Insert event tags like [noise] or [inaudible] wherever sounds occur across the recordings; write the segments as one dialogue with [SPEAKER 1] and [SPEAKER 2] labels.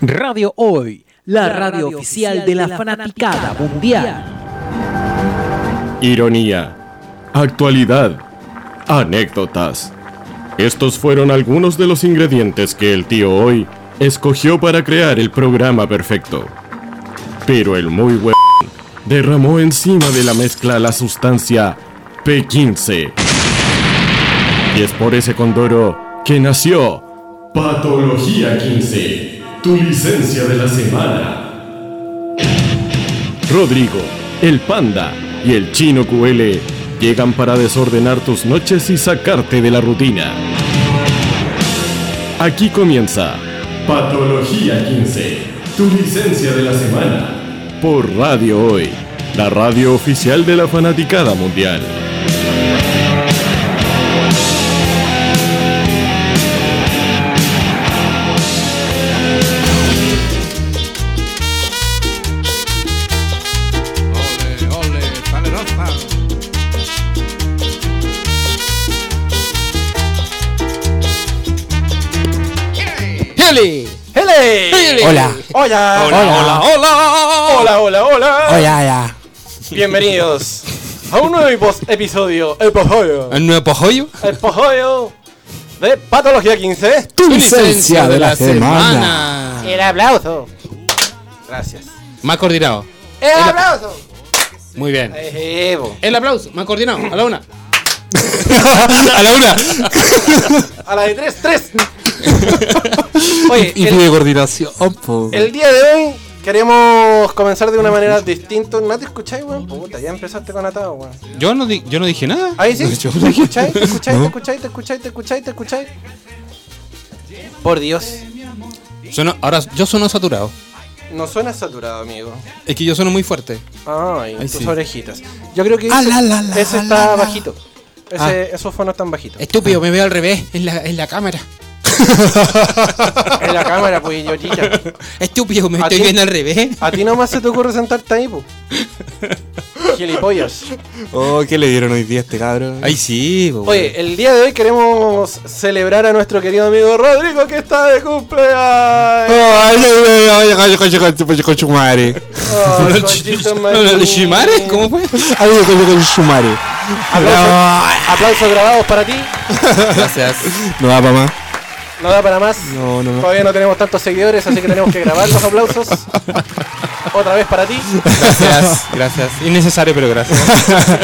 [SPEAKER 1] Radio Hoy, la, radio, oficial de la, fanaticada, mundial.
[SPEAKER 2] Ironía. Actualidad. Anécdotas. Estos fueron algunos de los ingredientes que el tío hoy escogió para crear el programa perfecto. Pero el muy buen derramó encima de la mezcla la sustancia P15. Y es por ese condoro que nació Patología 15, tu licencia de la semana. Rodrigo, el panda y el chino QL llegan para desordenar tus noches y sacarte de la rutina. Aquí comienza Patología 15, tu licencia de la semana. Por Radio Hoy, la radio oficial de la fanaticada mundial.
[SPEAKER 3] Ole, ole, palerosa.
[SPEAKER 4] ¡Hele!
[SPEAKER 5] ¡Hele!
[SPEAKER 4] Hola.
[SPEAKER 5] Hola.
[SPEAKER 4] Hola.
[SPEAKER 5] Hola, hola, hola.
[SPEAKER 4] Hola, ya.
[SPEAKER 5] Bienvenidos a un nuevo epos- episodio, episodio,
[SPEAKER 4] ¿El nuevo pojollo?
[SPEAKER 5] episodio de Patología 15.
[SPEAKER 4] Tu
[SPEAKER 6] licencia de la
[SPEAKER 5] El aplauso. Gracias.
[SPEAKER 4] Me ha coordinado.
[SPEAKER 5] El aplauso.
[SPEAKER 4] Muy bien.
[SPEAKER 5] Evo.
[SPEAKER 4] El aplauso. Me ha coordinado. A la una. [laughs] a la una.
[SPEAKER 5] A la de 3, 3. Oye,
[SPEAKER 4] Y
[SPEAKER 5] el,
[SPEAKER 4] de coordinación.
[SPEAKER 6] oh,
[SPEAKER 4] po.
[SPEAKER 5] el día de hoy queremos comenzar de una manera distinta. ¿No te escucháis, weón? Puta, ya empezaste con atado, weón.
[SPEAKER 4] Yo no, di- yo no dije nada.
[SPEAKER 5] Ahí sí.
[SPEAKER 4] Yo
[SPEAKER 5] ¿Te
[SPEAKER 4] no dije-
[SPEAKER 5] escucháis? ¿Te escucháis? ¿Te
[SPEAKER 4] No.
[SPEAKER 5] escucháis? ¿Te escucháis? ¿Te escucháis? ¿Te escucháis? Por Dios.
[SPEAKER 4] Sueno- ahora yo sueno saturado.
[SPEAKER 5] No suena saturado, amigo.
[SPEAKER 4] Es que yo sueno muy fuerte.
[SPEAKER 5] Ay,
[SPEAKER 4] Ay,
[SPEAKER 5] Ah, tus
[SPEAKER 4] sí.
[SPEAKER 5] orejitas. Yo creo que
[SPEAKER 4] Ah,
[SPEAKER 5] ese,
[SPEAKER 4] la, la, la,
[SPEAKER 5] ese
[SPEAKER 4] la,
[SPEAKER 5] está
[SPEAKER 4] la.
[SPEAKER 5] bajito.
[SPEAKER 6] Ah.
[SPEAKER 5] Ese, Esos fonos están bajitos.
[SPEAKER 4] Estúpido, me veo al revés en la, en la cámara.
[SPEAKER 5] en la cámara, pues, yo chicha.
[SPEAKER 4] Estúpido, me
[SPEAKER 5] ¿A
[SPEAKER 4] estoy
[SPEAKER 5] ti?
[SPEAKER 4] viendo al revés.
[SPEAKER 5] A ti nomás se te ocurre sentarte ahí,
[SPEAKER 6] [laughs]
[SPEAKER 5] pues. Gilipollas.
[SPEAKER 6] Oh, ¿qué le dieron hoy día a este cabrón?
[SPEAKER 4] Ay, sí, po,
[SPEAKER 5] Oye, el día de hoy queremos celebrar a nuestro querido amigo Rodrigo que está de cumpleaños.
[SPEAKER 6] ay, ay, ay, ay, ay, ay, ay, con su madre.
[SPEAKER 5] Oh,
[SPEAKER 4] ¿Lo
[SPEAKER 5] conchito
[SPEAKER 4] de Shimare?
[SPEAKER 5] maní.
[SPEAKER 4] ¿Cómo fue?
[SPEAKER 6] Ay, ay, ay, con su madre.
[SPEAKER 5] Aplausos, aplausos grabados para ti.
[SPEAKER 4] Gracias.
[SPEAKER 6] No va para más.
[SPEAKER 5] No da para más.
[SPEAKER 6] No, no, no.
[SPEAKER 5] Todavía no tenemos tantos seguidores, así que tenemos que grabar los aplausos. Otra vez para ti.
[SPEAKER 4] Gracias, gracias. Innecesario, pero gracias.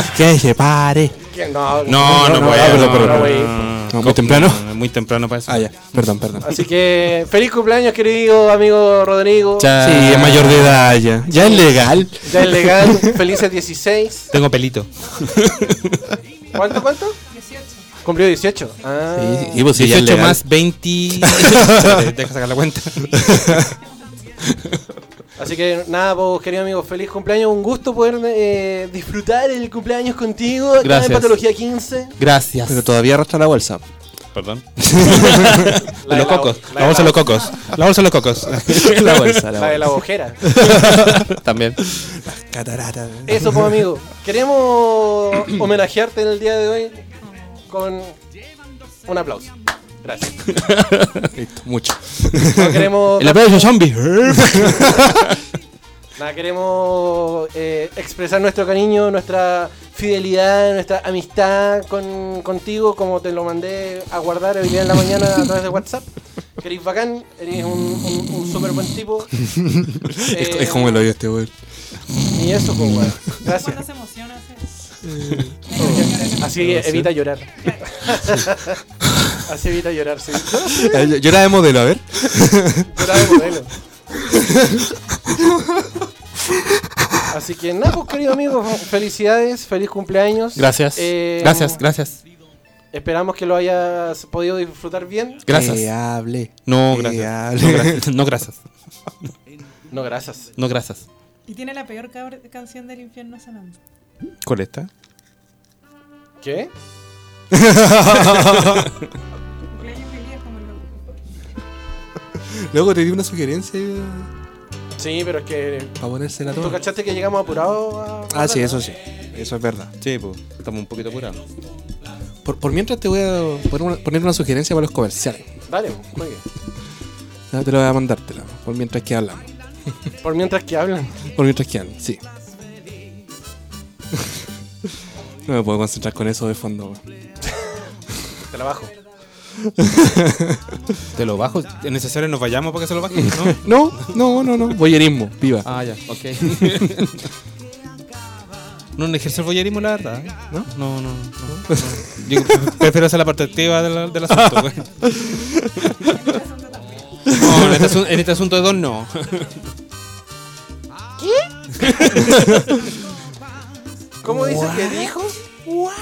[SPEAKER 6] [laughs] Que se pare.
[SPEAKER 5] ¿Quién? No,
[SPEAKER 4] No, no,
[SPEAKER 6] no,
[SPEAKER 4] voy.
[SPEAKER 6] ah, perdón,
[SPEAKER 4] no,
[SPEAKER 6] perdón,
[SPEAKER 4] no,
[SPEAKER 6] perdón.
[SPEAKER 5] güey.
[SPEAKER 6] No, muy temprano.
[SPEAKER 4] no, Muy temprano para eso.
[SPEAKER 6] Ah, ya. Perdón, perdón.
[SPEAKER 5] Así que feliz cumpleaños, querido amigo Rodrigo. Ya,
[SPEAKER 4] Cha-
[SPEAKER 6] Sí, es mayor de edad ya. Ya es legal.
[SPEAKER 5] es legal. Felices 16.
[SPEAKER 4] Tengo pelito.
[SPEAKER 5] ¿Cuánto, cuánto? 18. Cumplió 18. Ah.
[SPEAKER 6] Y vos
[SPEAKER 4] 18 más 20. [laughs] Espérate, Deja sacar la cuenta.
[SPEAKER 5] Así que nada, pues, querido amigo, feliz cumpleaños. Un gusto poder eh, disfrutar el cumpleaños contigo. acá
[SPEAKER 4] Gracias.
[SPEAKER 5] en Patología 15.
[SPEAKER 4] Gracias.
[SPEAKER 6] Pero todavía arrastra la [laughs] bolsa.
[SPEAKER 4] Perdón.
[SPEAKER 5] La de
[SPEAKER 4] los
[SPEAKER 5] la-
[SPEAKER 4] cocos.
[SPEAKER 5] la
[SPEAKER 4] La, bolsa de
[SPEAKER 5] de la-
[SPEAKER 4] los cocos. La bolsa de los cocos.
[SPEAKER 6] La bolsa,
[SPEAKER 5] La de
[SPEAKER 6] la
[SPEAKER 5] la bojera.
[SPEAKER 6] [laughs] bolsa.
[SPEAKER 4] También.
[SPEAKER 6] Catarata.
[SPEAKER 5] Eso, pues, amigo. Queremos homenajearte en el día de hoy con un aplauso. Gracias.
[SPEAKER 6] Listo, mucho.
[SPEAKER 5] No queremos
[SPEAKER 4] El aplauso [laughs] zombie.
[SPEAKER 5] Nada, queremos eh, expresar nuestro cariño, nuestra fidelidad, nuestra amistad con, contigo, como te lo mandé a guardar hoy día en la mañana a través de WhatsApp. Que eres bacán, eres un, un, un súper buen
[SPEAKER 6] [laughs]
[SPEAKER 5] tipo.
[SPEAKER 6] Es,
[SPEAKER 5] Eh,
[SPEAKER 6] es como el oído este, güey.
[SPEAKER 5] Y eso, pues, weón. Gracias. Así evita llorar. [laughs] Así evita llorar,
[SPEAKER 6] [laughs]
[SPEAKER 5] sí.
[SPEAKER 6] Eh, yo- Yo era de modelo, a ver.
[SPEAKER 4] Eh,
[SPEAKER 5] Llorar de modelo. Así que nada, pues querido amigo, felicidades, feliz cumpleaños.
[SPEAKER 4] Gracias.
[SPEAKER 5] Eh,
[SPEAKER 4] Gracias, gracias.
[SPEAKER 5] Esperamos que lo hayas podido disfrutar bien.
[SPEAKER 4] Gracias.
[SPEAKER 6] Que hable.
[SPEAKER 4] No,
[SPEAKER 6] que
[SPEAKER 4] gracias. No,
[SPEAKER 6] hable.
[SPEAKER 4] gracias. No, gracias.
[SPEAKER 5] No, gracias.
[SPEAKER 4] No, gracias.
[SPEAKER 7] Y tiene la peor cab- canción del infierno sonando.
[SPEAKER 6] ¿Cuál está?
[SPEAKER 5] ¿Qué?
[SPEAKER 7] Cumpleaños feliz como lo...
[SPEAKER 6] Luego te di una sugerencia eh,
[SPEAKER 5] Sí, pero es que.
[SPEAKER 6] para ponérsela
[SPEAKER 5] ¿Tú
[SPEAKER 6] toda.
[SPEAKER 5] cachaste que llegamos apurados? a-
[SPEAKER 6] Ah, sí, eso sí. Eso es verdad.
[SPEAKER 4] Sí, pues. Estamos un poquito apurados.
[SPEAKER 6] Por, por mientras te voy a poner una, poner una sugerencia para los comerciales.
[SPEAKER 5] Dale, juegue.
[SPEAKER 6] Ya te lo voy a mandártela. Por mientras que hablamos.
[SPEAKER 5] Por mientras que hablan.
[SPEAKER 6] Por mientras que hablan, sí. [laughs] no me puedo concentrar con eso de fondo. weón.
[SPEAKER 5] Te la bajo.
[SPEAKER 4] Te lo bajo. ¿Es necesario nos vayamos para que se lo bajen? ¿no?
[SPEAKER 6] [laughs] No, no, no, no. Voyerismo, viva.
[SPEAKER 4] Ah, ya, ok. [laughs] no, no ejerce el voyerismo, la verdad. ¿eh? ¿No? No, no, no. no. Yo prefiero hacer la parte activa de la- del asunto. güey. No, en este, asun- en este asunto de dos no.
[SPEAKER 5] ¿Cómo dice que dijo? What?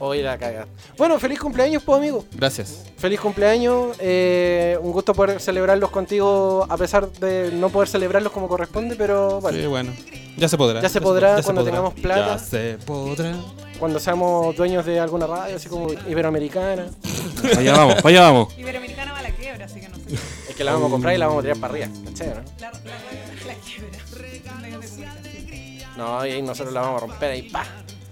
[SPEAKER 5] Hoy la caga. Bueno, feliz cumpleaños, pues amigo.
[SPEAKER 4] Gracias.
[SPEAKER 5] Feliz cumpleaños. eh, un gusto poder celebrarlos contigo a pesar de no poder celebrarlos como corresponde, pero bueno.
[SPEAKER 4] Sí, bueno. Ya se podrá.
[SPEAKER 5] Ya se podrá
[SPEAKER 4] ya
[SPEAKER 5] cuando tengamos plata.
[SPEAKER 4] Ya se podrá.
[SPEAKER 5] Cuando seamos dueños de alguna radio, así como Iberoamericana.
[SPEAKER 6] Allá vamos, allá vamos.
[SPEAKER 7] Iberoamericana va a la quiebra, así que no sé.
[SPEAKER 5] Es que la vamos a comprar y la vamos a tirar para arriba. ¿cachai, no?
[SPEAKER 7] La, la, la, la quiebra. Medio de comunicación.
[SPEAKER 5] No, y ahí nosotros la vamos a romper ahí, pa.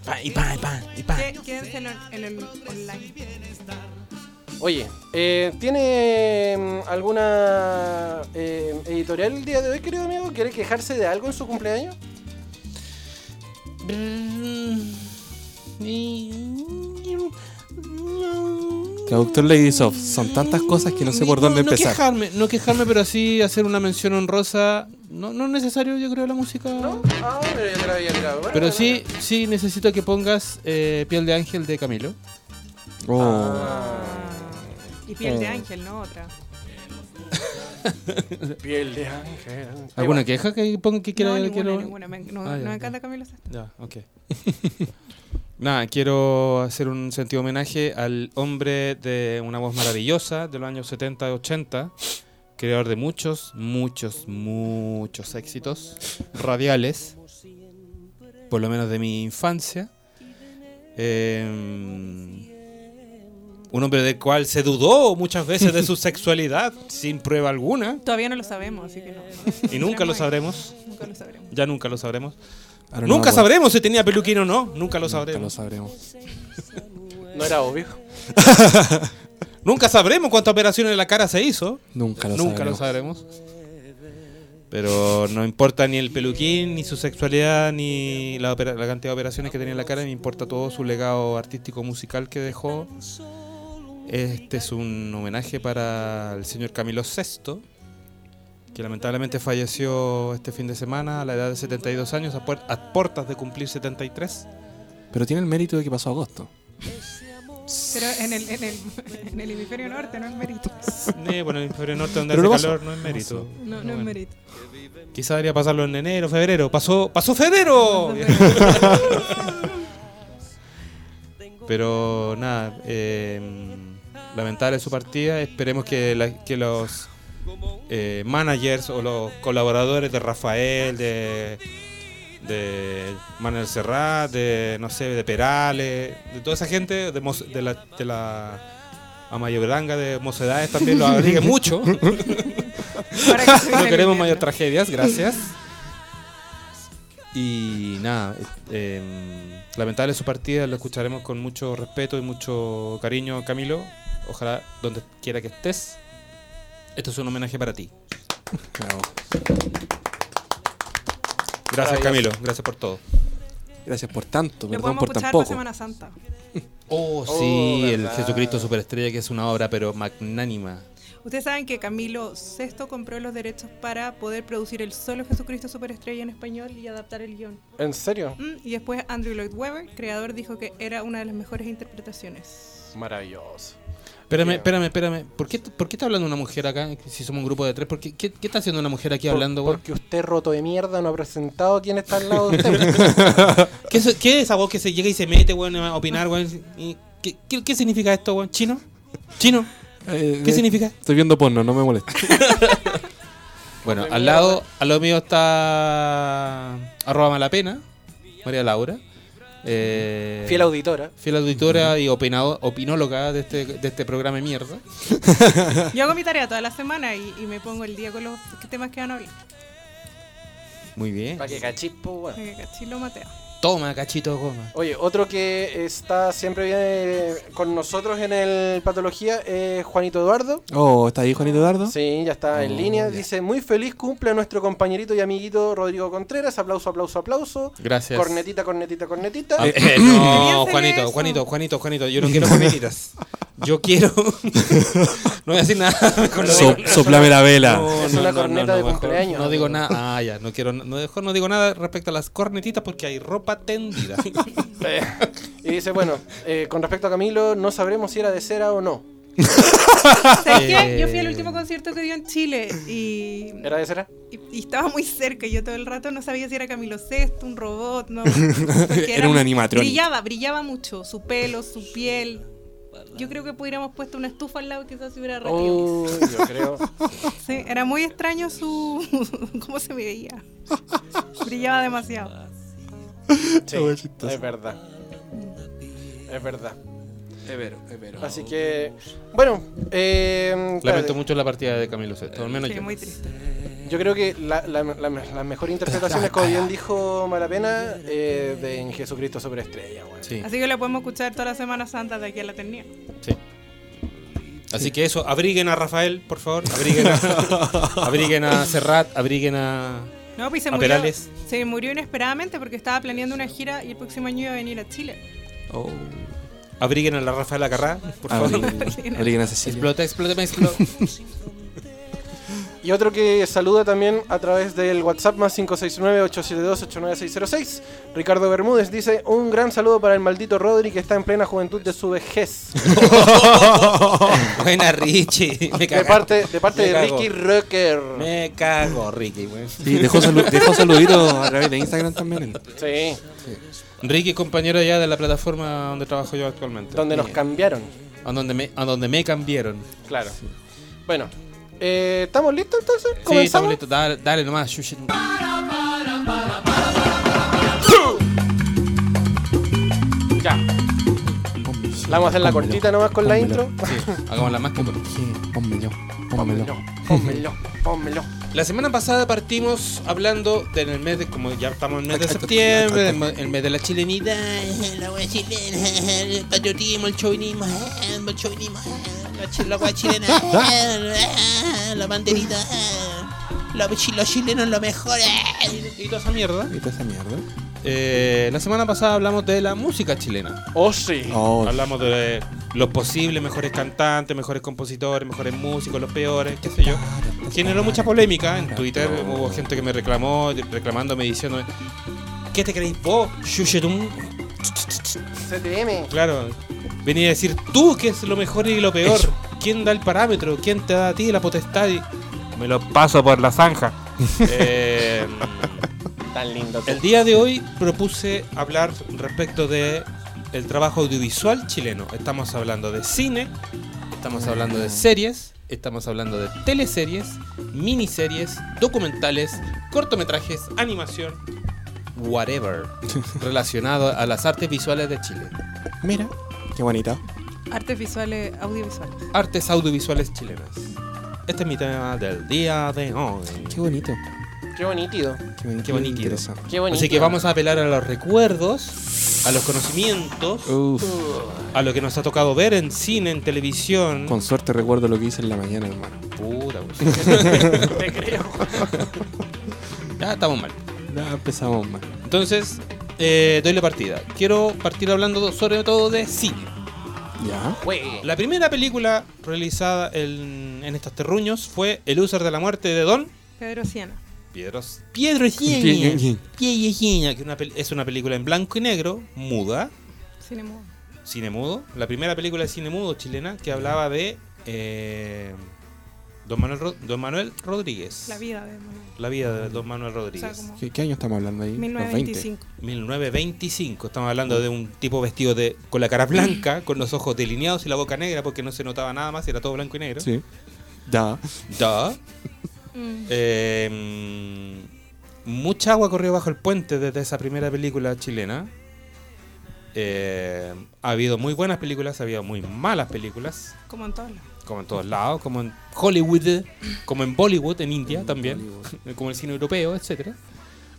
[SPEAKER 4] Pa, y pa, y pa, y pa.
[SPEAKER 7] Qué- Quédense en el, en el online.
[SPEAKER 5] Oye, eh, ¿tiene mm, alguna eh, editorial el día de hoy, querido amigo? ¿Quiere quejarse de algo en su cumpleaños?
[SPEAKER 6] Traductor Ladysoft, son tantas cosas que no sé por dónde empezar.
[SPEAKER 4] No quejarme, no quejarme, pero sí hacer una mención honrosa. No, no es necesario, yo creo, la música.
[SPEAKER 5] Ah, pero yo te lo había tirado. Bueno,
[SPEAKER 4] Pero
[SPEAKER 5] bueno,
[SPEAKER 4] sí, sí necesito que pongas eh, Piel de Ángel de Camilo. Ah.
[SPEAKER 6] Oh.
[SPEAKER 5] Ah,
[SPEAKER 7] Y piel
[SPEAKER 4] Eh.
[SPEAKER 7] de ángel, ¿no? Otra.
[SPEAKER 5] bueno. Piel de ángel.
[SPEAKER 4] ¿Alguna queja que ponga que quiera?
[SPEAKER 7] no,
[SPEAKER 4] que
[SPEAKER 7] ninguna,
[SPEAKER 4] lo-
[SPEAKER 7] ninguna. Me, no,
[SPEAKER 4] Ah, ya,
[SPEAKER 7] no
[SPEAKER 4] ya.
[SPEAKER 7] me encanta Camilo Sesto.
[SPEAKER 4] Ya, ok. [laughs] Nada, quiero hacer un sentido homenaje al hombre de una voz maravillosa de los años 70 y 80, creador de muchos, muchos, muchos éxitos radiales, por lo menos de mi infancia. Eh, un hombre del cual se dudó muchas veces de su sexualidad sin prueba alguna
[SPEAKER 7] Todavía no lo sabemos, así que no.
[SPEAKER 4] y nunca lo sabremos.
[SPEAKER 7] Nunca lo sabremos.
[SPEAKER 4] Ya nunca lo sabremos.
[SPEAKER 6] Ahora no
[SPEAKER 4] Nunca
[SPEAKER 6] me acuerdo.
[SPEAKER 4] sabremos si tenía peluquín o no. Nunca lo
[SPEAKER 6] Nunca lo
[SPEAKER 4] sabremos.
[SPEAKER 6] sabremos.
[SPEAKER 5] No era obvio.
[SPEAKER 4] Nunca sabremos cuántas operaciones en la cara se hizo.
[SPEAKER 6] Nunca lo
[SPEAKER 4] Nunca lo
[SPEAKER 6] sabremos.
[SPEAKER 4] sabremos. Pero no importa ni el peluquín, ni su sexualidad, ni la, opera- la cantidad de operaciones que tenía en la cara. Me importa todo su legado artístico musical que dejó. Este es un homenaje para el señor Camilo VI, que lamentablemente falleció este fin de semana a la edad de 72 años, a, puer- a puertas de cumplir 73.
[SPEAKER 6] Pero tiene el mérito de que pasó agosto.
[SPEAKER 7] Pero en el, en, el, [laughs] en el hemisferio norte no es mérito.
[SPEAKER 4] Eh, bueno, en el hemisferio norte donde
[SPEAKER 6] Pero
[SPEAKER 4] hace
[SPEAKER 6] lo pasó.
[SPEAKER 4] calor no es mérito.
[SPEAKER 7] No, no, es
[SPEAKER 4] bueno.
[SPEAKER 7] mérito.
[SPEAKER 4] Quizá debería pasarlo en enero, febrero. ¡Pasó, pasó febrero! Pero nada, eh, lamentable su partida. Esperemos que, la- que los eh, managers o los colaboradores de Rafael, de, de Manuel Serrat, de no sé, de Perales, de toda esa gente, de, Mos- de la, de la Amayoberanga, de Mocedades también lo abrigue [laughs] mucho. [laughs]
[SPEAKER 7] Ahora que se
[SPEAKER 4] No
[SPEAKER 7] viene el
[SPEAKER 4] queremos
[SPEAKER 7] invierno.
[SPEAKER 4] mayor tragedias, gracias. Y nada, eh, em, lamentable su partida, lo escucharemos con mucho respeto y mucho cariño, Camilo. Ojalá donde quiera que estés. Esto es un homenaje para ti.
[SPEAKER 6] Bravo.
[SPEAKER 4] Gracias,
[SPEAKER 5] Maravilloso.
[SPEAKER 4] Camilo. Gracias por todo.
[SPEAKER 6] Gracias por tanto,
[SPEAKER 7] Lo
[SPEAKER 6] perdón
[SPEAKER 7] podemos
[SPEAKER 6] por
[SPEAKER 7] escuchar para
[SPEAKER 6] tan poco.
[SPEAKER 7] Semana Santa.
[SPEAKER 4] Oh,
[SPEAKER 5] sí, el verdad.
[SPEAKER 4] Jesucristo Superestrella, que es una obra, pero magnánima.
[SPEAKER 7] Ustedes saben que Camilo VI compró los derechos para poder producir el solo Jesucristo Superestrella en español y adaptar el guión.
[SPEAKER 5] ¿En serio?
[SPEAKER 7] Mm, Y después Andrew Lloyd Webber, creador, dijo que era una de las
[SPEAKER 4] [laughs]
[SPEAKER 7] mejores interpretaciones.
[SPEAKER 5] Maravilloso.
[SPEAKER 4] Espérame,
[SPEAKER 5] Bien.
[SPEAKER 4] espérame, espérame. ¿Por qué, ¿Por qué está hablando una mujer acá? Si somos un grupo de tres, ¿por qué, qué, qué está haciendo una mujer aquí
[SPEAKER 5] Por-
[SPEAKER 4] hablando, güey?
[SPEAKER 5] Porque usted roto de mierda no ha presentado quién está al lado de usted.
[SPEAKER 4] [laughs] ¿Qué es, qué es esa voz que se llega y se mete, weón, a opinar, weón? ¿Y ¿Qué, qué, qué significa esto, weón? ¿Chino? ¿Chino?
[SPEAKER 6] Eh,
[SPEAKER 4] ¿Qué
[SPEAKER 6] eh,
[SPEAKER 4] significa?
[SPEAKER 6] Estoy viendo porno, no me molesta.
[SPEAKER 4] Bueno, al lado, a lo mío está arroba malapena, María Laura. eh,
[SPEAKER 5] Fiel auditora.
[SPEAKER 4] fiel auditora y opinado, opinóloga de este, de este programa de mierda.
[SPEAKER 7] Yo hago mi tarea toda la semana y, y me pongo el día con los temas que van a hablar.
[SPEAKER 4] Muy bien.
[SPEAKER 5] Para que cachipo,
[SPEAKER 4] [laughs]
[SPEAKER 5] bueno.
[SPEAKER 7] Para que Eh, Cachilo matea.
[SPEAKER 4] Toma, cachito goma.
[SPEAKER 5] Oye, otro que está siempre bien eh, con nosotros en el Patología es Juanito Eduardo.
[SPEAKER 6] Oh, ¿está ahí Juanito Dardo?
[SPEAKER 5] Sí, ya está
[SPEAKER 4] Mm,
[SPEAKER 5] en
[SPEAKER 6] Oh,
[SPEAKER 5] línea.
[SPEAKER 6] ya.
[SPEAKER 5] Dice, muy feliz cumple a nuestro compañerito y amiguito Rodrigo Contreras. Aplauso, aplauso, aplauso.
[SPEAKER 4] Gracias.
[SPEAKER 5] Cornetita, cornetita, cornetita.
[SPEAKER 4] Ah,
[SPEAKER 6] Eh,
[SPEAKER 4] [laughs] eh,
[SPEAKER 7] bien
[SPEAKER 4] no,
[SPEAKER 7] hacer
[SPEAKER 4] Juanito,
[SPEAKER 7] eso.
[SPEAKER 4] Juanito, Juanito, Juanito, yo no quiero cornetitas. Yo quiero. [laughs] no voy a decir nada. con lo-
[SPEAKER 6] So- soplame la vela.
[SPEAKER 4] No,
[SPEAKER 5] Es
[SPEAKER 4] Oh, no,
[SPEAKER 5] una
[SPEAKER 4] no,
[SPEAKER 5] corneta
[SPEAKER 4] no,
[SPEAKER 5] de
[SPEAKER 4] mejor
[SPEAKER 5] cumpleaños,
[SPEAKER 4] No digo
[SPEAKER 5] amigo.
[SPEAKER 4] nada. Ah, ya, no quiero. No, mejor no digo nada respecto a las cornetitas porque hay ropa tendida.
[SPEAKER 5] Y dice, bueno, eh, con respecto a Camilo, no sabremos si era de cera o no.
[SPEAKER 7] ¿Sabes qué? Yo fui al
[SPEAKER 4] Eh.
[SPEAKER 7] último concierto que dio en Chile y,
[SPEAKER 5] ¿Era de cera?
[SPEAKER 7] y, y estaba muy cerca. y Yo todo el rato no sabía si era Camilo Sesto, un robot,
[SPEAKER 6] [laughs]
[SPEAKER 7] no. porque
[SPEAKER 6] Era un animatrónico.
[SPEAKER 7] Brillaba, brillaba mucho. Su pelo, su piel. Yo creo que pudiéramos puesto una estufa al lado, quizás se hubiera
[SPEAKER 5] Oh.
[SPEAKER 7] reído.
[SPEAKER 5] Uy, yo creo.
[SPEAKER 7] Sí, era muy extraño su. [laughs] cómo se veía. Brillaba demasiado.
[SPEAKER 5] Sí,
[SPEAKER 6] Muy chistoso.
[SPEAKER 5] es verdad. Es verdad. Así que, bueno, eh,
[SPEAKER 4] Lamento
[SPEAKER 5] espérate.
[SPEAKER 4] mucho la partida de Camilo Sesto, al menos
[SPEAKER 7] Sí,
[SPEAKER 4] yo.
[SPEAKER 7] muy triste.
[SPEAKER 5] yo creo que la, la, la- la mejor interpretación es, como bien dijo Malapena, eh, de en Jesucristo sobre estrella.
[SPEAKER 4] Sí,
[SPEAKER 7] Así que la podemos escuchar toda la Semana Santa de aquí a la tenía.
[SPEAKER 4] sí. Así que eso, abriguen a Rafael, por favor. Abriguen a, abriguen a Serrat, abriguen a.
[SPEAKER 7] No, pues se
[SPEAKER 4] A
[SPEAKER 7] murió.
[SPEAKER 4] Perales.
[SPEAKER 7] Se murió inesperadamente porque estaba planeando una gira y el próximo año iba a venir a Chile.
[SPEAKER 6] Oh.
[SPEAKER 4] Abriguen a la Rafael Acarrá, por [laughs]
[SPEAKER 6] Ah,
[SPEAKER 4] favor.
[SPEAKER 6] Abriguen- abriguen a Cecilia.
[SPEAKER 4] Explota, explota, explota.
[SPEAKER 5] Y otro que saluda también a través del WhatsApp más 569-872-89606, Ricardo Bermúdez dice, un gran saludo para el maldito Rodri que está en plena juventud de su vejez.
[SPEAKER 4] Buena Richie. Me
[SPEAKER 5] De
[SPEAKER 4] cago.
[SPEAKER 5] parte, de, parte
[SPEAKER 4] Me
[SPEAKER 5] de
[SPEAKER 4] cago.
[SPEAKER 5] Ricky Rocker.
[SPEAKER 4] Me cago, Ricky, güey.
[SPEAKER 6] Sí, dejó, salu- dejó saluditos a través de Instagram también.
[SPEAKER 5] Sí,
[SPEAKER 4] Ricky, compañero ya de la plataforma donde trabajo yo actualmente.
[SPEAKER 5] donde nos
[SPEAKER 4] Bien.
[SPEAKER 5] cambiaron.
[SPEAKER 4] a donde me A donde me cambiaron.
[SPEAKER 5] Claro. Bueno, eh, ¿estamos listos entonces?
[SPEAKER 4] Sí, estamos
[SPEAKER 5] ¿Comenzamos?
[SPEAKER 4] listos. Dale, dale nomás. Shush, shush.
[SPEAKER 6] [laughs]
[SPEAKER 5] Ya. La vamos a hacer la cortita nomás con la
[SPEAKER 6] Pónmelo.
[SPEAKER 5] intro.
[SPEAKER 4] Sí, hagámosla más que con-
[SPEAKER 6] Pónmelo,
[SPEAKER 5] Pónmelo,
[SPEAKER 6] pónmelo.
[SPEAKER 5] pónmelo, pónmelo.
[SPEAKER 4] La semana pasada partimos hablando del mes de, como ya estamos en el mes de septiembre, el, mes- el mes de la chilenidad, la wea chilena, el patriotismo, el chauvinismo, el chauvinismo, la chi- la wea chilena, la banderita, la- los chilenos lo mejor, y toda esa mierda.
[SPEAKER 6] ¿Viste esa mierda?
[SPEAKER 4] Eh, la semana pasada hablamos de la música chilena.
[SPEAKER 5] Oh, sí.
[SPEAKER 6] Oh,
[SPEAKER 4] Hablamos de los posibles mejores cantantes, mejores compositores, mejores músicos, los peores, qué sé yo. Generó mucha polémica en Twitter. Hubo gente que me reclamó, reclamándome, diciéndome: ¿Qué te creéis vos, Shushetum?
[SPEAKER 5] CTM.
[SPEAKER 4] Claro, venía a decir tú qué es lo mejor y lo peor. ¿Quién da el parámetro? ¿Quién te da a ti la potestad? Y me lo paso por la [laughs] zanja. Eh,
[SPEAKER 5] Tan lindo. tú.
[SPEAKER 4] el día de hoy propuse hablar respecto de el trabajo audiovisual chileno. Estamos hablando de cine, estamos hablando de series, estamos hablando de teleseries, miniseries, documentales, cortometrajes, animación, [laughs] whatever, relacionado a las artes visuales de Chile.
[SPEAKER 6] mira, qué bonita.
[SPEAKER 7] Artes visuales, audiovisuales.
[SPEAKER 4] artes audiovisuales chilenas. Este es mi tema del día de hoy.
[SPEAKER 6] Qué bonito.
[SPEAKER 5] Qué bonito.
[SPEAKER 6] Qué bonito.
[SPEAKER 4] Qué bonito.
[SPEAKER 6] Interesante.
[SPEAKER 5] Qué bonito.
[SPEAKER 4] Así que vamos a apelar a los recuerdos, a los conocimientos,
[SPEAKER 6] Uf,
[SPEAKER 4] a lo que nos ha tocado ver en cine, en
[SPEAKER 5] Mm.
[SPEAKER 4] televisión.
[SPEAKER 6] con suerte recuerdo lo que hice en la mañana, hermano.
[SPEAKER 4] Puta,
[SPEAKER 6] [laughs]
[SPEAKER 4] güey. [laughs] Ya estamos mal.
[SPEAKER 6] Ya empezamos más.
[SPEAKER 4] Entonces, eh, doy la partida. Quiero partir hablando sobre todo de cine.
[SPEAKER 6] Ya.
[SPEAKER 5] Güey.
[SPEAKER 4] La primera película realizada en, en estos terruños fue El User de la Muerte de Don
[SPEAKER 7] Pedro Siena.
[SPEAKER 4] Piedros. Piedro
[SPEAKER 6] Pie-
[SPEAKER 4] Higiene. Piedro Higiene, que una pel- es una película en blanco y negro, muda,
[SPEAKER 7] Cine mudo.
[SPEAKER 4] cine mudo. La primera película de cine mudo chilena que hablaba de eh, Don, Manuel Ro- Don Manuel Rodríguez.
[SPEAKER 7] La vida de Manuel.
[SPEAKER 4] La vida de Don Manuel
[SPEAKER 7] O sea,
[SPEAKER 4] Rodríguez.
[SPEAKER 7] como
[SPEAKER 6] ¿Qué, qué año estamos hablando ahí? Los 20.
[SPEAKER 7] 1925.
[SPEAKER 4] 1925. Estamos hablando de un tipo vestido de con la cara blanca, con los ojos delineados y la boca negra porque no se notaba nada más, era todo blanco y negro.
[SPEAKER 6] Sí. Ya.
[SPEAKER 4] Duh.
[SPEAKER 7] Mm.
[SPEAKER 4] Eh, mm, mucha agua corrió bajo el puente desde esa primera película chilena. Eh, ha habido muy buenas películas, ha habido muy malas películas,
[SPEAKER 7] Como en todos lados.
[SPEAKER 4] como en todos lados, como en [laughs] Hollywood, como en Bollywood, en India también, como el cine europeo, etcétera.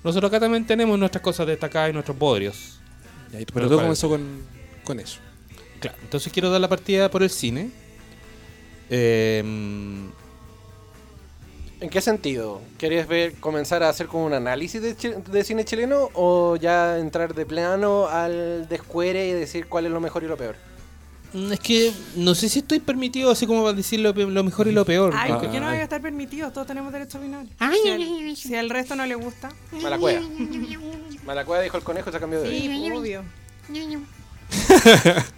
[SPEAKER 4] Nosotros acá también tenemos nuestras cosas destacadas y nuestros bodrios.
[SPEAKER 6] Ya,
[SPEAKER 4] Pero
[SPEAKER 6] pero todo
[SPEAKER 4] para-
[SPEAKER 6] comenzó con, con eso.
[SPEAKER 4] Claro, entonces quiero dar la partida por el cine. Eh,
[SPEAKER 5] ¿En qué sentido? ¿Querías ver, comenzar a hacer como un análisis de, chi- de cine chileno o ya entrar de plano al descuere y decir cuál es lo mejor y lo peor?
[SPEAKER 4] Mm, Es que no sé si estoy permitido así como para decir lo, pe- lo mejor y lo peor.
[SPEAKER 7] Ay,
[SPEAKER 4] porque-
[SPEAKER 7] yo no voy a estar permitido, todos tenemos derecho a opinar.
[SPEAKER 8] Ay,
[SPEAKER 7] si,
[SPEAKER 8] ay, ay, ay.
[SPEAKER 7] al, si al resto no le gusta,
[SPEAKER 5] Malacuea. Malacuea dijo el conejo y se ha cambiado de vida.
[SPEAKER 7] sí,
[SPEAKER 8] ay, ay.
[SPEAKER 7] obvio.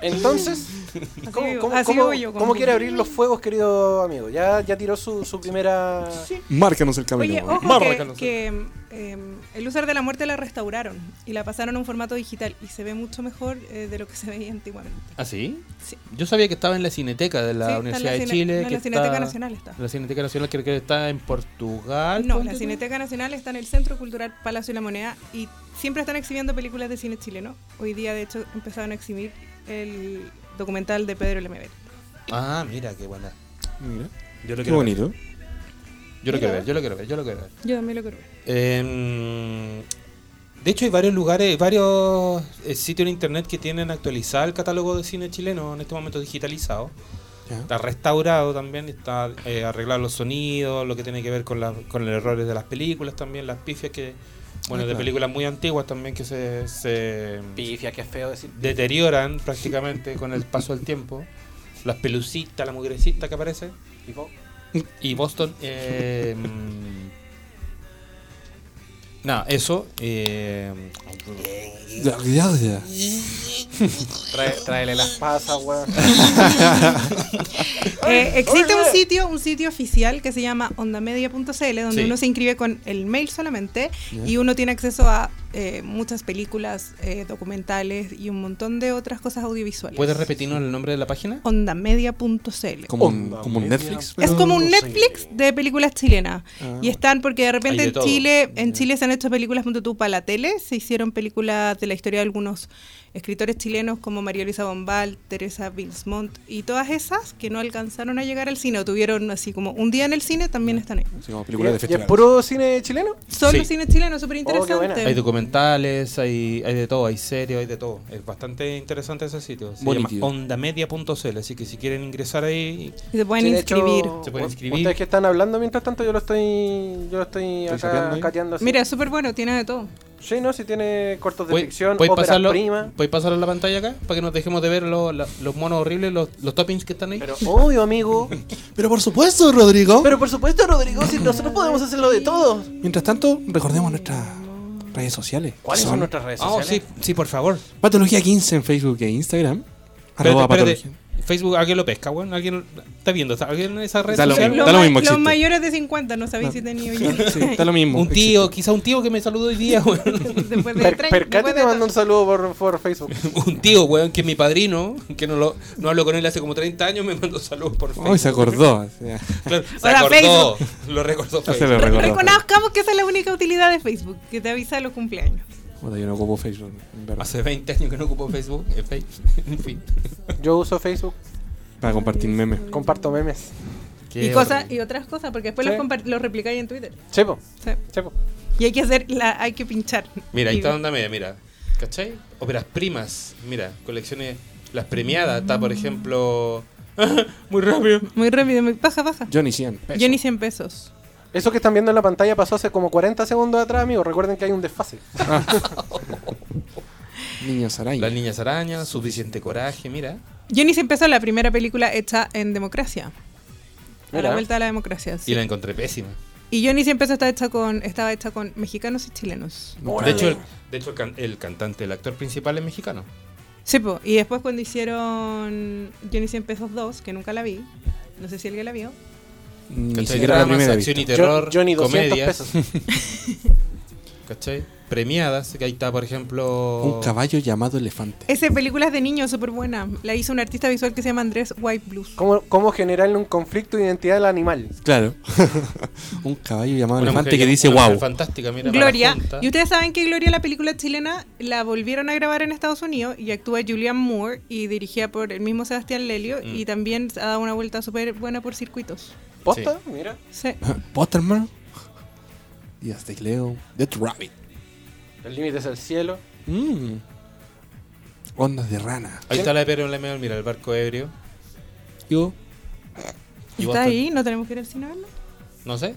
[SPEAKER 5] Entonces, ¿cómo,
[SPEAKER 7] digo-
[SPEAKER 5] cómo-
[SPEAKER 7] así
[SPEAKER 5] cómo-
[SPEAKER 7] digo yo,
[SPEAKER 5] cómo
[SPEAKER 7] como-
[SPEAKER 5] quiere abrir los fuegos, querido amigo? Ya, ya tiró su, su primera...
[SPEAKER 6] Márcanos el camino.
[SPEAKER 7] Oye,
[SPEAKER 6] weón.
[SPEAKER 7] ojo
[SPEAKER 4] Bárbara
[SPEAKER 7] que,
[SPEAKER 4] Carlos.
[SPEAKER 7] que, em, el User de la Muerte la restauraron y la pasaron a un formato digital y se ve mucho mejor eh, de lo que se veía antiguamente.
[SPEAKER 4] ¿Ah, sí?
[SPEAKER 7] Sí.
[SPEAKER 4] Yo sabía que estaba en la Cineteca de la
[SPEAKER 7] Sí, está en
[SPEAKER 4] Universidad de
[SPEAKER 7] cine-
[SPEAKER 4] Chile.
[SPEAKER 7] no, en
[SPEAKER 4] que
[SPEAKER 7] la Cineteca
[SPEAKER 4] está-
[SPEAKER 7] Nacional está.
[SPEAKER 4] en La Cineteca Nacional creo que está en Portugal.
[SPEAKER 7] No,
[SPEAKER 4] ponte
[SPEAKER 7] la
[SPEAKER 4] tú.
[SPEAKER 7] Cineteca Nacional está en el Centro Cultural Palacio de la Moneda y siempre están exhibiendo películas de cine chileno. Hoy día, de hecho, empezaron a exhibir el documental de Pedro Lemebel.
[SPEAKER 4] Ah, mira, qué buena.
[SPEAKER 7] oh.
[SPEAKER 6] Mira,
[SPEAKER 4] Yo lo quiero
[SPEAKER 6] qué
[SPEAKER 4] ver.
[SPEAKER 6] bonito.
[SPEAKER 4] Yo lo quiero ver, yo lo quiero ver, yo lo quiero ver.
[SPEAKER 7] Yo también lo creo.
[SPEAKER 4] Eh, de hecho, hay varios lugares, varios eh, sitios en internet que tienen actualizado el catálogo de cine chileno, en este momento digitalizado.
[SPEAKER 6] Ya.
[SPEAKER 4] Está restaurado también, está eh, arreglado los sonidos, lo que tiene que ver con, la- con los errores de las películas también, las pifias que. Bueno,
[SPEAKER 6] Ah,
[SPEAKER 4] de
[SPEAKER 6] claro.
[SPEAKER 4] películas muy antiguas también que se, se
[SPEAKER 5] Pifia, qué feo decir.
[SPEAKER 4] deterioran prácticamente con el paso del tiempo. Las pelucitas, la mugrecita que aparece.
[SPEAKER 5] Tipo,
[SPEAKER 4] Y Boston. eh, mm, Nada, eso. eh,
[SPEAKER 6] Ya, ya, ya.
[SPEAKER 5] trae- tráele las pasas, weón.
[SPEAKER 7] Eh, existe
[SPEAKER 5] oye.
[SPEAKER 7] un sitio, un sitio oficial que se llama ondamedia.cl, donde
[SPEAKER 4] Sí.
[SPEAKER 7] uno se inscribe con el mail solamente y uno tiene acceso a eh, muchas películas, eh, documentales y un montón de otras cosas audiovisuales.
[SPEAKER 4] ¿Puedes repetirnos el nombre de la página?
[SPEAKER 7] ondamedia.cl.
[SPEAKER 6] Como un,
[SPEAKER 5] Onda
[SPEAKER 6] como un
[SPEAKER 5] media.
[SPEAKER 6] Netflix.
[SPEAKER 7] Es
[SPEAKER 6] pero-
[SPEAKER 7] como un Netflix de películas chilenas.
[SPEAKER 6] Ah,
[SPEAKER 7] Y están porque de
[SPEAKER 4] Hay de
[SPEAKER 7] repente en
[SPEAKER 4] todo.
[SPEAKER 7] Chile,
[SPEAKER 6] Mm.
[SPEAKER 7] en Chile se han hecho películas punto tú para la tele, se hicieron películas de la historia de algunos escritores chilenos como María Luisa Bombal, Teresa Bilsmont y todas esas que no alcanzaron a llegar al cine o tuvieron así como un día en el cine
[SPEAKER 6] Mm.
[SPEAKER 7] también están ahí.
[SPEAKER 6] Sí, como película
[SPEAKER 5] ¿Y
[SPEAKER 6] de
[SPEAKER 5] es
[SPEAKER 6] festival.
[SPEAKER 5] puro cine chileno?
[SPEAKER 7] Solo
[SPEAKER 4] Sí.
[SPEAKER 7] cine chileno, súper
[SPEAKER 5] Oh, qué buena.
[SPEAKER 4] Hay
[SPEAKER 7] interesante.
[SPEAKER 4] documentales, hay, hay de todo, hay series, hay de todo. Es bastante interesante ese sitio. Se llama
[SPEAKER 6] Bonito.
[SPEAKER 4] ondamedia.cl, así que si quieren ingresar ahí...
[SPEAKER 7] y se pueden
[SPEAKER 5] Sí, de hecho,
[SPEAKER 7] inscribir.
[SPEAKER 4] Se pueden
[SPEAKER 5] u-
[SPEAKER 4] inscribir.
[SPEAKER 5] Ustedes que están hablando mientras tanto, yo lo estoy, yo lo estoy,
[SPEAKER 6] Estoy
[SPEAKER 5] acá
[SPEAKER 6] sapeando ahí.
[SPEAKER 5] cateando así.
[SPEAKER 7] Mira, es súper bueno, tiene de todo.
[SPEAKER 5] Sí, no, si tiene cortos de
[SPEAKER 4] ¿Puedes
[SPEAKER 5] ficción,
[SPEAKER 4] puedes
[SPEAKER 5] óperas
[SPEAKER 4] pasarlo,
[SPEAKER 5] prima.
[SPEAKER 4] puedes pasarlo a la pantalla acá? Para que nos dejemos de ver los- la- los monos horribles, los, los toppings que están ahí.
[SPEAKER 5] Pero obvio, amigo.
[SPEAKER 6] Pero por supuesto, Rodrigo.
[SPEAKER 5] Pero por supuesto, Rodrigo, si
[SPEAKER 7] [laughs]
[SPEAKER 5] nosotros podemos hacerlo de todo.
[SPEAKER 6] Mientras tanto, recordemos nuestras redes sociales.
[SPEAKER 5] ¿Cuáles son, nuestras redes
[SPEAKER 4] Ah,
[SPEAKER 5] sociales?
[SPEAKER 4] sí, sí, por favor.
[SPEAKER 6] Patología 15 en Facebook e Instagram.
[SPEAKER 4] Espérate,
[SPEAKER 6] Arroba
[SPEAKER 4] espérate.
[SPEAKER 6] patología.
[SPEAKER 4] Facebook, alguien lo pesca, weón. Alguien está viendo, alguien en esa red
[SPEAKER 6] Da lo
[SPEAKER 4] social?
[SPEAKER 6] mismo, da lo
[SPEAKER 7] ma-
[SPEAKER 6] mismo,
[SPEAKER 7] los
[SPEAKER 6] existe.
[SPEAKER 7] mayores de 50, no sabéis si tenía yo.
[SPEAKER 6] Sí,
[SPEAKER 7] [laughs]
[SPEAKER 6] está lo mismo.
[SPEAKER 4] Un tío, quizá un tío que me saludó hoy día, [laughs] weón.
[SPEAKER 7] Después de
[SPEAKER 5] Per, Percate
[SPEAKER 7] tre- después de
[SPEAKER 5] te manda
[SPEAKER 7] to-
[SPEAKER 5] un saludo por, por Facebook.
[SPEAKER 4] Un tío, weón, que es mi padrino, que no, lo, no hablo con él hace como 30 años, me mandó saludos por Facebook.
[SPEAKER 6] Hoy se acordó. o sea,
[SPEAKER 4] Claro, se
[SPEAKER 7] Hola,
[SPEAKER 4] acordó. Lo recordó
[SPEAKER 6] ya se
[SPEAKER 4] Facebook.
[SPEAKER 6] lo recordó.
[SPEAKER 7] Reconozcamos que esa es la única utilidad de Facebook, que te avisa los cumpleaños.
[SPEAKER 6] Puta, yo no ocupo Facebook. en verdad.
[SPEAKER 4] Hace 20 años que no ocupo Facebook. [laughs] eh, Face- En fin.
[SPEAKER 5] Yo uso Facebook,
[SPEAKER 6] Para compartir memes.
[SPEAKER 5] comparto memes.
[SPEAKER 7] y cosas y otras cosas porque después
[SPEAKER 5] Sí.
[SPEAKER 7] los, compart- los replicáis en Twitter
[SPEAKER 5] Chepo,
[SPEAKER 7] Sí.
[SPEAKER 5] chepo.
[SPEAKER 7] y hay que hacer la hay que pinchar
[SPEAKER 4] Mira, ahí
[SPEAKER 7] Y-
[SPEAKER 4] está onda media, mira. ¿Cachai? Óperas primas. Mira, colecciones. Las premiadas. Está, por ejemplo. [laughs] Muy rápido.
[SPEAKER 7] muy rápido muy baja baja
[SPEAKER 6] Johnny 100. pesos.
[SPEAKER 7] yo ni 100 pesos
[SPEAKER 5] Eso que están viendo en la pantalla pasó hace como 40 segundos atrás, amigos. Recuerden que hay un desfase.
[SPEAKER 6] Niños araña.
[SPEAKER 4] Las niñas arañas. Suficiente coraje. Mira.
[SPEAKER 7] yo ni 100 pesos la primera película hecha en democracia a
[SPEAKER 5] Mira.
[SPEAKER 7] la vuelta a la democracia sí.
[SPEAKER 4] Y la encontré pésima.
[SPEAKER 7] y yo ni 100 pesos está hecha con estaba hecha con mexicanos y chilenos
[SPEAKER 4] De hecho, el, de hecho el, can- el cantante, el actor principal es mexicano.
[SPEAKER 7] sí po. y después cuando hicieron yo ni 100 pesos 2 que nunca la vi no sé si alguien la vio
[SPEAKER 6] Ni
[SPEAKER 4] ¿Cachai?
[SPEAKER 6] siquiera la
[SPEAKER 4] Dramas,
[SPEAKER 6] primera vista.
[SPEAKER 4] acción y terror,
[SPEAKER 5] Yo- Johnny 200
[SPEAKER 4] comedias,
[SPEAKER 5] pesos.
[SPEAKER 4] ¿cachai? Premiadas, que ahí está, por ejemplo...
[SPEAKER 6] Un caballo llamado elefante.
[SPEAKER 7] esa película es de niños súper buena la hizo un artista visual que se llama Andrés White Blues
[SPEAKER 5] ¿Cómo, cómo generarle un conflicto de identidad al animal?
[SPEAKER 6] Claro. [laughs] un caballo llamado
[SPEAKER 4] Una
[SPEAKER 6] elefante
[SPEAKER 4] mujer-
[SPEAKER 6] que dice
[SPEAKER 4] una mujer
[SPEAKER 6] wow.
[SPEAKER 4] Fantástica, mira,
[SPEAKER 7] Gloria.
[SPEAKER 4] para la junta.
[SPEAKER 7] Y ustedes saben que Gloria, la película chilena, la volvieron a grabar en Estados Unidos y actúa Julian Moore y dirigida por el mismo Sebastián Lelio
[SPEAKER 4] Mm.
[SPEAKER 7] y también ha dado una vuelta súper buena por circuitos.
[SPEAKER 5] ¿Posta? Mira.
[SPEAKER 6] [laughs]
[SPEAKER 7] Sí.
[SPEAKER 6] Potterman. Díaz de Leo. Death Rabbit.
[SPEAKER 5] El límite es el cielo.
[SPEAKER 6] Mm. Ondas de rana.
[SPEAKER 4] Ahí está la de Pedro Lemel, mira, el barco ebrio.
[SPEAKER 6] Yo.
[SPEAKER 4] Y
[SPEAKER 7] Está
[SPEAKER 4] Boston.
[SPEAKER 7] ahí, no tenemos que ir al cine a verlo.
[SPEAKER 4] No sé.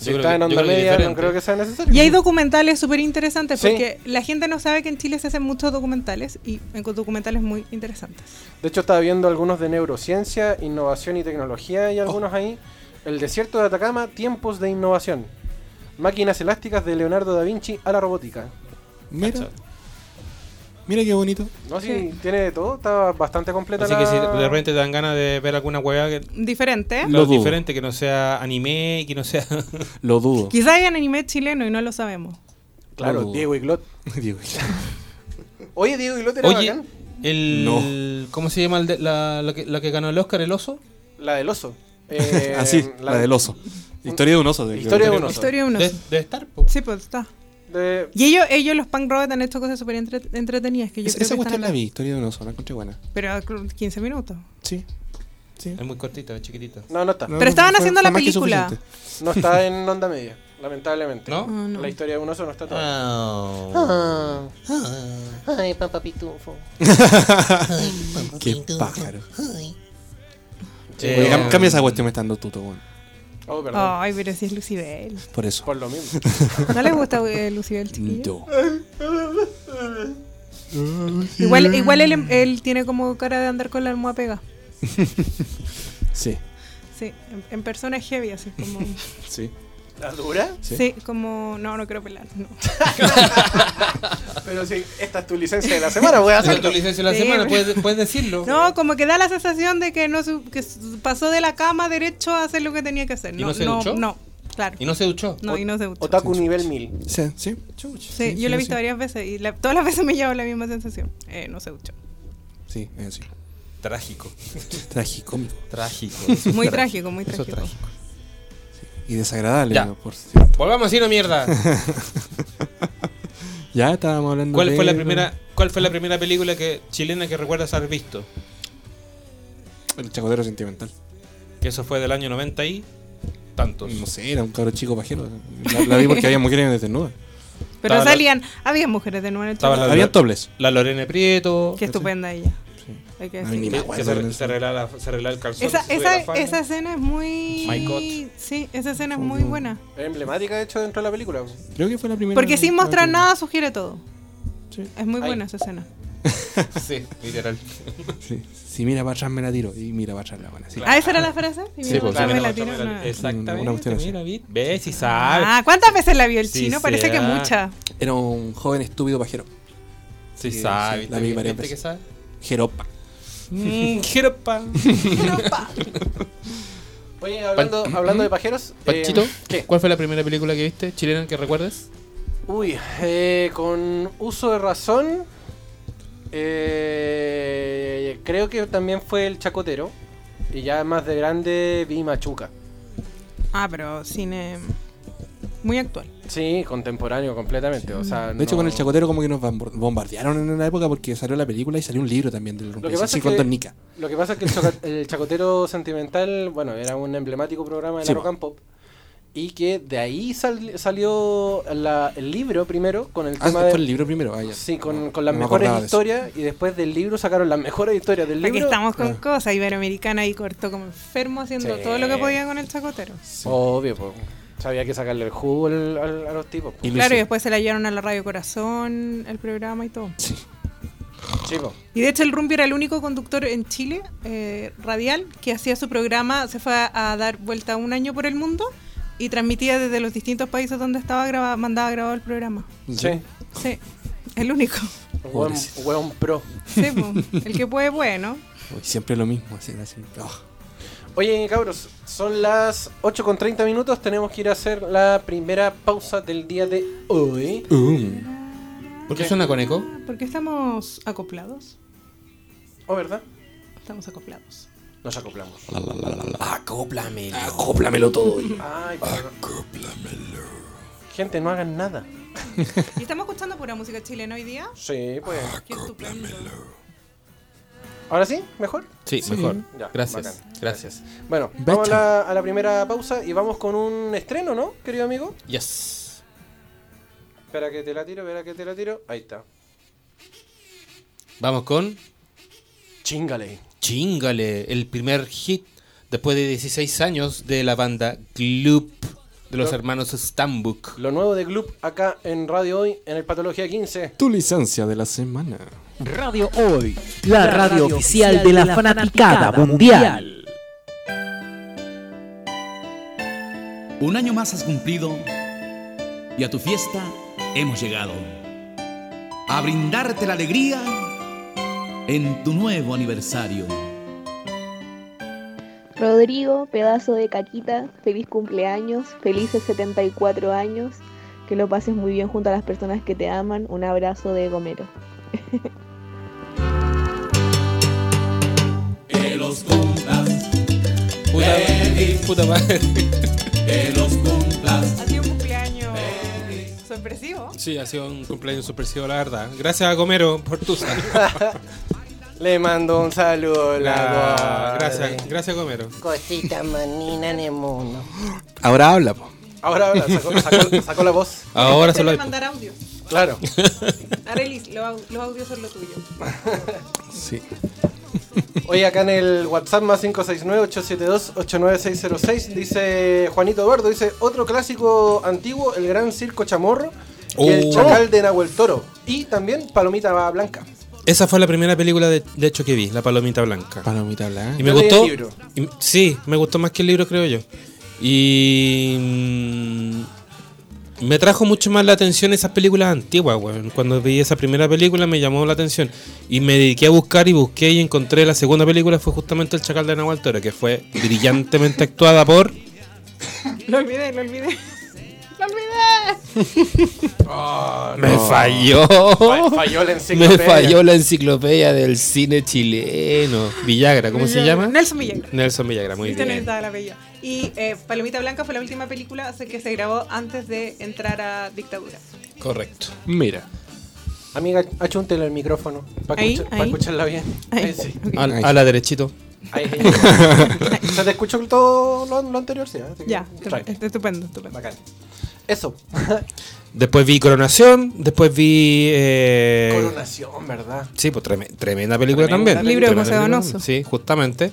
[SPEAKER 5] Si está en onda media, no creo que sea necesario.
[SPEAKER 7] Y hay documentales súper interesantes
[SPEAKER 5] Sí.
[SPEAKER 7] porque la gente no sabe que en Chile se hacen muchos documentales y encuentro documentales muy interesantes.
[SPEAKER 5] De hecho, estaba viendo algunos de neurociencia, innovación y tecnología y algunos ahí. El desierto de Atacama, tiempos de innovación. Máquinas elásticas de Leonardo da Vinci a la robótica.
[SPEAKER 6] Mira. Mira qué bonito.
[SPEAKER 5] No, sí, tiene de todo, está bastante completa
[SPEAKER 4] Así que si
[SPEAKER 5] la-
[SPEAKER 4] de repente te dan ganas de ver alguna hueá que
[SPEAKER 7] Diferente.
[SPEAKER 6] ¿Eh? Lo
[SPEAKER 4] claro,
[SPEAKER 6] dudo.
[SPEAKER 4] diferente, que no sea anime, y que no sea.
[SPEAKER 6] Lo dudo.
[SPEAKER 7] Quizá hay anime chileno y no lo sabemos.
[SPEAKER 5] Claro,
[SPEAKER 4] Uh.
[SPEAKER 6] Lo dudo. [laughs]
[SPEAKER 5] Diego Iglot.
[SPEAKER 6] Digo,
[SPEAKER 5] Oye, Diego
[SPEAKER 4] [laughs]
[SPEAKER 5] Iglot era
[SPEAKER 4] Oye,
[SPEAKER 5] bacán.
[SPEAKER 4] el. ¿Cómo se llama el de- la, la que, la que ganó el Oscar, el oso?
[SPEAKER 5] La del
[SPEAKER 6] [laughs]
[SPEAKER 5] oso. Eh,
[SPEAKER 6] Así, Ah, la, del oso. Historia de un oso. de-
[SPEAKER 5] Historia de un oso.
[SPEAKER 7] Historia de unos.
[SPEAKER 4] De, debe estar. po.
[SPEAKER 7] Sí, pues está.
[SPEAKER 5] De-
[SPEAKER 7] Y ellos, ellos los punk rock han hecho cosas súper entre- entretenidas que yo
[SPEAKER 6] Es-
[SPEAKER 7] creo
[SPEAKER 6] esa
[SPEAKER 7] que están
[SPEAKER 6] cuestión la vi, historia de un oso, la encontré buena.
[SPEAKER 7] Pero a 15 minutos.
[SPEAKER 6] Sí. Sí.
[SPEAKER 4] Es muy cortita, es chiquitita.
[SPEAKER 5] No, no está.
[SPEAKER 6] No,
[SPEAKER 7] Pero estaban
[SPEAKER 6] fue-
[SPEAKER 7] haciendo
[SPEAKER 6] fue
[SPEAKER 7] la
[SPEAKER 6] más que
[SPEAKER 7] película.
[SPEAKER 6] suficiente.
[SPEAKER 5] No está en onda media, lamentablemente.
[SPEAKER 4] ¿No? Ah. Oh.
[SPEAKER 7] Ah, no.
[SPEAKER 5] La historia de un oso no está todavía.
[SPEAKER 6] Ah.
[SPEAKER 8] Ay, papá pitufo.
[SPEAKER 6] Qué pájaro.
[SPEAKER 8] Ay.
[SPEAKER 4] Eh,
[SPEAKER 6] Oye, cam- cambia esa cuestión, me está dando tuto, weón.
[SPEAKER 5] Oh, perdón.
[SPEAKER 4] Ah.
[SPEAKER 7] Ay, pero si es Lucibel.
[SPEAKER 6] Por eso.
[SPEAKER 5] Por lo
[SPEAKER 6] [laughs]
[SPEAKER 5] mismo.
[SPEAKER 7] ¿No les gusta eh, Lucibel, chiquillo?
[SPEAKER 6] Yo.
[SPEAKER 7] Igual, igual él, él tiene como cara de andar con la almohada pega.
[SPEAKER 6] Sí.
[SPEAKER 7] Sí, en, en persona es heavy, así como...
[SPEAKER 6] Sí.
[SPEAKER 5] ¿La dura?
[SPEAKER 6] Sí.
[SPEAKER 7] ¿Sí? como... No, no quiero pelar, no.
[SPEAKER 5] Pero si esta es tu licencia de la
[SPEAKER 4] [laughs]
[SPEAKER 5] semana, voy a
[SPEAKER 4] Esa es tu
[SPEAKER 5] hacerlo.
[SPEAKER 4] licencia de la
[SPEAKER 7] Sí.
[SPEAKER 4] semana, puedes, puedes decirlo.
[SPEAKER 7] [laughs] No, como que da la sensación de que no su- que su- pasó de la cama derecho a hacer lo que tenía que hacer.
[SPEAKER 4] ¿Y
[SPEAKER 7] No,
[SPEAKER 4] no se
[SPEAKER 7] no,
[SPEAKER 4] duchó?
[SPEAKER 7] no, claro.
[SPEAKER 4] Y no se duchó.
[SPEAKER 7] No, y no se duchó.
[SPEAKER 5] Otaku nivel 1000.
[SPEAKER 6] Sí. Sí.
[SPEAKER 7] Sí, yo lo he visto
[SPEAKER 6] sí.
[SPEAKER 7] varias veces y la- todas las veces me llevo la misma sensación. Eh, no se duchó.
[SPEAKER 4] [laughs]
[SPEAKER 6] Sí, es así.
[SPEAKER 4] Trágico.
[SPEAKER 6] Tragicómico.
[SPEAKER 4] Trágico.
[SPEAKER 7] Muy trágico, muy
[SPEAKER 4] [laughs] Eso es
[SPEAKER 7] trágico.
[SPEAKER 4] trágico.
[SPEAKER 6] Y desagradable,
[SPEAKER 4] Ya.
[SPEAKER 6] ¿no? por cierto.
[SPEAKER 4] Volvamos a no
[SPEAKER 6] [laughs]
[SPEAKER 4] mierda.
[SPEAKER 6] Ya estábamos hablando
[SPEAKER 4] ¿Cuál
[SPEAKER 6] de-
[SPEAKER 4] fue la primera, cuál fue la primera película que, chilena que recuerdas haber visto?
[SPEAKER 6] El chacotero sentimental.
[SPEAKER 4] Que eso fue del año 90 y tantos.
[SPEAKER 6] No sé, era un cabro chico pajero. La, la vi porque había mujeres [laughs] desnudas.
[SPEAKER 7] Pero
[SPEAKER 4] Estaba la-
[SPEAKER 7] salían... Había mujeres de nuevo en el
[SPEAKER 4] Estaba
[SPEAKER 7] show.
[SPEAKER 4] la-
[SPEAKER 6] Había tobles.
[SPEAKER 4] La Lorena Prieto.
[SPEAKER 7] Qué estupenda ella.
[SPEAKER 6] Sí.
[SPEAKER 7] Hay que
[SPEAKER 6] No,
[SPEAKER 7] decir.
[SPEAKER 6] ni me
[SPEAKER 4] Que,
[SPEAKER 6] acuerdo
[SPEAKER 4] que
[SPEAKER 6] de
[SPEAKER 4] se,
[SPEAKER 6] eso.
[SPEAKER 4] se arreglaba la- se arreglaba el calzón.
[SPEAKER 7] Esa,
[SPEAKER 4] se subía
[SPEAKER 7] esa,
[SPEAKER 4] la falda.
[SPEAKER 7] esa escena es muy...
[SPEAKER 4] My God.
[SPEAKER 7] Sí, esa escena es muy buena.
[SPEAKER 5] Es emblemática, de hecho, dentro de la película.
[SPEAKER 6] Creo que fue la primera.
[SPEAKER 7] Porque sin mostrar nada sugiere todo.
[SPEAKER 6] Sí.
[SPEAKER 7] Es muy
[SPEAKER 5] Ay.
[SPEAKER 7] buena esa escena.
[SPEAKER 4] Sí, literal.
[SPEAKER 6] Sí. Si mira para atrás me la tiro. Y mira para atrás la buena. Sí.
[SPEAKER 7] ¿Ah, esa era la frase? Y
[SPEAKER 6] Sí,
[SPEAKER 7] mi
[SPEAKER 6] pues,
[SPEAKER 7] mamá
[SPEAKER 6] sí.
[SPEAKER 7] me
[SPEAKER 4] Mira,
[SPEAKER 7] la
[SPEAKER 4] macho,
[SPEAKER 7] tiró,
[SPEAKER 4] mira,
[SPEAKER 7] no.
[SPEAKER 4] Exactamente.
[SPEAKER 6] Una cuestión así.
[SPEAKER 4] mira, vi- ves y sabe.
[SPEAKER 7] Ah, ¿cuántas veces la vio el
[SPEAKER 4] Sí,
[SPEAKER 7] chino? Parece que
[SPEAKER 4] sea.
[SPEAKER 7] muchas.
[SPEAKER 6] Era un joven estúpido pajero.
[SPEAKER 4] sí,
[SPEAKER 6] sí,
[SPEAKER 4] sabe.
[SPEAKER 6] la vi
[SPEAKER 4] ¿viste?
[SPEAKER 6] varias
[SPEAKER 4] ¿Viste que
[SPEAKER 6] veces.
[SPEAKER 4] [laughs] sabe?
[SPEAKER 6] Jeropa.
[SPEAKER 4] Mm, jeropa.
[SPEAKER 5] Oye, hablando,
[SPEAKER 4] Pan-
[SPEAKER 5] hablando de pajeros. eh,
[SPEAKER 4] Panchito,
[SPEAKER 5] ¿Qué?
[SPEAKER 4] ¿cuál fue la primera película que viste chilena que recuerdes?
[SPEAKER 5] Uy, eh, con uso de razón. eh, creo que también fue el Chacotero. Y ya más de grande vi Machuca.
[SPEAKER 7] Ah, pero cine muy actual.
[SPEAKER 5] Sí, contemporáneo completamente. O sea,
[SPEAKER 6] De hecho,
[SPEAKER 5] no-
[SPEAKER 6] con el chacotero, como que nos bambo- bombardearon en una época porque salió la película y salió un libro también del
[SPEAKER 5] Lo
[SPEAKER 6] Rumpel.
[SPEAKER 5] que pasa
[SPEAKER 6] Sí,
[SPEAKER 5] es
[SPEAKER 6] con
[SPEAKER 5] que-
[SPEAKER 6] Don Nica.
[SPEAKER 5] Lo que pasa es que el,
[SPEAKER 6] [laughs]
[SPEAKER 5] choca- el Chacotero Sentimental, bueno, era un emblemático programa de
[SPEAKER 6] Sí,
[SPEAKER 5] la rock
[SPEAKER 6] po.
[SPEAKER 5] and pop. Y que de ahí sal- salió la- el libro primero con el
[SPEAKER 6] Ah,
[SPEAKER 5] tema
[SPEAKER 6] fue
[SPEAKER 5] de.
[SPEAKER 6] el libro primero. Ah, ya.
[SPEAKER 5] Sí, con,
[SPEAKER 6] No,
[SPEAKER 5] con las
[SPEAKER 6] no me
[SPEAKER 5] mejores
[SPEAKER 6] acordaba de eso.
[SPEAKER 5] historias. Y después del libro sacaron las mejores historias del
[SPEAKER 7] Aquí
[SPEAKER 5] libro.
[SPEAKER 7] estamos con cosas. Iberoamericana y cortó como enfermo haciendo
[SPEAKER 5] Sí.
[SPEAKER 7] todo lo que podía con el chacotero.
[SPEAKER 5] Obvio, pues. Sabía que sacarle el jugo al- al- a los tipos. po.
[SPEAKER 6] Y lo
[SPEAKER 7] Claro, y
[SPEAKER 6] hizo.
[SPEAKER 7] después se la llevaron a la Radio Corazón, el programa y todo.
[SPEAKER 6] Sí.
[SPEAKER 5] Sí, po.
[SPEAKER 7] Y de hecho el Rumpi era el único conductor en Chile, eh, radial, que hacía su programa, se fue a, a dar vuelta un año por el mundo y transmitía desde los distintos países donde estaba graba, mandaba grabado el programa.
[SPEAKER 5] Sí.
[SPEAKER 7] Sí, el
[SPEAKER 4] [laughs]
[SPEAKER 7] único.
[SPEAKER 5] Hueón,
[SPEAKER 6] Pobrecito.
[SPEAKER 5] hueón pro.
[SPEAKER 7] Sí, po. el que puede, puede, ¿no?
[SPEAKER 6] Uy, Siempre lo mismo. Así, así. Ah.
[SPEAKER 5] Oye, cabros, son las 8 con 30 minutos. Tenemos que ir a hacer la primera pausa del día de hoy.
[SPEAKER 6] Um.
[SPEAKER 4] ¿Por qué suena con eco?
[SPEAKER 7] Porque estamos acoplados.
[SPEAKER 5] ¿O Oh, verdad?
[SPEAKER 7] Estamos acoplados.
[SPEAKER 5] Nos acoplamos.
[SPEAKER 4] Acóplamelo.
[SPEAKER 5] [laughs]
[SPEAKER 6] Acóplamelo todo.
[SPEAKER 5] Ay, Acóplamelo. Gente, no hagan nada.
[SPEAKER 7] Y estamos escuchando pura música chilena hoy día.
[SPEAKER 5] Sí, pues.
[SPEAKER 7] Qué estupendo.
[SPEAKER 5] ¿Ahora sí? ¿Mejor?
[SPEAKER 4] Sí, mejor.
[SPEAKER 5] Ya,
[SPEAKER 4] Gracias.
[SPEAKER 5] bacán.
[SPEAKER 4] Gracias.
[SPEAKER 5] Bueno, vamos a la, a la primera pausa y vamos con un estreno, ¿no, querido amigo?
[SPEAKER 4] Yes.
[SPEAKER 5] Espera que te la tiro, espera que te la tiro. Ahí está.
[SPEAKER 4] Vamos con
[SPEAKER 5] Chingale.
[SPEAKER 4] Chingale, el primer hit después de 16 años de la banda Gloop de los hermanos Stambuk.
[SPEAKER 5] Lo nuevo de Gloop acá en Radio Hoy, en el Patología 15.
[SPEAKER 6] Tu licencia de la semana.
[SPEAKER 1] Radio Hoy, la radio oficial de la fanaticada mundial.
[SPEAKER 9] Un año más has cumplido y a tu fiesta hemos llegado. A brindarte la alegría en tu nuevo aniversario.
[SPEAKER 10] Rodrigo, pedazo de caquita, feliz cumpleaños, felices 74 años, que lo pases muy bien junto a las personas que te aman, un abrazo de Gomero.
[SPEAKER 9] Que los cumplas,
[SPEAKER 4] Puta, puta madre. [laughs]
[SPEAKER 9] que los cumplas.
[SPEAKER 7] Ha sido un cumpleaños sorpresivo.
[SPEAKER 4] Sí, ha sido un cumpleaños sorpresivo, la verdad. Gracias a Gomero por tu [laughs] salud.
[SPEAKER 5] Le mando un saludo. La...
[SPEAKER 4] La- Gracias, gracias Gomero.
[SPEAKER 8] Cosita manina nemono.
[SPEAKER 6] Ahora habla, po.
[SPEAKER 4] [laughs]
[SPEAKER 5] Ahora, ahora, sacó, sacó- sacó la voz.
[SPEAKER 4] Ahora
[SPEAKER 7] Te
[SPEAKER 4] solo
[SPEAKER 7] voy
[SPEAKER 4] hay...
[SPEAKER 7] a mandar audio.
[SPEAKER 5] Claro.
[SPEAKER 7] Arelis, lo au- los audios son lo tuyo.
[SPEAKER 6] Sí.
[SPEAKER 5] Hoy acá en el WhatsApp más 569-872-89606 dice Juanito Eduardo, dice otro clásico antiguo, el gran circo chamorro y el
[SPEAKER 4] Oh.
[SPEAKER 5] chacal de Nahuel Toro. Y también Palomita Blanca.
[SPEAKER 4] Esa fue la primera película de, de hecho que vi, La Palomita Blanca.
[SPEAKER 6] Palomita blanca.
[SPEAKER 4] Y me
[SPEAKER 5] Yo leí el
[SPEAKER 4] gustó.
[SPEAKER 5] libro.
[SPEAKER 4] y- sí, me gustó más que el libro, creo yo. Y. mm, me trajo mucho más la atención esas películas antiguas, weón. Cuando vi esa primera película me llamó la atención. Y me dediqué a buscar y busqué y encontré la segunda película, fue justamente El Chacal de Nahual Toro, que fue brillantemente actuada por.
[SPEAKER 7] Lo olvidé, lo olvidé. [laughs] ¡Lo olvidé!
[SPEAKER 5] Ah,
[SPEAKER 4] ¡Me falló! Oh.
[SPEAKER 5] Falló la
[SPEAKER 4] [laughs] Me
[SPEAKER 5] enciclopedia.
[SPEAKER 4] falló la enciclopedia del cine chileno. Villagra, ¿cómo se llama?
[SPEAKER 7] Nelson Villagra.
[SPEAKER 4] Nelson Villagra, muy
[SPEAKER 7] Sí, se
[SPEAKER 4] bien.
[SPEAKER 7] necesitaba el apellido. Y eh, Palomita Blanca fue la última película que se grabó antes de entrar a dictadura.
[SPEAKER 4] Correcto.
[SPEAKER 6] Mira.
[SPEAKER 5] Amiga, achúntelo el micrófono para
[SPEAKER 7] Ahí, ahí.
[SPEAKER 5] escucharla bien.
[SPEAKER 7] Ahí.
[SPEAKER 5] Ahí sí.
[SPEAKER 4] A, a la derechito.
[SPEAKER 7] [laughs]
[SPEAKER 5] Ahí, [laughs] ahí. Se te escuchó todo lo, lo anterior, sí. ¿eh? Así que-
[SPEAKER 7] Ya,
[SPEAKER 5] Right.
[SPEAKER 7] estupendo, estupendo.
[SPEAKER 5] Bacán. Eso.
[SPEAKER 4] Después vi Coronación, después vi... eh,
[SPEAKER 5] Coronación, ¿verdad?
[SPEAKER 4] Sí, pues treme- tremenda película también.
[SPEAKER 7] Libro de
[SPEAKER 4] Tremenda
[SPEAKER 7] José
[SPEAKER 4] película,
[SPEAKER 7] Donoso.
[SPEAKER 4] Sí, justamente.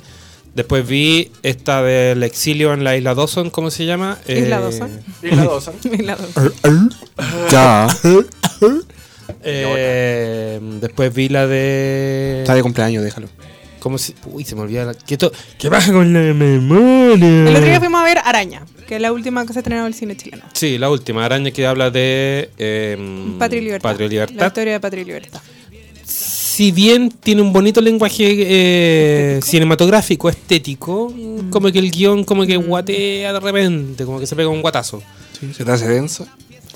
[SPEAKER 4] Después vi esta del exilio en la isla Dawson, ¿cómo se llama?
[SPEAKER 7] Isla
[SPEAKER 4] Eh,
[SPEAKER 7] Dawson. [laughs]
[SPEAKER 5] Y la ¿eh? dosa.
[SPEAKER 7] Isla Dawson.
[SPEAKER 6] [laughs] Ya.
[SPEAKER 4] eh, después vi la de...
[SPEAKER 6] Está de cumpleaños, déjalo.
[SPEAKER 4] ¿Cómo se...? Uy, se me olvida la... ¿Qué, to- qué pasa con la memoria?
[SPEAKER 7] El otro día fuimos a ver Araña, que es la última que se estrenó en el cine chileno.
[SPEAKER 4] Sí, la última araña que habla de... Eh,
[SPEAKER 7] Patria y Libertad.
[SPEAKER 4] Patria y
[SPEAKER 7] La
[SPEAKER 4] Libertad.
[SPEAKER 7] historia de Patria y Libertad.
[SPEAKER 4] si bien tiene un bonito lenguaje eh, cinematográfico, estético, como que el guión como que guatea de repente, como que se pega un guatazo.
[SPEAKER 6] ¿Se te hace denso?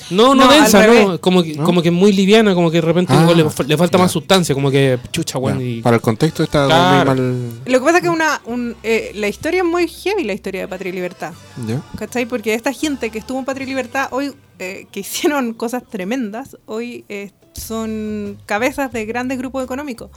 [SPEAKER 4] No, no,
[SPEAKER 7] No, al
[SPEAKER 4] densa, no,
[SPEAKER 7] revés.
[SPEAKER 4] como que, como que muy liviana, como que de repente
[SPEAKER 6] Ah,
[SPEAKER 4] le, fa- le falta más
[SPEAKER 6] ya.
[SPEAKER 4] sustancia, como que chucha, weón.
[SPEAKER 6] Ya.
[SPEAKER 4] y-
[SPEAKER 6] Para el contexto está
[SPEAKER 4] Claro.
[SPEAKER 6] muy mal.
[SPEAKER 7] Lo que pasa es que una, un, eh, la historia es muy heavy, la historia de Patria y Libertad.
[SPEAKER 6] ¿Ya?
[SPEAKER 7] ¿Cachai? Porque esta gente que estuvo en Patria y Libertad hoy, eh, que hicieron [laughs] cosas tremendas, hoy eh, son cabezas de grandes grupos económicos.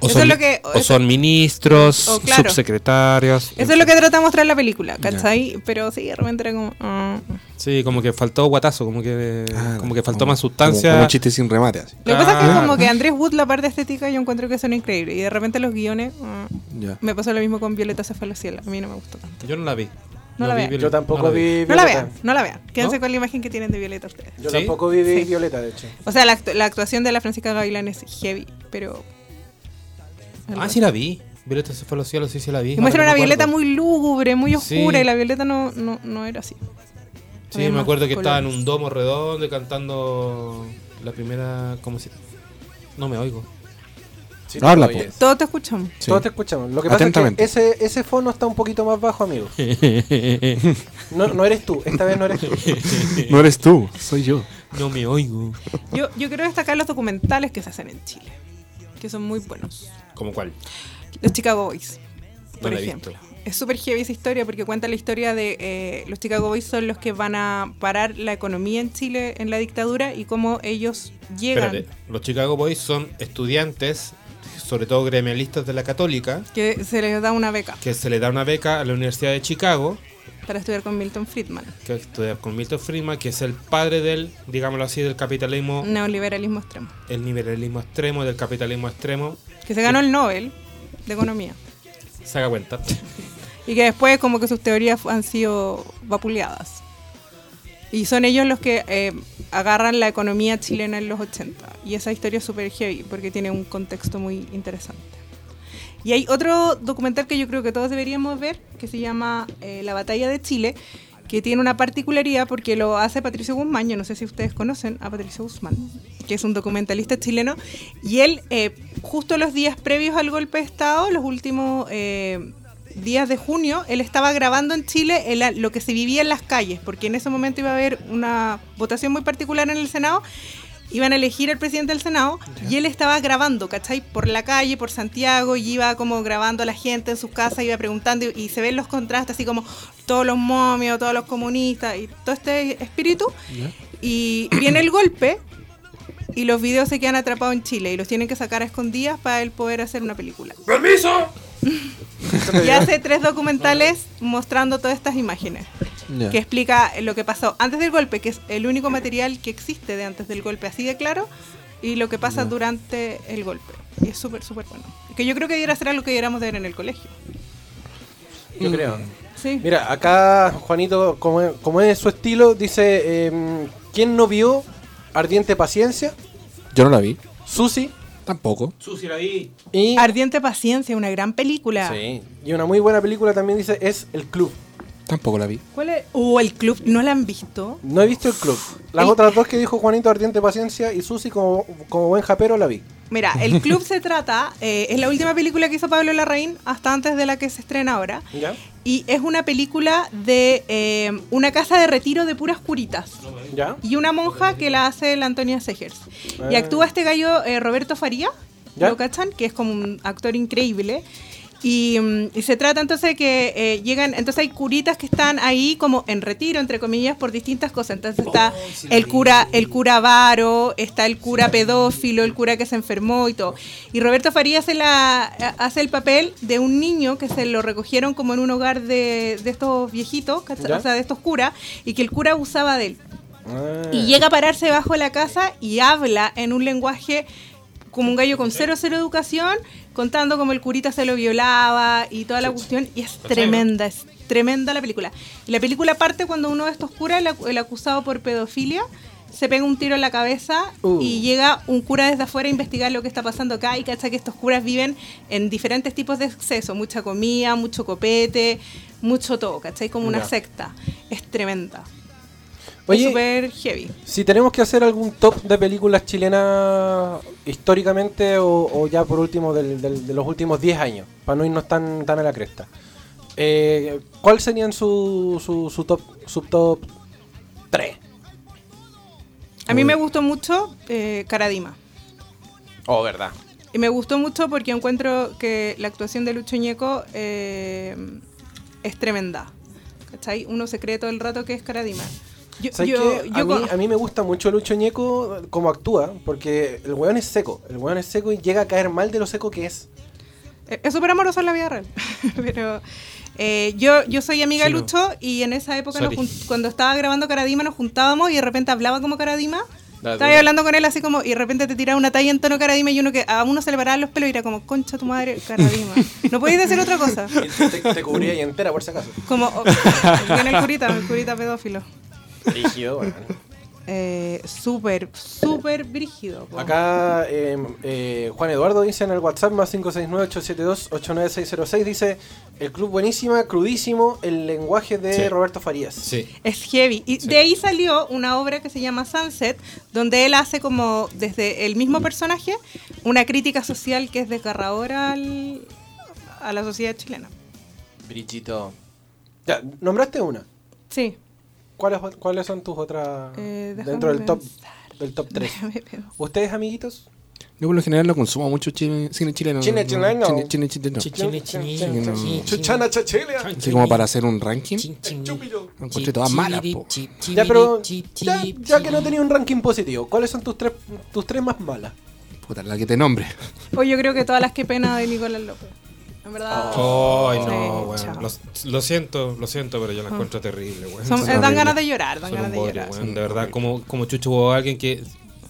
[SPEAKER 4] o
[SPEAKER 7] eso
[SPEAKER 4] son,
[SPEAKER 7] es lo que-
[SPEAKER 4] o
[SPEAKER 7] eso-
[SPEAKER 4] son ministros,
[SPEAKER 7] o claro.
[SPEAKER 4] subsecretarios.
[SPEAKER 7] Eso es lo que trata de mostrar la película, ¿cachai? Pero sí, de repente era como... ah.
[SPEAKER 4] Sí, como que faltó guatazo, como que,
[SPEAKER 6] Ah,
[SPEAKER 4] como que faltó
[SPEAKER 6] como-
[SPEAKER 4] más sustancia.
[SPEAKER 6] Como, como un chiste sin remate. Así.
[SPEAKER 7] Lo que pasa es que
[SPEAKER 4] Ah.
[SPEAKER 7] como que Andrés Wood, la parte estética, yo encuentro que son increíbles. Y de repente los guiones... ah.
[SPEAKER 6] Ya.
[SPEAKER 7] me pasó lo mismo con Violeta Cefalociel. A mí no me gustó tanto.
[SPEAKER 4] Yo no la vi.
[SPEAKER 7] No la vi.
[SPEAKER 4] Violeta,
[SPEAKER 5] Yo
[SPEAKER 4] no
[SPEAKER 5] tampoco
[SPEAKER 4] la
[SPEAKER 5] vi
[SPEAKER 7] No la
[SPEAKER 5] Violeta.
[SPEAKER 7] vean, no la vean. Quédense
[SPEAKER 4] ¿No?
[SPEAKER 7] con la imagen que tienen de Violeta ustedes.
[SPEAKER 5] Yo
[SPEAKER 4] ¿Sí?
[SPEAKER 5] tampoco vi vi
[SPEAKER 7] Sí.
[SPEAKER 5] Violeta, de hecho.
[SPEAKER 7] O sea, la, actu- la actuación de la Francisca Gavilán es heavy, pero...
[SPEAKER 4] Ah, sí la vi. Violeta se fue a los cielos, sí, sí la vi.
[SPEAKER 7] Y
[SPEAKER 4] Ahora
[SPEAKER 7] muestra
[SPEAKER 4] no
[SPEAKER 7] una
[SPEAKER 4] me
[SPEAKER 7] violeta
[SPEAKER 4] acuerdo.
[SPEAKER 7] muy lúgubre, muy oscura,
[SPEAKER 4] Sí.
[SPEAKER 7] y la violeta no, no, no era así.
[SPEAKER 4] Sí,
[SPEAKER 7] había
[SPEAKER 4] me
[SPEAKER 7] más
[SPEAKER 4] acuerdo que estaba en
[SPEAKER 7] colores.
[SPEAKER 4] un domo redondo y cantando la primera. ¿Cómo se.? No me oigo.
[SPEAKER 5] Sí,
[SPEAKER 6] No habla, pues.
[SPEAKER 5] te oyes.
[SPEAKER 7] Todos te escuchamos.
[SPEAKER 6] Sí.
[SPEAKER 5] Todos te escuchamos. Lo que pasa es que
[SPEAKER 6] Atentamente.
[SPEAKER 5] ese, ese fono está un poquito más bajo, amigo. No, no eres tú, esta vez no eres tú.
[SPEAKER 6] No eres tú, soy yo.
[SPEAKER 4] no me oigo.
[SPEAKER 7] Yo, yo quiero destacar los documentales que se hacen en Chile, que son muy buenos.
[SPEAKER 4] ¿Cómo cuál?
[SPEAKER 7] Los Chicago Boys, por
[SPEAKER 4] la he
[SPEAKER 7] ejemplo.
[SPEAKER 4] visto.
[SPEAKER 7] Es súper heavy esa historia porque cuenta la historia de eh, los Chicago Boys son los que van a parar la economía en Chile en la dictadura y cómo ellos llegan.
[SPEAKER 4] Espérate, los Chicago Boys son estudiantes, sobre todo gremialistas de la Católica,
[SPEAKER 7] Que se les da una beca.
[SPEAKER 4] que se le da una beca a la Universidad de Chicago
[SPEAKER 7] para estudiar con Milton Friedman.
[SPEAKER 4] que estudiar con Milton Friedman, que es el padre del, digámoslo así, del capitalismo,
[SPEAKER 7] Neoliberalismo extremo.
[SPEAKER 4] el liberalismo extremo, del capitalismo extremo.
[SPEAKER 7] Que se ganó el Nobel de Economía.
[SPEAKER 4] Se haga cuenta.
[SPEAKER 7] Y que después como que sus teorías han sido vapuleadas. Y son ellos los que eh, agarran la economía chilena en los 80. Y esa historia es súper heavy porque tiene un contexto muy interesante. Y hay otro documental que yo creo que todos deberíamos ver, que se llama eh, La batalla de Chile, que tiene una particularidad porque lo hace Patricio Guzmán, yo no sé si ustedes conocen a Patricio Guzmán, que es un documentalista chileno, y él eh, justo los días previos al golpe de Estado, los últimos eh, días de junio, él estaba grabando en Chile el- lo que se vivía en las calles, porque en ese momento iba a haber una votación muy particular en el Senado, iban a elegir al presidente del Senado y él estaba grabando, ¿cachai? Por la calle, por Santiago, y iba como grabando a la gente en sus casas, iba preguntando y, y se ven los contrastes, así como todos los momios, todos los comunistas y todo este espíritu. Y viene el golpe y los videos se quedan atrapados en Chile y los tienen que sacar a escondidas para él poder hacer una película.
[SPEAKER 5] ¡Permiso!
[SPEAKER 7] [laughs] Y hace tres documentales mostrando todas estas imágenes que explica lo que pasó antes del golpe, que es el único material que existe de antes del golpe, así de claro, y lo que pasa durante el golpe. Y es súper, súper bueno. Que yo creo que debiera ser algo que debiéramos de ver en el colegio.
[SPEAKER 5] Yo creo.
[SPEAKER 7] Sí.
[SPEAKER 5] Mira, acá Juanito, como es, como es su estilo, dice: eh, ¿Quién no vio Ardiente Paciencia?
[SPEAKER 6] Yo no la vi.
[SPEAKER 5] Susi
[SPEAKER 6] Tampoco.
[SPEAKER 4] Susi la vi.
[SPEAKER 5] y.
[SPEAKER 7] Ardiente Paciencia, una gran película.
[SPEAKER 5] Sí. Y una muy buena película también dice: Es El Club.
[SPEAKER 6] Tampoco la vi.
[SPEAKER 7] ¿Cuál es? Uh, el club, ¿no la han visto?
[SPEAKER 5] No he visto El Club. Las
[SPEAKER 7] El-
[SPEAKER 5] otras dos que dijo Juanito, Ardiente Paciencia y Susi, como, como buen japero, la vi.
[SPEAKER 7] Mira, el club se trata, eh, es la última película que hizo Pablo Larraín, hasta antes de la que se estrena ahora.
[SPEAKER 5] ¿Ya?
[SPEAKER 7] Y es una película de eh, una casa de retiro de puras curitas.
[SPEAKER 5] ¿Ya?
[SPEAKER 7] y una monja que la hace la Antonia Segers. Y
[SPEAKER 5] Ah.
[SPEAKER 7] actúa este gallo eh, Roberto Faría,
[SPEAKER 5] ¿Ya?
[SPEAKER 7] ¿lo cachan? Que es como un actor increíble. Y, mm, y se trata entonces de que eh, llegan, entonces hay curitas que están ahí como en retiro, entre comillas, por distintas cosas. Entonces está el cura, el cura avaro, está el cura pedófilo, el cura que se enfermó y todo. Y Roberto Faría hace, la, eh, hace el papel de un niño que se lo recogieron como en un hogar de, de estos viejitos, ¿cachan?
[SPEAKER 5] ¿Ya?
[SPEAKER 7] o sea, de estos curas, y que el cura abusaba de él. Y llega a pararse bajo la casa y habla en un lenguaje como un gallo con cero, cero educación, contando como el curita se lo violaba y toda la cuestión. Y es tremenda, es tremenda la película. Y la película parte cuando uno de estos curas, el, acu- el acusado por pedofilia, se pega un tiro en la cabeza
[SPEAKER 5] Uh.
[SPEAKER 7] y llega un cura desde afuera a investigar lo que está pasando acá y cacha que estos curas viven en diferentes tipos de exceso, mucha comida, mucho copete, mucho todo, ¿cachai? Como una
[SPEAKER 5] Ya.
[SPEAKER 7] secta. Es tremenda.
[SPEAKER 5] Oye,
[SPEAKER 7] es súper heavy.
[SPEAKER 5] Si tenemos que hacer algún top de películas chilenas históricamente o, o ya por último del- del- de los últimos 10 años, para no irnos tan, tan a la cresta, eh, ¿cuál serían su, su, su top, subtop 3?
[SPEAKER 7] A mí me gustó mucho eh, Caradima.
[SPEAKER 5] Oh, verdad.
[SPEAKER 7] Y me gustó mucho porque encuentro que la actuación de Lucho Ñeco eh, es tremenda. ¿Cachai? Uno se cree todo el rato que es Caradima. Yo,
[SPEAKER 5] ¿Sabes
[SPEAKER 7] yo,
[SPEAKER 5] qué?
[SPEAKER 7] yo
[SPEAKER 5] a, mí,
[SPEAKER 7] con-
[SPEAKER 5] a mí me gusta mucho Lucho Ñeco como actúa, porque el weón es seco, el weón es seco y llega a caer mal de lo seco que es.
[SPEAKER 7] eh, es súper amoroso en la vida real. [laughs] Pero eh, yo, yo soy amiga
[SPEAKER 4] Sí,
[SPEAKER 7] de
[SPEAKER 4] no.
[SPEAKER 7] Lucho y en esa época, nos
[SPEAKER 4] Sorry.
[SPEAKER 7] jun- cuando estaba grabando Caradima, nos juntábamos y de repente hablaba como Caradima. Estaba ahí hablando con él así como, y de repente te tiraba una talla en tono Caradima y uno que a uno se le paraban los pelos y era como, concha tu madre,
[SPEAKER 5] [laughs]
[SPEAKER 7] Caradima. No podéis decir otra cosa.
[SPEAKER 5] Te, te cubría y entera, por si acaso.
[SPEAKER 7] Como
[SPEAKER 4] [laughs]
[SPEAKER 7] o- con el curita, el curita pedófilo.
[SPEAKER 5] Rígido, weón.
[SPEAKER 7] Eh, súper, súper brígido. po.
[SPEAKER 5] Acá eh, eh, Juan Eduardo dice en el WhatsApp más 569-872-89606 dice el club buenísima, crudísimo, el lenguaje de
[SPEAKER 4] Sí.
[SPEAKER 5] Roberto Farías.
[SPEAKER 4] Sí.
[SPEAKER 7] Es heavy. Y de ahí salió una obra que se llama Sunset, donde él hace como, desde el mismo personaje, una crítica social que es desgarradora al- a la sociedad chilena.
[SPEAKER 5] Brichito. Ya, nombraste una.
[SPEAKER 7] Sí.
[SPEAKER 5] ¿Cuáles, cuáles son tus otras
[SPEAKER 7] Eh, déjame
[SPEAKER 5] dentro del top,
[SPEAKER 7] pensar.
[SPEAKER 5] del top
[SPEAKER 7] [laughs]
[SPEAKER 5] 3?
[SPEAKER 7] Déjame pensar.
[SPEAKER 5] ¿Ustedes, amiguitos?
[SPEAKER 6] Yo por lo general no consumo mucho chile- cine chileno.
[SPEAKER 5] Cine
[SPEAKER 6] no,
[SPEAKER 5] chileno.
[SPEAKER 6] Cine cine chileno.
[SPEAKER 5] Chile,
[SPEAKER 6] Cine no.
[SPEAKER 5] Chuchana chachilea.
[SPEAKER 6] Así como para hacer un ranking. Me encontré todas malas, po.
[SPEAKER 5] Ya, pero ya, ya que no tenía un ranking positivo, ¿cuáles son tus tres, tus tres más malas?
[SPEAKER 6] Puta, la que te nombre.
[SPEAKER 7] Pues yo creo que todas las que pena de Nicolás López. A En verdad.
[SPEAKER 4] Ay,
[SPEAKER 7] Sí,
[SPEAKER 4] no, weón.
[SPEAKER 7] chao. Ah.
[SPEAKER 4] Lo, lo siento, lo siento, pero yo la encuentro terrible, weón.
[SPEAKER 7] Son-
[SPEAKER 4] Son
[SPEAKER 7] eh, dan
[SPEAKER 4] horribles.
[SPEAKER 7] ganas de llorar, dan
[SPEAKER 4] Son
[SPEAKER 7] ganas
[SPEAKER 4] un
[SPEAKER 7] de
[SPEAKER 4] bodrio,
[SPEAKER 7] llorar.
[SPEAKER 4] weón. De verdad, como, como Chucho hubo alguien que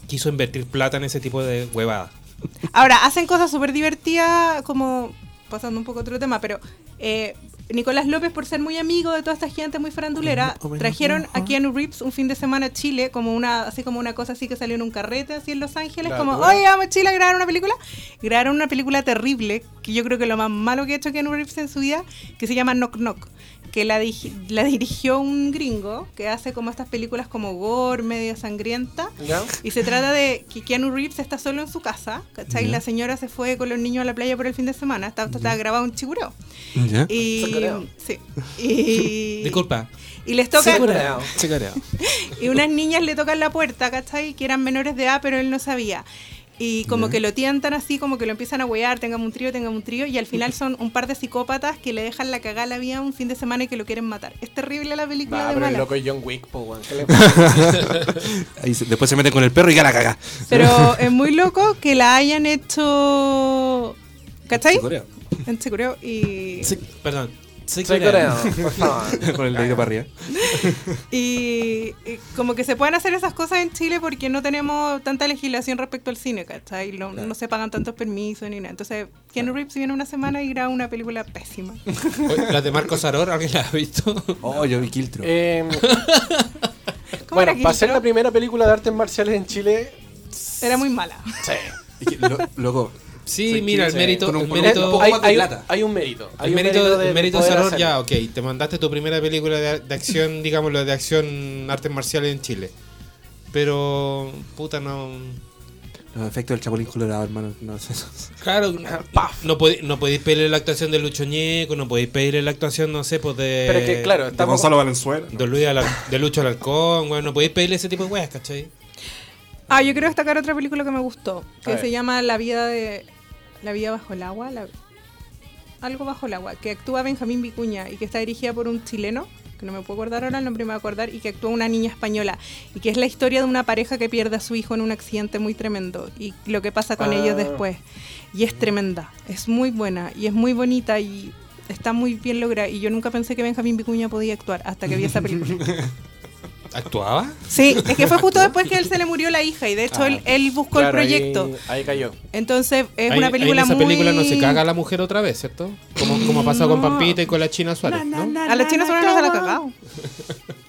[SPEAKER 4] quiso invertir plata en ese tipo de huevada.
[SPEAKER 7] Ahora, hacen cosas súper divertidas, como pasando un poco a otro tema, pero eh, Nicolás López, por ser muy amigo de toda esta gente muy farandulera,
[SPEAKER 11] Hombre, no,
[SPEAKER 7] trajeron
[SPEAKER 11] ajá.
[SPEAKER 7] a Keanu Reeves un fin de semana a Chile, como una, así como una cosa así que salió en un carrete así en Los Ángeles,
[SPEAKER 11] La
[SPEAKER 7] como,
[SPEAKER 11] dura.
[SPEAKER 7] oye, vamos a Chile a grabar una película. Grabaron una película terrible, que yo creo que lo más malo que ha hecho Keanu Reeves en su vida, que se llama Knock Knock que la, digi- la dirigió un gringo que hace como estas películas como gore, medio sangrienta,
[SPEAKER 5] ¿Ya?
[SPEAKER 7] y se trata de que Keanu Reeves está solo en su casa, ¿cachai?
[SPEAKER 6] Ya.
[SPEAKER 7] La señora se fue con los niños a la playa por el fin de semana, está, está, grabado un
[SPEAKER 6] [laughs]
[SPEAKER 7] chigureo.
[SPEAKER 6] ¿Ya?
[SPEAKER 7] Y,
[SPEAKER 5] Chigureo.
[SPEAKER 6] [laughs]
[SPEAKER 7] sí. y,
[SPEAKER 4] Disculpa.
[SPEAKER 7] y les toca...
[SPEAKER 5] Chigureo.
[SPEAKER 6] Chacareo.
[SPEAKER 7] Y unas niñas le tocan la puerta, ¿cachai? Que eran menores de edad, pero él no sabía. Y como
[SPEAKER 6] Ya.
[SPEAKER 7] que lo tientan así, como que lo empiezan a huear, tengamos un trío, tengamos un trío, y al final son un par de psicópatas que le dejan la cagada a la vida un fin de semana y que lo quieren matar. Es terrible la película
[SPEAKER 5] Nah,
[SPEAKER 7] de
[SPEAKER 5] pero el
[SPEAKER 7] mala.
[SPEAKER 5] loco es John Wick, po, [laughs] weón. ¿Qué le
[SPEAKER 6] Ahí se- después se meten con el perro y ya la caga. [laughs]
[SPEAKER 7] Pero es muy loco que la hayan hecho. ¿Cachai? En Chicureo y.
[SPEAKER 4] Perdón.
[SPEAKER 5] [laughs] Chigureo, por favor.
[SPEAKER 6] con el dedito para arriba.
[SPEAKER 7] Y, y como que se pueden hacer esas cosas en Chile porque no tenemos tanta legislación respecto al cine, ¿cachai? No, no se pagan tantos permisos ni nada. Entonces, Keanu Reeves viene una semana y graba una
[SPEAKER 5] [laughs]
[SPEAKER 7] película pésima.
[SPEAKER 4] [laughs] Oye, Las de Marco Saror, ¿alguien las ha visto?
[SPEAKER 6] Oh, yo vi Kiltro.
[SPEAKER 5] Eh,
[SPEAKER 7] ¿Cómo
[SPEAKER 5] bueno,
[SPEAKER 7] era
[SPEAKER 5] para ser
[SPEAKER 7] Quintero?
[SPEAKER 5] la primera película de artes marciales en Chile,
[SPEAKER 7] Era muy mala.
[SPEAKER 5] sí.
[SPEAKER 6] Y que, lo- loco,
[SPEAKER 4] Sí,
[SPEAKER 5] Sí,
[SPEAKER 4] mira, el
[SPEAKER 5] sí.
[SPEAKER 4] mérito.
[SPEAKER 6] Con un-
[SPEAKER 4] el
[SPEAKER 6] con un
[SPEAKER 4] mérito
[SPEAKER 6] poco
[SPEAKER 5] hay,
[SPEAKER 6] más de
[SPEAKER 5] hay-
[SPEAKER 6] plata.
[SPEAKER 5] hay un mérito. Hay
[SPEAKER 4] El
[SPEAKER 5] un
[SPEAKER 4] mérito,
[SPEAKER 5] de
[SPEAKER 4] el mérito
[SPEAKER 5] poder
[SPEAKER 4] Saror,
[SPEAKER 5] hacerlo.
[SPEAKER 4] ya, ok. Te mandaste tu primera película de, de acción, digámoslo, de acción artes marciales en Chile. Pero, puta, no.
[SPEAKER 6] los efectos del Chapulín Colorado, hermano. No sé.
[SPEAKER 4] Claro, no, no, podí- no podéis pedirle la actuación de Lucho Ñeco, no podéis pedirle la actuación, no sé, pues de.
[SPEAKER 5] Pero es que, claro,
[SPEAKER 6] De
[SPEAKER 5] estamos.
[SPEAKER 6] Gonzalo Valenzuela.
[SPEAKER 4] De, Luis Ala- de Lucho Alarcón, weón, no podéis pedirle ese tipo de weas, ¿cachai?
[SPEAKER 7] Ah, yo quiero destacar otra película que me gustó,
[SPEAKER 5] A
[SPEAKER 7] que
[SPEAKER 5] ver.
[SPEAKER 7] se llama La vida de La vida bajo el agua, la- algo bajo el agua, que actúa Benjamín Vicuña y que está dirigida por un chileno, que no me puedo acordar ahora el nombre, me voy a acordar, y que actúa una niña española y que es la historia de una pareja que pierde a su hijo en un accidente muy tremendo y lo que pasa con
[SPEAKER 5] Ah.
[SPEAKER 7] ellos después. Y es tremenda, es muy buena y es muy bonita y está muy bien lograda y yo nunca pensé que Benjamín Vicuña podía actuar hasta que vi esa
[SPEAKER 5] [laughs]
[SPEAKER 7] película.
[SPEAKER 4] ¿Actuaba?
[SPEAKER 7] Sí, es que fue justo después que él se le murió la hija y de hecho él, él buscó el
[SPEAKER 5] Claro, ahí-
[SPEAKER 7] proyecto.
[SPEAKER 5] Ahí, cayó.
[SPEAKER 7] Entonces es
[SPEAKER 4] Ahí-
[SPEAKER 7] una
[SPEAKER 4] ahí
[SPEAKER 7] película
[SPEAKER 4] en esa
[SPEAKER 7] muy...
[SPEAKER 4] película no se caga la mujer otra vez, ¿cierto? Como, como ha pasado con
[SPEAKER 7] No.
[SPEAKER 4] Pampita y con la China Suárez, ¿no?
[SPEAKER 7] A la China solo no se la ha cagado.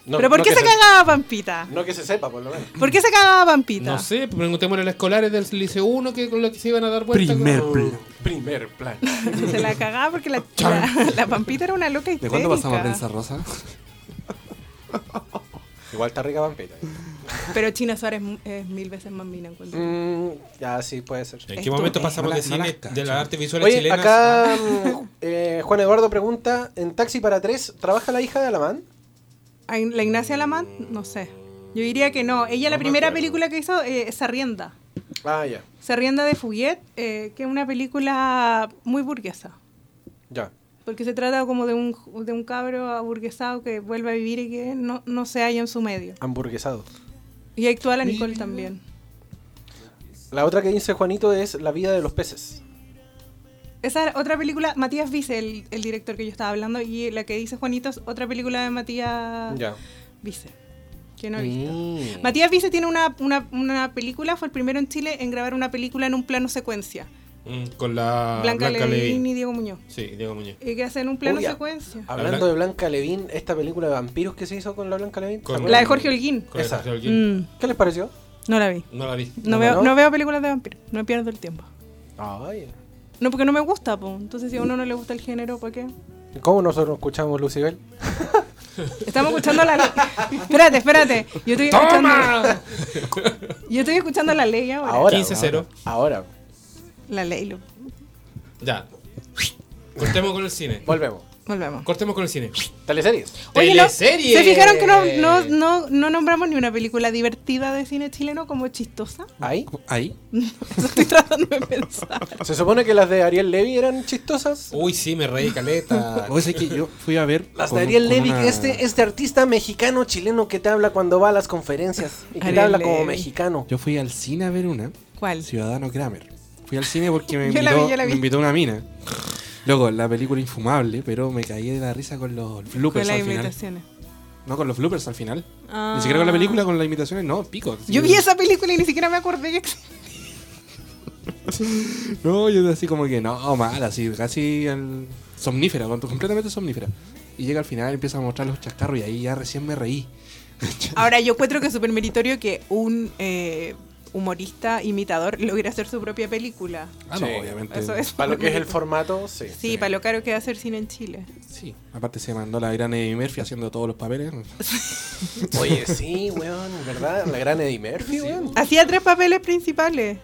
[SPEAKER 5] No-
[SPEAKER 7] ¿Pero por
[SPEAKER 5] no
[SPEAKER 7] qué
[SPEAKER 5] que
[SPEAKER 7] se, cagaba Pampita?
[SPEAKER 5] No que se sepa, por lo menos.
[SPEAKER 7] ¿Por qué se cagaba Pampita?
[SPEAKER 4] No sé, preguntémosle a los escolares del Liceo 1 que con lo que se iban a dar vuelta.
[SPEAKER 6] Primer
[SPEAKER 4] con-
[SPEAKER 6] plan.
[SPEAKER 5] Primer plan.
[SPEAKER 7] Se la cagaba porque la, la, la Pampita era una loca
[SPEAKER 6] ¿De
[SPEAKER 7] histérica.
[SPEAKER 6] cuándo pasamos a prensa rosa? [laughs]
[SPEAKER 5] Igual está rica Pampita.
[SPEAKER 7] Pero China Suárez es, es mil veces más mina. encuentro.
[SPEAKER 5] Mm, ya, sí, puede ser.
[SPEAKER 4] ¿En qué
[SPEAKER 7] Esto
[SPEAKER 4] momento
[SPEAKER 7] es
[SPEAKER 4] pasamos de
[SPEAKER 6] malas- malas
[SPEAKER 4] cine, de las
[SPEAKER 6] cachas.
[SPEAKER 4] artes visuales
[SPEAKER 5] Oye,
[SPEAKER 4] chilenas?
[SPEAKER 5] acá mm, eh, Juan Eduardo pregunta, en Taxi para tres, ¿trabaja la hija de Alamán?
[SPEAKER 7] A In- La Ignacia Lamant, no sé. Yo diría que no. Ella la primera película que hizo eh, es Arrienda.
[SPEAKER 5] Ah, ya,
[SPEAKER 7] Se arrienda de Fouguet, eh, que es una película muy burguesa.
[SPEAKER 5] ya.
[SPEAKER 7] Porque se trata como de un, de un cabro aburguesado que vuelve a vivir y que no, no se halla en su medio.
[SPEAKER 5] Hamburguesado.
[SPEAKER 7] Y ahí actúa la Nicole también.
[SPEAKER 5] La otra que dice Juanito es La vida de los peces.
[SPEAKER 7] Esa era otra película, Matías Vice, el, el director que yo estaba hablando, y la que dice Juanito es otra película de Matías
[SPEAKER 5] Ya.
[SPEAKER 7] Vice, que no he visto. Matías Vice tiene una, una, una película, fue el primero en Chile en grabar una película en un plano secuencia.
[SPEAKER 4] Mm, Con la
[SPEAKER 7] Blanca, Levin
[SPEAKER 4] Levin.
[SPEAKER 7] y Diego Muñoz.
[SPEAKER 4] Sí, Diego Muñoz.
[SPEAKER 7] Y que hacen un plano
[SPEAKER 5] Uy, ya. Ah,
[SPEAKER 7] secuencia.
[SPEAKER 5] Hablando de Blanca Levín, esta película de vampiros que se hizo con la Blanca Levín.
[SPEAKER 4] Con-
[SPEAKER 5] ¿se acuerdan?
[SPEAKER 7] La de Jorge Holguín.
[SPEAKER 4] Con
[SPEAKER 5] Esa.
[SPEAKER 4] Jorge Holguín.
[SPEAKER 7] Mm,
[SPEAKER 5] ¿Qué les pareció?
[SPEAKER 7] no la vi.
[SPEAKER 4] No la vi.
[SPEAKER 7] No,
[SPEAKER 5] ¿No,
[SPEAKER 7] veo,
[SPEAKER 5] no?
[SPEAKER 7] no veo películas de vampiros, no pierdo el tiempo.
[SPEAKER 5] Ay.
[SPEAKER 7] No, porque no me gusta, po. Entonces, si a uno no le gusta el género, ¿para qué?
[SPEAKER 5] ¿Cómo nosotros escuchamos Lucibel?
[SPEAKER 7] Estamos escuchando la ley. espérate, espérate. Yo estoy
[SPEAKER 4] ¡Toma!
[SPEAKER 7] escuchando. Yo estoy escuchando la ley ahora.
[SPEAKER 5] Ahora.
[SPEAKER 4] 15-0.
[SPEAKER 5] Ahora. ahora.
[SPEAKER 7] La ley, lo-
[SPEAKER 4] Ya. Cortemos con el cine.
[SPEAKER 5] Volvemos.
[SPEAKER 7] Volvemos.
[SPEAKER 4] Cortemos con el cine.
[SPEAKER 5] Teleseries.
[SPEAKER 7] no,
[SPEAKER 4] ¡Teleserie!
[SPEAKER 7] ¿Se fijaron que no, no, no, no nombramos ni una película divertida de cine chileno como chistosa? [laughs]
[SPEAKER 5] Ahí.
[SPEAKER 6] Ahí.
[SPEAKER 7] Estoy tratando de pensar.
[SPEAKER 5] Se supone que las de Ariel Levy eran chistosas.
[SPEAKER 4] Uy, sí, me reí caleta.
[SPEAKER 6] O sea Ah, que yo fui a ver.
[SPEAKER 5] Las
[SPEAKER 6] con-
[SPEAKER 5] de Ariel
[SPEAKER 6] con
[SPEAKER 5] Levy,
[SPEAKER 6] una-
[SPEAKER 5] que este, este artista mexicano chileno que te habla cuando va a las conferencias y que
[SPEAKER 7] Ariel
[SPEAKER 5] te habla como
[SPEAKER 7] Levy.
[SPEAKER 5] mexicano.
[SPEAKER 6] Yo fui al cine a ver una.
[SPEAKER 7] ¿Cuál?
[SPEAKER 6] Ciudadano Kramer. Fui al cine porque me
[SPEAKER 7] [laughs] Yo la
[SPEAKER 6] invitó,
[SPEAKER 7] vi, yo la vi.
[SPEAKER 6] me invitó una mina. Luego, la película infumable, pero me caí de la risa con los
[SPEAKER 7] Con
[SPEAKER 6] bloopers
[SPEAKER 7] las
[SPEAKER 6] al final.
[SPEAKER 7] imitaciones.
[SPEAKER 6] No, con los bloopers al final.
[SPEAKER 7] Ah.
[SPEAKER 6] Ni siquiera con la película, con las imitaciones, no, pico.
[SPEAKER 7] Yo vi esa película y ni siquiera me acordé que existía.
[SPEAKER 6] No, yo así como que no, mal, así, casi al- somnífera, con- completamente somnífera. Y llega al final, empieza a mostrar los chascarros y ahí ya recién me reí.
[SPEAKER 7] Ahora, yo encuentro que es súper meritorio que un eh, humorista, imitador, logre hacer su propia película.
[SPEAKER 6] Ah, no,
[SPEAKER 5] Sí,
[SPEAKER 6] obviamente.
[SPEAKER 7] Eso es.
[SPEAKER 5] Para lo que es el formato, sí.
[SPEAKER 7] Sí, para lo caro que es hacer cine en Chile.
[SPEAKER 6] Sí. Aparte se mandó la gran Eddie Murphy haciendo todos los papeles.
[SPEAKER 5] Oye, sí, weón, ¿verdad? La gran Eddie Murphy, weón.
[SPEAKER 7] Hacía tres papeles principales.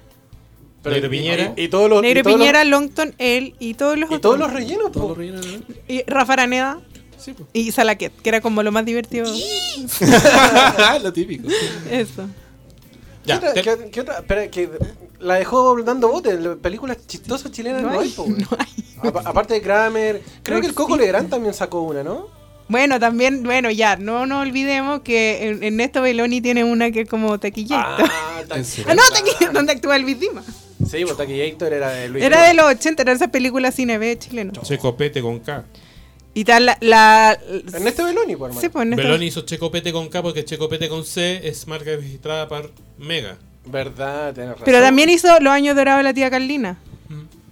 [SPEAKER 4] Negro Piñera.
[SPEAKER 5] Y, y todos los.
[SPEAKER 7] Negro
[SPEAKER 5] y todos
[SPEAKER 7] Piñera, Longton, él y todos los
[SPEAKER 5] Los, y
[SPEAKER 7] otros.
[SPEAKER 5] todos los rellenos,
[SPEAKER 6] Todos
[SPEAKER 5] po.
[SPEAKER 6] los rellenos, ¿no?
[SPEAKER 7] Y Rafa Araneda
[SPEAKER 6] Sí, pues.
[SPEAKER 7] y Salaquet, que era como lo más divertido.
[SPEAKER 6] [laughs] lo típico.
[SPEAKER 7] Eso.
[SPEAKER 5] ¿Qué
[SPEAKER 4] Ya,
[SPEAKER 5] otra-
[SPEAKER 4] te-
[SPEAKER 5] qué- qué otra? Espera, que la dejó dando botes. las Películas chistosas chilenas no,
[SPEAKER 7] No
[SPEAKER 5] hay,
[SPEAKER 7] hay,
[SPEAKER 5] po, weón. Apa- Aparte de Kramer. Creo
[SPEAKER 7] No
[SPEAKER 5] que el Coco
[SPEAKER 7] existe.
[SPEAKER 5] Legrand también sacó una, ¿no?
[SPEAKER 7] Bueno, también, bueno, ya, no nos olvidemos que en- Ernesto Belloni tiene una que es como taquilleta. [laughs] Ah,
[SPEAKER 5] ta-
[SPEAKER 6] En serio.
[SPEAKER 7] no, taquilleta, donde actúa Elvis Dima.
[SPEAKER 5] Sí, pues Taki Hector era de Luis.
[SPEAKER 7] Era de los 80, era esa película cine B chileno.
[SPEAKER 4] Checopete con K.
[SPEAKER 7] Y tal, la. la-
[SPEAKER 5] Ernesto Beloni, por hermano.
[SPEAKER 7] Sí, pues Ernesto.
[SPEAKER 4] Beloni hizo Checopete con K porque Checopete con C es marca registrada por Mega.
[SPEAKER 5] Verdad, tenés razón.
[SPEAKER 7] Pero también hizo Los Años Dorados de la Tía Carlina.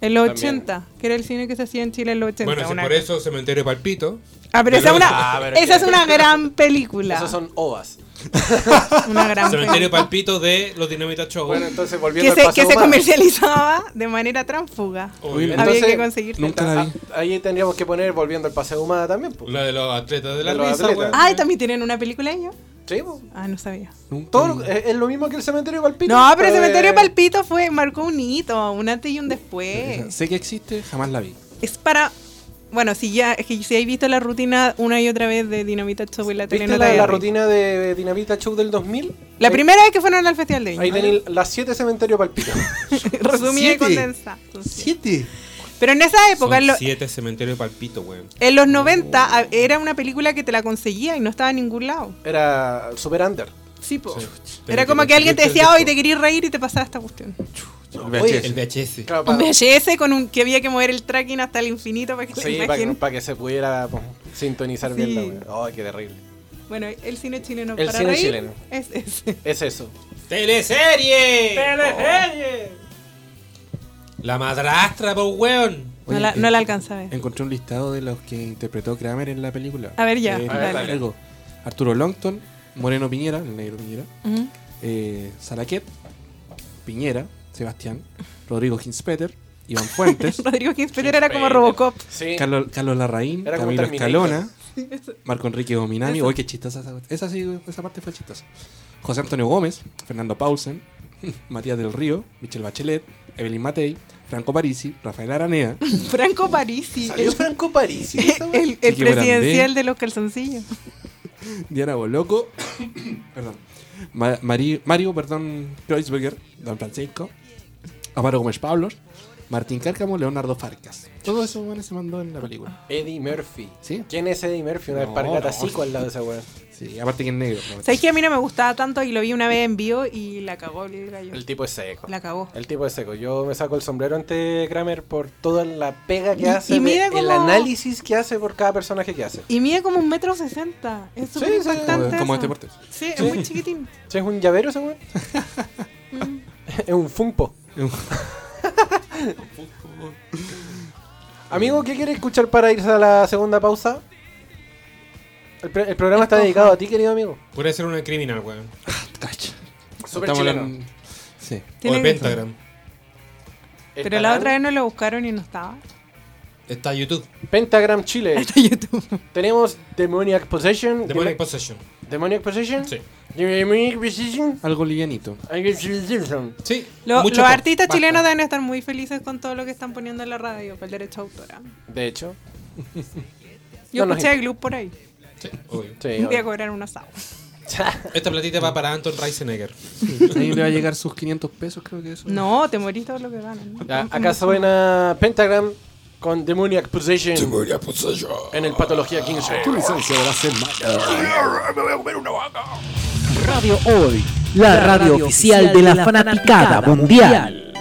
[SPEAKER 7] En los
[SPEAKER 5] También.
[SPEAKER 7] 80, que era el cine que se hacía en Chile en los 80.
[SPEAKER 4] Bueno, si
[SPEAKER 7] una-
[SPEAKER 4] por eso Cementerio Palpito.
[SPEAKER 7] Ah, pero esa, es una,
[SPEAKER 5] Ah, pero
[SPEAKER 7] esa
[SPEAKER 5] que-
[SPEAKER 7] es una gran película.
[SPEAKER 5] Esas son ovas.
[SPEAKER 7] Una gran
[SPEAKER 4] Cementerio
[SPEAKER 7] película.
[SPEAKER 4] Palpito de los Dinamita Show.
[SPEAKER 5] Bueno, entonces volviendo
[SPEAKER 7] Que
[SPEAKER 5] al
[SPEAKER 7] se, que
[SPEAKER 5] paseo
[SPEAKER 7] se
[SPEAKER 5] humano. Oh,
[SPEAKER 7] comercializaba de manera tránsfuga.
[SPEAKER 4] Obvio.
[SPEAKER 5] Entonces-
[SPEAKER 7] Había que conseguir.
[SPEAKER 6] Nunca la vi.
[SPEAKER 5] Ah, Ahí tendríamos que poner volviendo al paseo humada también, pues.
[SPEAKER 4] La de los atletas de la
[SPEAKER 5] De los
[SPEAKER 4] risa,
[SPEAKER 5] atletas.
[SPEAKER 4] weón.
[SPEAKER 7] Ah, ¿y también tienen una película ellos.
[SPEAKER 5] Sí, po.
[SPEAKER 7] Ah, no sabía.
[SPEAKER 6] Nunca
[SPEAKER 5] Todo
[SPEAKER 6] vi.
[SPEAKER 5] lo- es, es lo mismo que el cementerio de Palpito.
[SPEAKER 7] No, pero el
[SPEAKER 5] de-
[SPEAKER 7] Cementerio Palpito fue, marcó un hito, un antes y un después.
[SPEAKER 6] Sé que existe, jamás la vi.
[SPEAKER 7] Es para. Bueno, si ya es que si habéis visto la rutina una y otra vez de Dinamita Show y la tele
[SPEAKER 5] ¿Viste
[SPEAKER 7] no
[SPEAKER 5] la,
[SPEAKER 7] te
[SPEAKER 5] la
[SPEAKER 7] agarra.
[SPEAKER 5] rutina de Dinamita Show del 2000?
[SPEAKER 7] La
[SPEAKER 5] Ahí-
[SPEAKER 7] primera vez que fueron al Festival de
[SPEAKER 5] Ahí
[SPEAKER 7] Viña.
[SPEAKER 5] tenéis las 7 cementerios Palpito.
[SPEAKER 7] [laughs] Resumida y
[SPEAKER 6] Siete.
[SPEAKER 7] condensada.
[SPEAKER 6] ¿Siete?
[SPEAKER 7] Pero en esa época, en,
[SPEAKER 4] Son
[SPEAKER 7] lo-
[SPEAKER 4] siete Cementerio Palpito, weón.
[SPEAKER 7] en los 90, a- era una película que te la conseguía y no estaba en ningún lado.
[SPEAKER 5] Era super under.
[SPEAKER 7] Sí, po.
[SPEAKER 4] Sí.
[SPEAKER 7] Era
[SPEAKER 4] Pero
[SPEAKER 7] como
[SPEAKER 4] que
[SPEAKER 7] que alguien te
[SPEAKER 4] tuviste el
[SPEAKER 7] decía, hoy
[SPEAKER 4] disco".
[SPEAKER 7] te querías reír y te pasaba esta cuestión.
[SPEAKER 5] Oye,
[SPEAKER 4] El VHS.
[SPEAKER 5] claro,
[SPEAKER 7] Un
[SPEAKER 5] para,
[SPEAKER 7] VHS con un que había que mover el tracking hasta el infinito para que te
[SPEAKER 5] sí, para, que, para que se pudiera pues, sintonizar bien la wea. Ay, qué terrible.
[SPEAKER 7] Bueno, el cine chileno
[SPEAKER 5] El
[SPEAKER 7] para
[SPEAKER 5] cine
[SPEAKER 7] reír
[SPEAKER 5] chileno.
[SPEAKER 7] es ese.
[SPEAKER 5] Es eso.
[SPEAKER 4] ¡Teleserie! La madrastra, por weón.
[SPEAKER 7] no, la, no la alcanza a ver.
[SPEAKER 6] Encontré un listado de los que interpretó Kramer en la película.
[SPEAKER 7] A ver, ya,
[SPEAKER 6] Eh,
[SPEAKER 7] dale.
[SPEAKER 6] largo. Arturo Longton, Moreno Piñera, el negro Piñera,
[SPEAKER 7] Ujú.
[SPEAKER 6] eh, Salaquet, Piñera, Sebastián, Rodrigo Ginspeter,
[SPEAKER 7] [laughs]
[SPEAKER 6] Iván Fuentes,
[SPEAKER 7] Rodrigo Kingspeter era como Robocop. [laughs]
[SPEAKER 5] Sí.
[SPEAKER 6] Carlos, Carlos Larraín,
[SPEAKER 5] Era como
[SPEAKER 6] Camilo
[SPEAKER 5] Terminator.
[SPEAKER 6] Escalona, Marco Enrique Dominami. Uy, qué chistosa esa, esa sí, esa parte fue chistosa. José Antonio Gómez, Fernando Paulsen, [laughs] Matías del Río, Michelle Bachelet, Evelyn Matei, Franco Parisi,
[SPEAKER 5] [laughs]
[SPEAKER 6] Rafael Aranea,
[SPEAKER 7] Franco Parisi.
[SPEAKER 5] Salió
[SPEAKER 7] El,
[SPEAKER 5] Franco Parisi. esa wea.
[SPEAKER 7] [laughs] el- el
[SPEAKER 6] Chiqui Morandé.
[SPEAKER 7] presidencial de los calzoncillos.
[SPEAKER 6] Diana Boloco, [coughs] perdón, Ma- Mari- Mario, perdón, Kreuzberger, Don Francisco, Amaro Gómez Pablos, Martín Cárcamo, Leonardo Farcas. Todo eso bueno, se mandó en la película.
[SPEAKER 5] Eddie Murphy.
[SPEAKER 6] Sí.
[SPEAKER 5] ¿Quién es Eddie Murphy? Una
[SPEAKER 6] No,
[SPEAKER 5] espargata
[SPEAKER 6] no.
[SPEAKER 5] psico al lado de esa weá.
[SPEAKER 6] Sí, aparte que es negro. ¿no?
[SPEAKER 7] ¿Sabes que a mí no me gustaba tanto y lo vi una vez en vivo y la cagó el
[SPEAKER 5] [laughs]
[SPEAKER 7] gallo?
[SPEAKER 5] El tipo es seco.
[SPEAKER 7] La cagó.
[SPEAKER 5] El tipo es seco. Yo me saco el sombrero ante Kramer por toda la pega que
[SPEAKER 7] Y-
[SPEAKER 5] hace,
[SPEAKER 7] y mira
[SPEAKER 5] de- el
[SPEAKER 7] cómo-
[SPEAKER 5] análisis que hace por cada personaje que hace.
[SPEAKER 7] Y mide como un metro sesenta. Es súper
[SPEAKER 5] sí,
[SPEAKER 7] impactante.
[SPEAKER 6] como- como
[SPEAKER 7] eso.
[SPEAKER 6] deportes.
[SPEAKER 7] Sí, es muy chiquitín.
[SPEAKER 5] ¿Sí, ¿Es un llavero ese weón? es un funpo. [laughs] Amigo, ¿qué quieres escuchar para irse a la segunda pausa? El, pro- el programa está dedicado a ti, querido amigo.
[SPEAKER 4] Puede ser una criminal, weón.
[SPEAKER 6] Cacha.
[SPEAKER 5] Súper
[SPEAKER 6] Estamos
[SPEAKER 5] chileno.
[SPEAKER 6] hablando- Sí.
[SPEAKER 4] O de
[SPEAKER 7] Tiene-
[SPEAKER 4] Pentagram.
[SPEAKER 7] Pero la otra vez no lo buscaron y no estaba.
[SPEAKER 4] Está YouTube.
[SPEAKER 5] Pentagram
[SPEAKER 7] [laughs]
[SPEAKER 5] Chile.
[SPEAKER 7] Está en YouTube.
[SPEAKER 5] Tenemos Demoniac Possession. que
[SPEAKER 4] Demonic
[SPEAKER 5] me-
[SPEAKER 4] Possession.
[SPEAKER 5] Demoniac Possession.
[SPEAKER 4] Sí.
[SPEAKER 5] Demoniac Possession.
[SPEAKER 6] Algo [laughs] livianito.
[SPEAKER 5] Possession.
[SPEAKER 4] Sí.
[SPEAKER 7] Lo-
[SPEAKER 4] mucho
[SPEAKER 7] los
[SPEAKER 4] pop.
[SPEAKER 7] artistas
[SPEAKER 4] Basta.
[SPEAKER 7] chilenos deben estar muy felices con todo lo que están poniendo en la radio, con el derecho a autora.
[SPEAKER 5] De hecho.
[SPEAKER 7] Yo
[SPEAKER 5] No, no,
[SPEAKER 7] escuché
[SPEAKER 5] sí.
[SPEAKER 7] a Gloop por ahí.
[SPEAKER 4] Sí, obvio.
[SPEAKER 5] Sí,
[SPEAKER 7] Un día
[SPEAKER 5] obvio. [laughs]
[SPEAKER 7] cobraron un asado.
[SPEAKER 4] Esta platita va para Anton Reisenegger.
[SPEAKER 6] Ahí le va a llegar sus 500 pesos, creo que eso.
[SPEAKER 7] No, te morís todo lo que ganan. ¿no?
[SPEAKER 5] Ya, acá suena Pentagram con Demoniac Possession. En el Patología 15.
[SPEAKER 1] Radio Hoy, la radio oficial de la fanaticada mundial.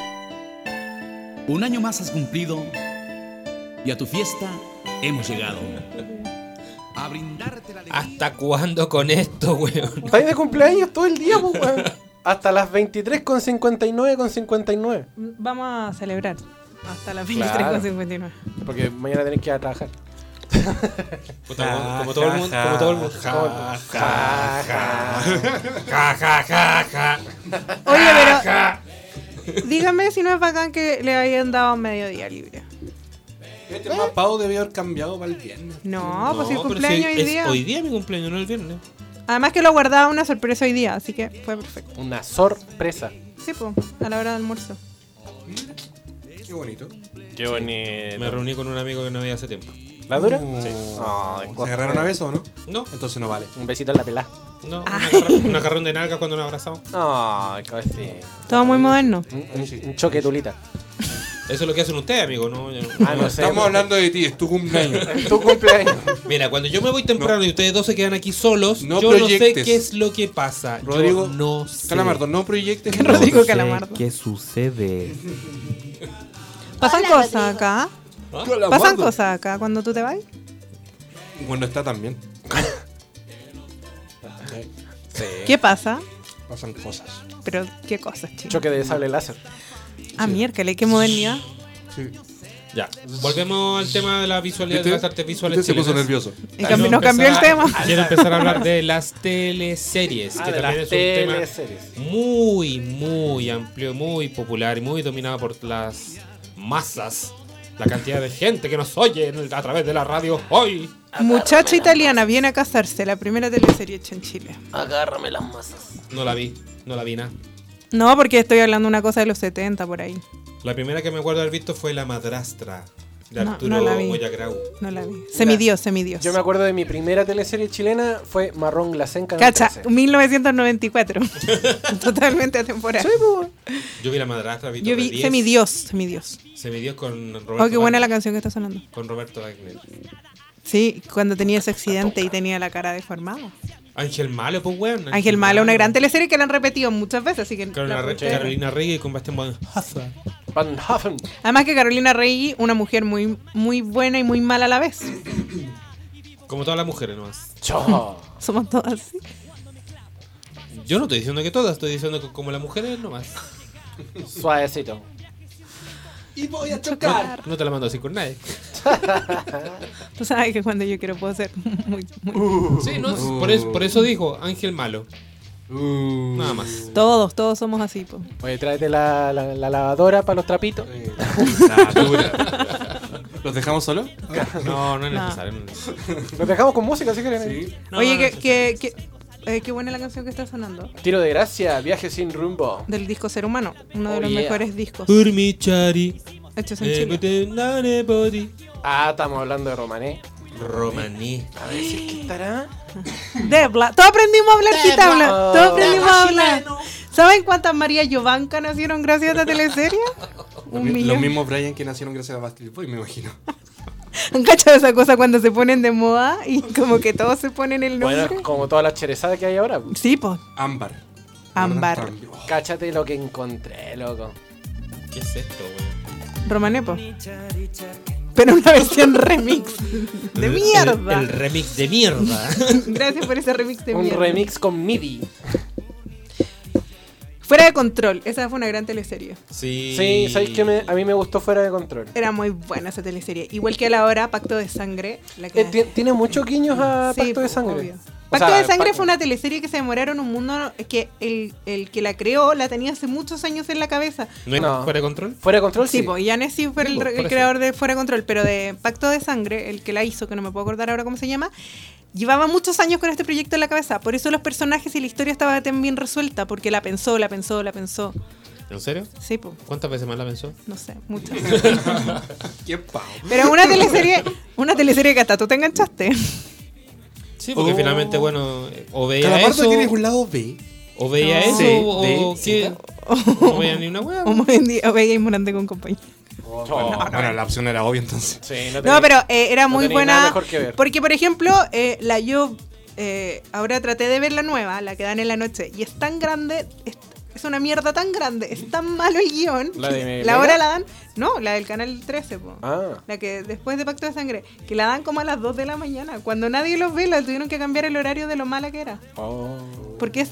[SPEAKER 9] Un año más has cumplido y a tu fiesta hemos llegado. A brindarte la alegría.
[SPEAKER 4] ¿Hasta cuándo con esto, weón?
[SPEAKER 5] Estáis de cumpleaños todo el día, pues, weón. Hasta las 23 con 59 con 59.
[SPEAKER 7] Vamos a celebrar hasta las
[SPEAKER 5] Claro.
[SPEAKER 7] 23.59.
[SPEAKER 5] Porque mañana tenéis que ir a trabajar.
[SPEAKER 4] Puta, como- como todo el mundo, como todo el mundo. Ja, ja, ja. Ja, ja, ja, ja.
[SPEAKER 7] Oye, pero dígame si no es bacán que le hayan dado mediodía libre.
[SPEAKER 6] Este más pavo debió haber cambiado para el viernes.
[SPEAKER 7] No, pues el
[SPEAKER 4] No, pero
[SPEAKER 7] cumpleaños
[SPEAKER 4] si
[SPEAKER 7] hoy
[SPEAKER 4] es
[SPEAKER 7] día.
[SPEAKER 4] Hoy día mi cumpleaños, no el viernes.
[SPEAKER 7] Además que lo guardaba una sorpresa hoy día, así que fue
[SPEAKER 5] [laughs]
[SPEAKER 7] perfecto.
[SPEAKER 5] Una sorpresa.
[SPEAKER 7] Sí, pues, a la hora del almuerzo.
[SPEAKER 6] Qué bonito.
[SPEAKER 5] Qué bonito.
[SPEAKER 4] Me reuní con un amigo que no veía hace tiempo.
[SPEAKER 5] ¿La dura?
[SPEAKER 6] Sí.
[SPEAKER 5] Ay,
[SPEAKER 6] Mm. ¿Se agarraron a beso o no?
[SPEAKER 4] No,
[SPEAKER 6] Entonces no vale.
[SPEAKER 5] Un besito en la pelada.
[SPEAKER 4] no,
[SPEAKER 7] Ah.
[SPEAKER 4] un agarrón- un agarrón de nalgas cuando nos abrazamos.
[SPEAKER 5] Ay, qué
[SPEAKER 7] Todo muy moderno.
[SPEAKER 4] Mm,
[SPEAKER 5] un, un choque de tulita.
[SPEAKER 4] Eso es lo que hacen ustedes, amigo. No, yo-
[SPEAKER 5] Ah, no sé.
[SPEAKER 6] Estamos hablando de ti, es tu
[SPEAKER 4] [laughs]
[SPEAKER 6] cumpleaños.
[SPEAKER 5] Tu cumpleaños.
[SPEAKER 6] [laughs]
[SPEAKER 4] Mira, cuando yo me voy temprano y ustedes dos se quedan aquí solos,
[SPEAKER 6] No
[SPEAKER 4] yo no sé
[SPEAKER 6] proyectes.
[SPEAKER 4] qué es lo que pasa. Yo
[SPEAKER 6] Rodrigo,
[SPEAKER 4] no sé.
[SPEAKER 6] Calamardo, no
[SPEAKER 7] No
[SPEAKER 6] proyectes.
[SPEAKER 7] [laughs] Rodrigo
[SPEAKER 11] sé
[SPEAKER 7] Calamardo.
[SPEAKER 11] ¿Qué sucede?
[SPEAKER 7] Pasan
[SPEAKER 8] Hola,
[SPEAKER 7] cosas
[SPEAKER 8] Rodrigo.
[SPEAKER 7] acá.
[SPEAKER 6] Calamardo.
[SPEAKER 7] Pasan cosas acá cuando tú te vas.
[SPEAKER 4] Eh.
[SPEAKER 6] Bueno, está también.
[SPEAKER 7] ¿Qué pasa?
[SPEAKER 6] Pasan cosas.
[SPEAKER 7] Pero qué cosas, chicos.
[SPEAKER 5] Choque de sable láser.
[SPEAKER 7] Ah, miércoles, qué modernidad.
[SPEAKER 4] Ya, volvemos al tema de la visualidad de las artes visuales.
[SPEAKER 6] Usted se puso
[SPEAKER 4] chilenas.
[SPEAKER 6] nervioso.
[SPEAKER 7] Y cambi- nos cambió el tema.
[SPEAKER 4] Quiero empezar a hablar de las teleseries, que
[SPEAKER 5] Ah,
[SPEAKER 4] también
[SPEAKER 5] de las
[SPEAKER 4] es un tema
[SPEAKER 5] teleseries.
[SPEAKER 4] muy, muy amplio, muy popular y muy dominado por las masas. La cantidad de gente que nos oye en el- a través de la radio hoy.
[SPEAKER 7] Muchacha italiana viene a casarse, la primera teleserie hecha en Chile.
[SPEAKER 8] Agárrame las masas.
[SPEAKER 4] No la vi, no la vi nada.
[SPEAKER 7] No, porque estoy hablando una cosa de los 70 por ahí.
[SPEAKER 4] La primera que me acuerdo haber visto fue La Madrastra, de
[SPEAKER 7] No,
[SPEAKER 4] Arturo
[SPEAKER 7] no la vi.
[SPEAKER 4] Moyagrau.
[SPEAKER 7] No la vi. Semidios, semidios.
[SPEAKER 5] Yo me acuerdo de mi primera teleserie chilena fue Marrón Glacé en Canal
[SPEAKER 7] Cacha,
[SPEAKER 5] 13.
[SPEAKER 7] 1994. [laughs] Totalmente atemporal.
[SPEAKER 5] pues.
[SPEAKER 4] Yo vi La Madrastra, vi
[SPEAKER 7] Yo vi Semidios, Semidios.
[SPEAKER 4] Semidios con Roberto
[SPEAKER 7] Oh, qué buena la
[SPEAKER 4] Wagner,
[SPEAKER 7] canción que está sonando.
[SPEAKER 4] Con Roberto Wagner.
[SPEAKER 7] Sí, cuando tenía ese accidente y tenía la cara deformada.
[SPEAKER 4] Ángel Malo, pues weón.
[SPEAKER 7] Ángel Malo, una gran teleserie que la han repetido muchas veces, así que...
[SPEAKER 4] Carolina,
[SPEAKER 7] la
[SPEAKER 4] Re-
[SPEAKER 7] pueden ver.
[SPEAKER 4] Carolina Rey con Bastián Bonhoeffer.
[SPEAKER 5] Van Haffen.
[SPEAKER 7] Además que Carolina Rey, una mujer muy, muy buena y muy mala a la vez.
[SPEAKER 4] Como todas las mujeres nomás.
[SPEAKER 5] Chao.
[SPEAKER 7] Somos todas así.
[SPEAKER 4] Yo no estoy diciendo que todas, estoy diciendo que como las mujeres nomás.
[SPEAKER 5] Suavecito.
[SPEAKER 6] Y voy a chocar.
[SPEAKER 4] No te la mando así con nadie.
[SPEAKER 7] Tú sabes que cuando yo quiero puedo ser muy... muy-
[SPEAKER 4] Sí, no, por, es- por eso Uh. dijo Ángel Malo. Nada [laughs] más.
[SPEAKER 7] Todos, todos somos así. po.
[SPEAKER 5] Oye, tráete la, la- la lavadora para los trapitos.
[SPEAKER 6] [laughs] ¿Los dejamos solos?
[SPEAKER 4] No, no es
[SPEAKER 7] No.
[SPEAKER 4] necesario. no es necesario.
[SPEAKER 5] Los dejamos con música, si quieren.
[SPEAKER 4] No,
[SPEAKER 7] Oye,
[SPEAKER 4] no
[SPEAKER 7] que,
[SPEAKER 4] es
[SPEAKER 7] que, que- eh, qué buena la canción que está sonando.
[SPEAKER 5] Tiro de gracia, viaje sin rumbo.
[SPEAKER 7] Del disco Ser Humano, uno de
[SPEAKER 5] Oh,
[SPEAKER 7] los
[SPEAKER 5] yeah.
[SPEAKER 7] mejores discos
[SPEAKER 4] Por mi chari,
[SPEAKER 7] hechos
[SPEAKER 4] eh,
[SPEAKER 7] en Chile.
[SPEAKER 4] everything, body.
[SPEAKER 5] Ah, estamos hablando de Romané.
[SPEAKER 4] Romaní.
[SPEAKER 5] A ver si es que estará.
[SPEAKER 7] Debla. Todos aprendimos a hablar quitabla.
[SPEAKER 5] Debla.
[SPEAKER 7] Todos aprendimos
[SPEAKER 5] Debla
[SPEAKER 7] a hablar. ¿Saben cuántas María Giovanca nacieron gracias a esta teleserie? Un
[SPEAKER 6] Los
[SPEAKER 7] millón.
[SPEAKER 6] mismos Brian que nacieron gracias a Bastille Boy, me imagino.
[SPEAKER 7] ¿Han cachado esa cosa cuando se ponen de moda y como que todos se ponen el nombre?
[SPEAKER 5] Bueno, como todas las cherezadas que hay ahora.
[SPEAKER 7] Sí, pues.
[SPEAKER 6] Ámbar.
[SPEAKER 7] Ámbar.
[SPEAKER 6] También. Oh,
[SPEAKER 5] Cáchate lo que encontré, loco.
[SPEAKER 4] ¿Qué es esto, weón?
[SPEAKER 7] Romanepo. Pero una versión remix. De
[SPEAKER 4] El, el
[SPEAKER 7] mierda.
[SPEAKER 4] remix de mierda.
[SPEAKER 7] Gracias por ese remix de
[SPEAKER 5] Un
[SPEAKER 7] mierda.
[SPEAKER 5] remix con MIDI.
[SPEAKER 7] Fuera de control. Esa fue una gran teleserie.
[SPEAKER 4] [laughs] sí.
[SPEAKER 5] Sí, ¿sabéis que a mí me gustó fuera de control?
[SPEAKER 7] Era muy buena esa teleserie. Igual que a la hora Pacto de Sangre. La que
[SPEAKER 5] Eh, ti- tiene muchos guiños a
[SPEAKER 7] Sí,
[SPEAKER 5] Ah, Pacto de
[SPEAKER 7] po,
[SPEAKER 5] Sangre.
[SPEAKER 7] obvio.
[SPEAKER 5] O
[SPEAKER 7] Pacto
[SPEAKER 5] sea,
[SPEAKER 7] de Sangre
[SPEAKER 5] Pac-
[SPEAKER 7] fue una teleserie que se demoraron un mundo que el, el que la creó la tenía hace muchos años en la cabeza.
[SPEAKER 4] ¿No es
[SPEAKER 5] No.
[SPEAKER 4] fuera de control?
[SPEAKER 5] Fuera de control,
[SPEAKER 7] Sí,
[SPEAKER 5] sí.
[SPEAKER 7] pues Yanes sí fue el,
[SPEAKER 4] po,
[SPEAKER 7] re- el
[SPEAKER 4] por eso.
[SPEAKER 7] creador de Fuera de Control, pero de Pacto de Sangre, el que la hizo, que no me puedo acordar ahora cómo se llama, llevaba muchos años con este proyecto en la cabeza. Por eso los personajes y la historia estaba tan bien resuelta, porque la pensó, la pensó, la pensó.
[SPEAKER 4] ¿En serio?
[SPEAKER 7] Sí, pues,
[SPEAKER 4] ¿Cuántas veces más la pensó?
[SPEAKER 7] no sé, muchas.
[SPEAKER 6] Qué pavo.
[SPEAKER 7] Pero una teleserie, una teleserie que hasta tú te enganchaste.
[SPEAKER 4] Sí, porque
[SPEAKER 6] Oh.
[SPEAKER 4] finalmente, bueno, eh, o veía
[SPEAKER 6] Calamardo
[SPEAKER 4] eso,
[SPEAKER 6] tienes un lado B.
[SPEAKER 4] o veía
[SPEAKER 7] No.
[SPEAKER 4] eso,
[SPEAKER 7] Sí,
[SPEAKER 4] o, o
[SPEAKER 6] sí,
[SPEAKER 4] qué, no veía ni una hueá.
[SPEAKER 7] [laughs] Como en día, veía y Morante con compañía.
[SPEAKER 6] Bueno, la opción era obvia entonces. [laughs]
[SPEAKER 5] Sí, no,
[SPEAKER 7] No,
[SPEAKER 5] tenía-
[SPEAKER 7] pero eh, era
[SPEAKER 5] no
[SPEAKER 7] muy
[SPEAKER 5] tenía nada
[SPEAKER 7] buena.
[SPEAKER 5] mejor que ver.
[SPEAKER 7] Porque, por ejemplo, eh, la yo eh, ahora traté de ver la nueva, la que dan en la noche, y es tan grande, es- es una mierda tan grande, es tan malo el guión.
[SPEAKER 5] ¿La de
[SPEAKER 7] la
[SPEAKER 5] Mega?
[SPEAKER 7] hora la dan. No, la del canal 13, po.
[SPEAKER 5] Ah.
[SPEAKER 7] La que después de Pacto de Sangre, que la dan como a las 2 de la mañana. Cuando nadie los ve, la tuvieron que cambiar el horario de lo mala que era. Porque es,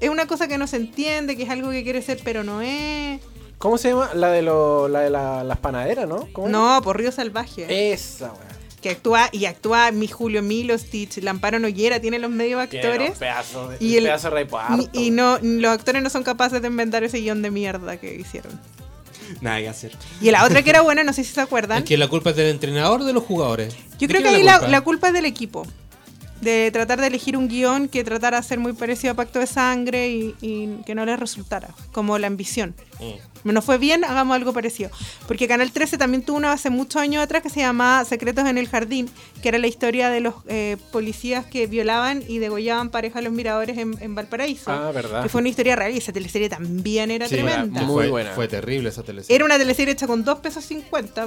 [SPEAKER 7] es una cosa que no se entiende, que es algo que quiere ser, pero no es.
[SPEAKER 5] ¿Cómo se llama? La de, lo- la de la- las panaderas, ¿no? ¿Cómo era?
[SPEAKER 7] No, por Río Salvaje.
[SPEAKER 5] Esa, weón.
[SPEAKER 7] Que actúa, y actúa mi Julio Milo, Stitch, Lamparo Noguera, tiene los medio actores. y
[SPEAKER 5] y el
[SPEAKER 7] el-
[SPEAKER 5] pedazo de reparto.
[SPEAKER 7] Y, y no, los actores no son capaces de inventar ese guión de mierda que hicieron.
[SPEAKER 6] Nada que hacer.
[SPEAKER 7] Y la otra que era buena, no sé si se acuerdan.
[SPEAKER 4] Es que la culpa es del entrenador o de los jugadores.
[SPEAKER 7] Yo
[SPEAKER 4] ¿De quién
[SPEAKER 7] creo que
[SPEAKER 4] es
[SPEAKER 7] ahí la,
[SPEAKER 4] culpa?
[SPEAKER 7] la culpa es del equipo. De tratar de elegir un guión que tratara de ser muy parecido a Pacto de Sangre y, y que no les resultara. Como la ambición. No fue bien, hagamos algo parecido. Porque Canal 13 también tuvo una hace muchos años atrás que se llamaba Secretos en el Jardín, que era la historia de los eh, policías que violaban y degollaban pareja a los miradores en, en Valparaíso.
[SPEAKER 5] Ah, verdad.
[SPEAKER 7] Que fue una historia real y esa teleserie también era
[SPEAKER 4] Sí,
[SPEAKER 7] tremenda.
[SPEAKER 4] fue-
[SPEAKER 5] Muy buena.
[SPEAKER 4] Fue terrible esa teleserie.
[SPEAKER 7] Era una teleserie hecha con 2 pesos 50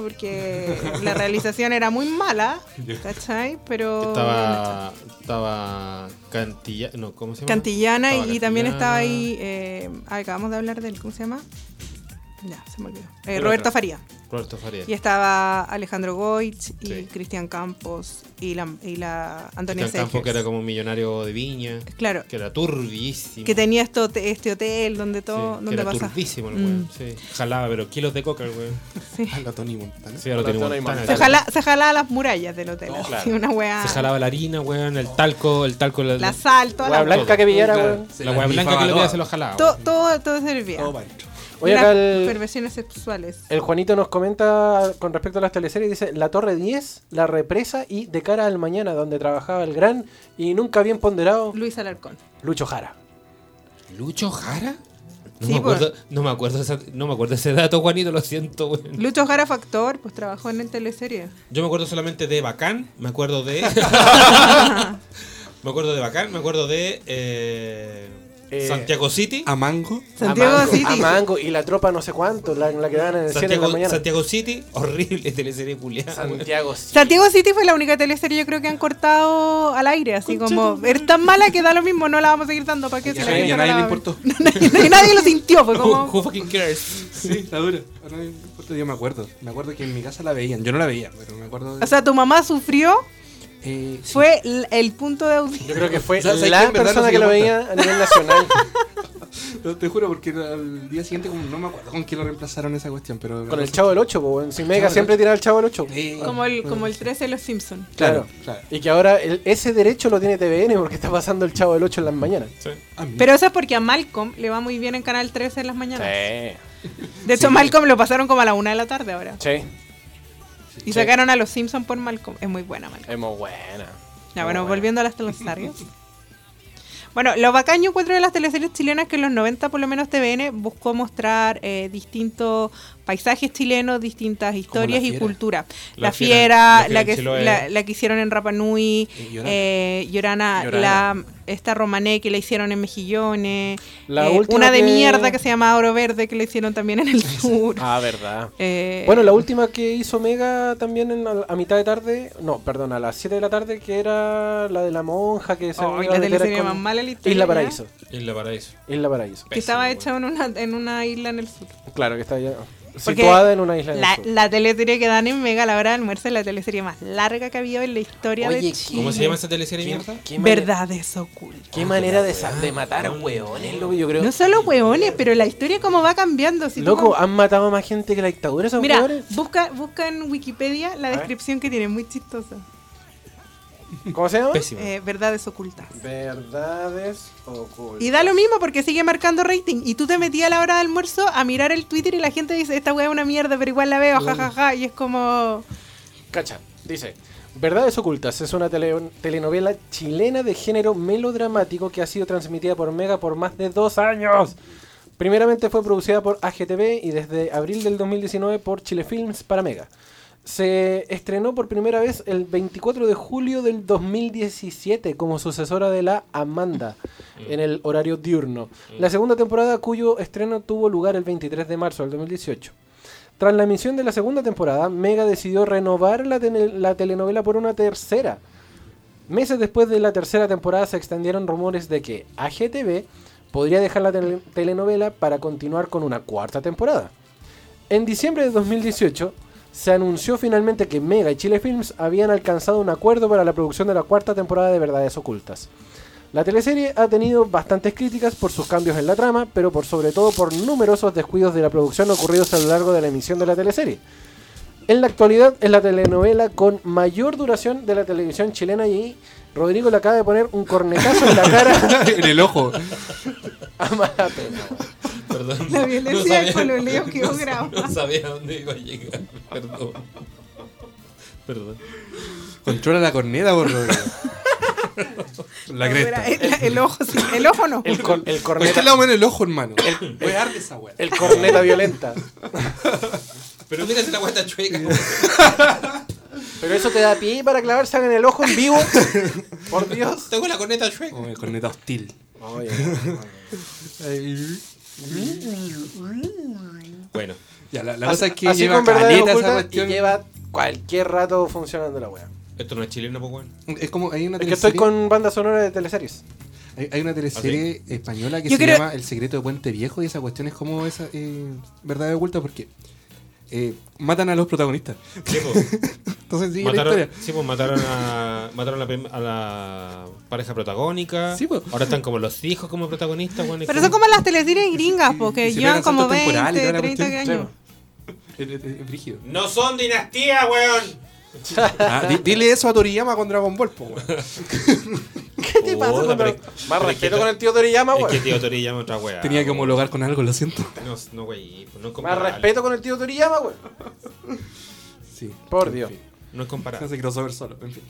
[SPEAKER 4] [laughs]
[SPEAKER 7] porque la realización era muy mala, ¿cachai? Pero
[SPEAKER 4] Estaba. Estaba. Cantilla. No, ¿cómo se llama?
[SPEAKER 7] Cantillana y
[SPEAKER 4] Estaba
[SPEAKER 7] también
[SPEAKER 4] Cantillana.
[SPEAKER 7] estaba ahí, eh, ah, acabamos de hablar del, ¿cómo se llama? Ya, se me olvidó. Eh,
[SPEAKER 4] El
[SPEAKER 7] Roberto
[SPEAKER 4] otro.
[SPEAKER 7] Faría.
[SPEAKER 4] Roberto Faría.
[SPEAKER 7] Y estaba Alejandro Goitz y
[SPEAKER 4] Sí.
[SPEAKER 7] Cristian Campos y la, y la Antonia
[SPEAKER 4] Cristian Campo, que
[SPEAKER 7] Segers.
[SPEAKER 4] era como un millonario de viña.
[SPEAKER 7] Claro,
[SPEAKER 4] Que era turbísimo.
[SPEAKER 7] que tenía esto, este hotel donde
[SPEAKER 4] Sí,
[SPEAKER 7] todo,
[SPEAKER 4] que
[SPEAKER 7] donde
[SPEAKER 4] era
[SPEAKER 7] pasa.
[SPEAKER 4] turbísimo el
[SPEAKER 7] Mm.
[SPEAKER 4] weón. Sí. Jalaba, pero kilos de coca el weón.
[SPEAKER 7] Sí.
[SPEAKER 6] A la Tony Montana.
[SPEAKER 4] Sí, ahora
[SPEAKER 5] Hola,
[SPEAKER 4] tiene
[SPEAKER 5] Tony
[SPEAKER 4] Montana.
[SPEAKER 5] Montana.
[SPEAKER 7] Se, jala, se jalaba las murallas del hotel,
[SPEAKER 4] No,
[SPEAKER 7] así,
[SPEAKER 4] claro.
[SPEAKER 7] una weá.
[SPEAKER 4] Se jalaba la harina, weón. El talco, el talco.
[SPEAKER 7] la sal, toda
[SPEAKER 5] Weá
[SPEAKER 7] la
[SPEAKER 5] blanca que pillara,
[SPEAKER 4] Claro,
[SPEAKER 5] weón.
[SPEAKER 6] Se
[SPEAKER 4] La
[SPEAKER 6] las
[SPEAKER 4] weá blanca que
[SPEAKER 6] rifaba
[SPEAKER 4] le veía
[SPEAKER 6] todas.
[SPEAKER 4] se lo jalaba.
[SPEAKER 7] To- todo, todo servía.
[SPEAKER 6] Todo para adentro.
[SPEAKER 5] Oye,
[SPEAKER 7] Las
[SPEAKER 5] acá el,
[SPEAKER 7] perversiones sexuales.
[SPEAKER 5] el Juanito nos comenta con respecto a las teleseries, dice La Torre 10, La Represa y De Cara al Mañana, donde trabajaba el gran y nunca bien ponderado
[SPEAKER 7] Luis Alarcón.
[SPEAKER 5] Lucho Jara.
[SPEAKER 4] ¿Lucho Jara? No,
[SPEAKER 7] Sí,
[SPEAKER 4] me
[SPEAKER 7] pues.
[SPEAKER 4] acuerdo, no, me acuerdo esa- no me acuerdo ese dato, Juanito, lo siento. weón.
[SPEAKER 7] Lucho Jara Factor, pues trabajó en el teleserie.
[SPEAKER 4] Yo me acuerdo solamente de Bacán, me acuerdo de. [laughs] me acuerdo de Bacán, me acuerdo de. eh,
[SPEAKER 5] Eh,
[SPEAKER 4] Santiago City.
[SPEAKER 6] A Mango.
[SPEAKER 7] Santiago
[SPEAKER 5] a Mango,
[SPEAKER 7] City.
[SPEAKER 5] a Mango y la tropa no sé cuánto, la, la que daban en el 100 de la
[SPEAKER 4] Santiago,
[SPEAKER 5] mañana.
[SPEAKER 4] Santiago City, horrible [laughs] teleserie culiada. weón.
[SPEAKER 5] Santiago City.
[SPEAKER 7] Santiago City fue la única teleserie yo creo que han cortado al aire, así como es tan mala que da lo mismo, no la vamos a seguir dando para qué
[SPEAKER 6] Y
[SPEAKER 7] si
[SPEAKER 6] a
[SPEAKER 7] la
[SPEAKER 6] nadie- y
[SPEAKER 7] gente [laughs]
[SPEAKER 6] a
[SPEAKER 7] no
[SPEAKER 6] nadie
[SPEAKER 7] la
[SPEAKER 6] le
[SPEAKER 7] va a ver?
[SPEAKER 6] importó. [laughs]
[SPEAKER 7] Nadie- nadie lo sintió, fue
[SPEAKER 4] Who,
[SPEAKER 7] como
[SPEAKER 4] who fucking cares?
[SPEAKER 6] Sí, la dura. A nadie le importó, Yo me acuerdo. Me acuerdo que en mi casa la veían. Yo no la veía, pero me acuerdo de.
[SPEAKER 7] o sea, tu mamá sufrió,
[SPEAKER 6] eh, sí.
[SPEAKER 7] fue el, el punto de audiencia.
[SPEAKER 5] Yo creo que fue
[SPEAKER 6] O sea, ¿sabes qué?
[SPEAKER 5] la
[SPEAKER 6] En verdad
[SPEAKER 5] persona
[SPEAKER 6] no se
[SPEAKER 5] que lo
[SPEAKER 6] dio
[SPEAKER 5] veía a nivel nacional.
[SPEAKER 6] No, te juro, porque al día siguiente como no me acuerdo con quién lo reemplazaron esa cuestión, pero...
[SPEAKER 5] con el Chavo del 8, po, weón. Si Mega
[SPEAKER 6] Chavo del
[SPEAKER 5] siempre tiraba el Chavo del 8.
[SPEAKER 6] Eh,
[SPEAKER 7] Como el, como el
[SPEAKER 6] sí.
[SPEAKER 7] 13 de los Simpsons.
[SPEAKER 5] Claro.
[SPEAKER 6] Claro, claro.
[SPEAKER 5] Y que ahora el- ese derecho lo tiene TVN porque está pasando el Chavo del 8 en las mañanas.
[SPEAKER 6] Ah, mira.
[SPEAKER 7] Pero eso es porque a Malcolm le va muy bien en Canal 13 en las mañanas. De hecho, Malcolm lo pasaron como a la una de la tarde ahora.
[SPEAKER 5] Sí,
[SPEAKER 7] Y sacaron a los Simpsons por Malcolm. Es muy buena Malcolm.
[SPEAKER 5] es muy buena.
[SPEAKER 7] Ya, bueno, volviendo a las teleseries. Bueno, lo bacán yo encuentro de las teleseries chilenas que en los 90 por lo menos TVN buscó mostrar eh, distintos paisajes chilenos, distintas historias y
[SPEAKER 6] Fiera.
[SPEAKER 7] cultura. La,
[SPEAKER 4] La
[SPEAKER 7] fiera,
[SPEAKER 4] Fiera, La
[SPEAKER 7] la,
[SPEAKER 4] Fiera en
[SPEAKER 7] que,
[SPEAKER 4] Chiloé.
[SPEAKER 7] la, la que hicieron en Rapa Nui,
[SPEAKER 6] Y Llorana.
[SPEAKER 7] eh, Llorana, la, esta Romané que la hicieron en Mejillones,
[SPEAKER 5] La
[SPEAKER 7] eh,
[SPEAKER 5] última
[SPEAKER 7] una de
[SPEAKER 5] que-
[SPEAKER 7] mierda que se llama Oro Verde que la hicieron también en el sur.
[SPEAKER 5] Ah, verdad.
[SPEAKER 7] Eh,
[SPEAKER 5] Bueno, la última que hizo Mega también en la- a mitad de tarde, no, perdón, a las 7 de la tarde, que era la de la monja que se
[SPEAKER 7] oh, y
[SPEAKER 5] iba a
[SPEAKER 7] la
[SPEAKER 5] meter
[SPEAKER 7] teleserie
[SPEAKER 5] con
[SPEAKER 7] más mala de la
[SPEAKER 5] Isla
[SPEAKER 7] historia,
[SPEAKER 5] Paraíso.
[SPEAKER 4] Isla Paraíso.
[SPEAKER 5] Isla Paraíso.
[SPEAKER 7] Que estaba hecha en una, en una isla en el sur.
[SPEAKER 5] Claro, que está ya
[SPEAKER 7] Porque
[SPEAKER 5] situada en una isla. del
[SPEAKER 7] La,
[SPEAKER 5] sur.
[SPEAKER 7] la teleserie que dan en Mega a la hora de almuerzo es la teleserie más larga que ha habido en la historia de Chile.
[SPEAKER 4] ¿Cómo se llama esa teleserie mierda?
[SPEAKER 7] Verdades ocultas.
[SPEAKER 5] Qué manera de, sa- de matar hueones, loco, yo creo.
[SPEAKER 7] No solo hueones, pero la historia como va cambiando. Si tú
[SPEAKER 5] Loco,
[SPEAKER 7] com-
[SPEAKER 5] han matado a más gente que la dictadura esos
[SPEAKER 7] Mira,
[SPEAKER 5] hueones.
[SPEAKER 7] busca, busca en Wikipedia la descripción que tiene, muy chistosa.
[SPEAKER 5] ¿Cómo se llama?
[SPEAKER 4] Pésima.
[SPEAKER 7] Eh, verdades ocultas.
[SPEAKER 5] Verdades ocultas.
[SPEAKER 7] Y da lo mismo porque sigue marcando rating. Y tú te metías a la hora de almuerzo a mirar el Twitter y la gente dice, esta hueá es una mierda, pero igual la veo, jajaja. Y es como...
[SPEAKER 5] Cacha, dice. Verdades Ocultas es una tele- telenovela chilena de género melodramático que ha sido transmitida por Mega por más de dos años. Primeramente fue producida por AGTV y desde abril del 2019 por Chile Films para Mega. Se estrenó por primera vez el 24 de julio del 2017 como sucesora de la Amanda en el horario diurno. La segunda temporada cuyo estreno tuvo lugar el 23 de marzo del 2018. Tras la emisión de la segunda temporada, Mega decidió renovar la, tene- la telenovela por una tercera. Meses después de la tercera temporada se extendieron rumores de que AGTV podría dejar la tel- telenovela para continuar con una cuarta temporada. En diciembre de 2018 se anunció finalmente que Mega y Chile Films habían alcanzado un acuerdo para la producción de la cuarta temporada de Verdades Ocultas. La teleserie ha tenido bastantes críticas por sus cambios en la trama, pero por sobre todo por numerosos descuidos de la producción ocurridos a lo largo de la emisión de la teleserie. En la actualidad es la telenovela con mayor duración de la televisión chilena y Rodrigo le acaba de poner un cornetazo en la cara
[SPEAKER 6] [laughs] en el ojo.
[SPEAKER 5] a Maratena.
[SPEAKER 4] Perdón.
[SPEAKER 7] La violencia
[SPEAKER 4] sabía-
[SPEAKER 7] del pololeo quedó
[SPEAKER 4] no,
[SPEAKER 7] grabada.
[SPEAKER 4] [laughs] No sabía a dónde iba a llegar. Perdón. Perdón.
[SPEAKER 6] Controla la corneta, por Rodrigo. La cresta.
[SPEAKER 7] El, [laughs] el ojo, sí, el ojo no.
[SPEAKER 5] [laughs] El, cor- el
[SPEAKER 6] ¿Por qué
[SPEAKER 5] corneta.
[SPEAKER 6] le vamos en el ojo, hermano? Voy a darle esa weá.
[SPEAKER 5] El corneta violenta.
[SPEAKER 4] Pero mira si la guata chueca.
[SPEAKER 5] Pero eso te da pie para clavarse en el ojo en
[SPEAKER 4] [laughs]
[SPEAKER 5] vivo. Por Dios.
[SPEAKER 4] Tengo la corneta chueca.
[SPEAKER 6] Oh, el corneta hostil.
[SPEAKER 4] Bueno.
[SPEAKER 6] Ya, la, la cosa es que
[SPEAKER 5] Así
[SPEAKER 6] lleva
[SPEAKER 5] con verdades
[SPEAKER 6] caleta esa
[SPEAKER 5] ocultas
[SPEAKER 6] cuestión.
[SPEAKER 5] Y lleva cualquier rato funcionando la wea.
[SPEAKER 4] Esto no es chileno, pues bueno.
[SPEAKER 6] Es como, hay una
[SPEAKER 5] Es que estoy
[SPEAKER 6] teleserie-
[SPEAKER 5] con banda sonora de teleseries.
[SPEAKER 6] Hay, hay una teleserie española que
[SPEAKER 7] Yo
[SPEAKER 6] se
[SPEAKER 7] creo-
[SPEAKER 6] llama El secreto de Puente Viejo y esa cuestión es como esa eh, verdad oculta porque eh, matan a los protagonistas. [laughs]
[SPEAKER 4] Sí, pues.
[SPEAKER 6] Entonces sigue la
[SPEAKER 4] Mataron,
[SPEAKER 6] historia.
[SPEAKER 4] sí, pues mataron a, mataron a, la prim- a la pareja protagónica.
[SPEAKER 6] Sí, pues.
[SPEAKER 4] Ahora están como los hijos como protagonistas. Bueno,
[SPEAKER 7] Pero son como las teleseries
[SPEAKER 5] Ah,
[SPEAKER 7] gringas,
[SPEAKER 5] pues,
[SPEAKER 7] porque
[SPEAKER 6] Y se
[SPEAKER 7] llevan
[SPEAKER 6] pegan
[SPEAKER 7] como
[SPEAKER 6] saltos
[SPEAKER 7] 20,
[SPEAKER 6] temporales y toda la
[SPEAKER 7] 30
[SPEAKER 6] cuestión.
[SPEAKER 7] años.
[SPEAKER 6] Es- es- es brígido.
[SPEAKER 4] ¡No son dinastía, weón!
[SPEAKER 6] Ah, [laughs] di- dile eso a Toriyama con Dragon Ball, po, weón.
[SPEAKER 5] ¿Qué te pasa?
[SPEAKER 4] Puta,
[SPEAKER 5] con
[SPEAKER 4] pero
[SPEAKER 5] la-
[SPEAKER 4] es-
[SPEAKER 5] Más
[SPEAKER 4] pero es
[SPEAKER 5] respeto
[SPEAKER 4] que-
[SPEAKER 5] con el tío Toriyama,
[SPEAKER 4] Es que
[SPEAKER 5] weón.
[SPEAKER 4] tío Toriyama otra weá.
[SPEAKER 6] Tenía que homologar con algo, lo siento.
[SPEAKER 4] No, no, güey. pues No es
[SPEAKER 5] Más
[SPEAKER 4] comparable.
[SPEAKER 5] respeto con el tío Toriyama, weón.
[SPEAKER 6] Sí.
[SPEAKER 5] Por
[SPEAKER 6] en
[SPEAKER 5] Dios.
[SPEAKER 6] fin.
[SPEAKER 4] No es
[SPEAKER 6] Se
[SPEAKER 4] comparable.
[SPEAKER 6] hace crossover solo, en fin.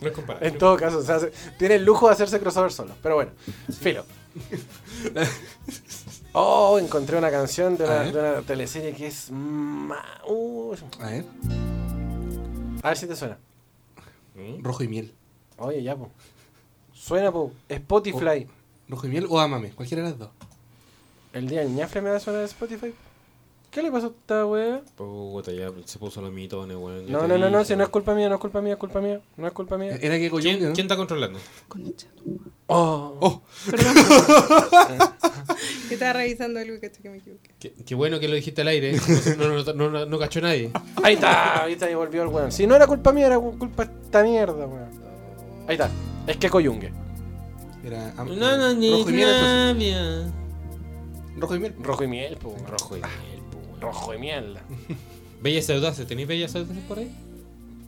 [SPEAKER 4] No es comparable.
[SPEAKER 5] En todo caso, o sea, se- tiene el lujo de hacerse crossover solo. Pero bueno,
[SPEAKER 6] [laughs]
[SPEAKER 5] filo. Oh, encontré una canción de
[SPEAKER 6] A
[SPEAKER 5] una,
[SPEAKER 6] ver.
[SPEAKER 5] de una teleserie que es. ma- uh,
[SPEAKER 6] A ver,
[SPEAKER 5] a ver si te suena.
[SPEAKER 4] ¿Mm?
[SPEAKER 6] rojo y miel.
[SPEAKER 5] Oye, ya, po. Suena, po. Spotify.
[SPEAKER 6] Rojo y miel o amame, cualquiera de las dos.
[SPEAKER 5] Oh. El día del ñafle me da suena de Spotify. ¿Qué le pasó a esta wea?
[SPEAKER 4] Puta, ya se puso los mitones, weón. ya
[SPEAKER 5] No,
[SPEAKER 4] te
[SPEAKER 5] no, no, no,
[SPEAKER 4] dije,
[SPEAKER 5] si no es
[SPEAKER 4] weón.
[SPEAKER 5] culpa mía, no es culpa mía, es culpa mía, no es culpa mía.
[SPEAKER 6] Era que
[SPEAKER 4] ¿Quién,
[SPEAKER 6] Goyunga, ¿no?
[SPEAKER 4] quién está controlando?
[SPEAKER 7] Concha.
[SPEAKER 5] Oh,
[SPEAKER 7] Perdón. que estaba revisando algo y caché que me equivoqué.
[SPEAKER 4] Qué, qué bueno que lo dijiste al aire. [laughs] No, no, no, no- no cachó nadie.
[SPEAKER 5] ahí está, ahí está, y volvió el weón. Si no era culpa mía, era culpa de esta mierda, weón. Ahí está, es que coyungue.
[SPEAKER 6] Era am- eh,
[SPEAKER 4] No, no, ni
[SPEAKER 6] [laughs] rojo y miel, entonces.
[SPEAKER 4] nadie.
[SPEAKER 6] Rojo y miel.
[SPEAKER 5] Rojo y miel, po, weón.
[SPEAKER 4] Rojo y miel, po, weón.
[SPEAKER 5] rojo y miel.
[SPEAKER 4] Bellas y audaces, ¿tenéis bellas y audaces por ahí?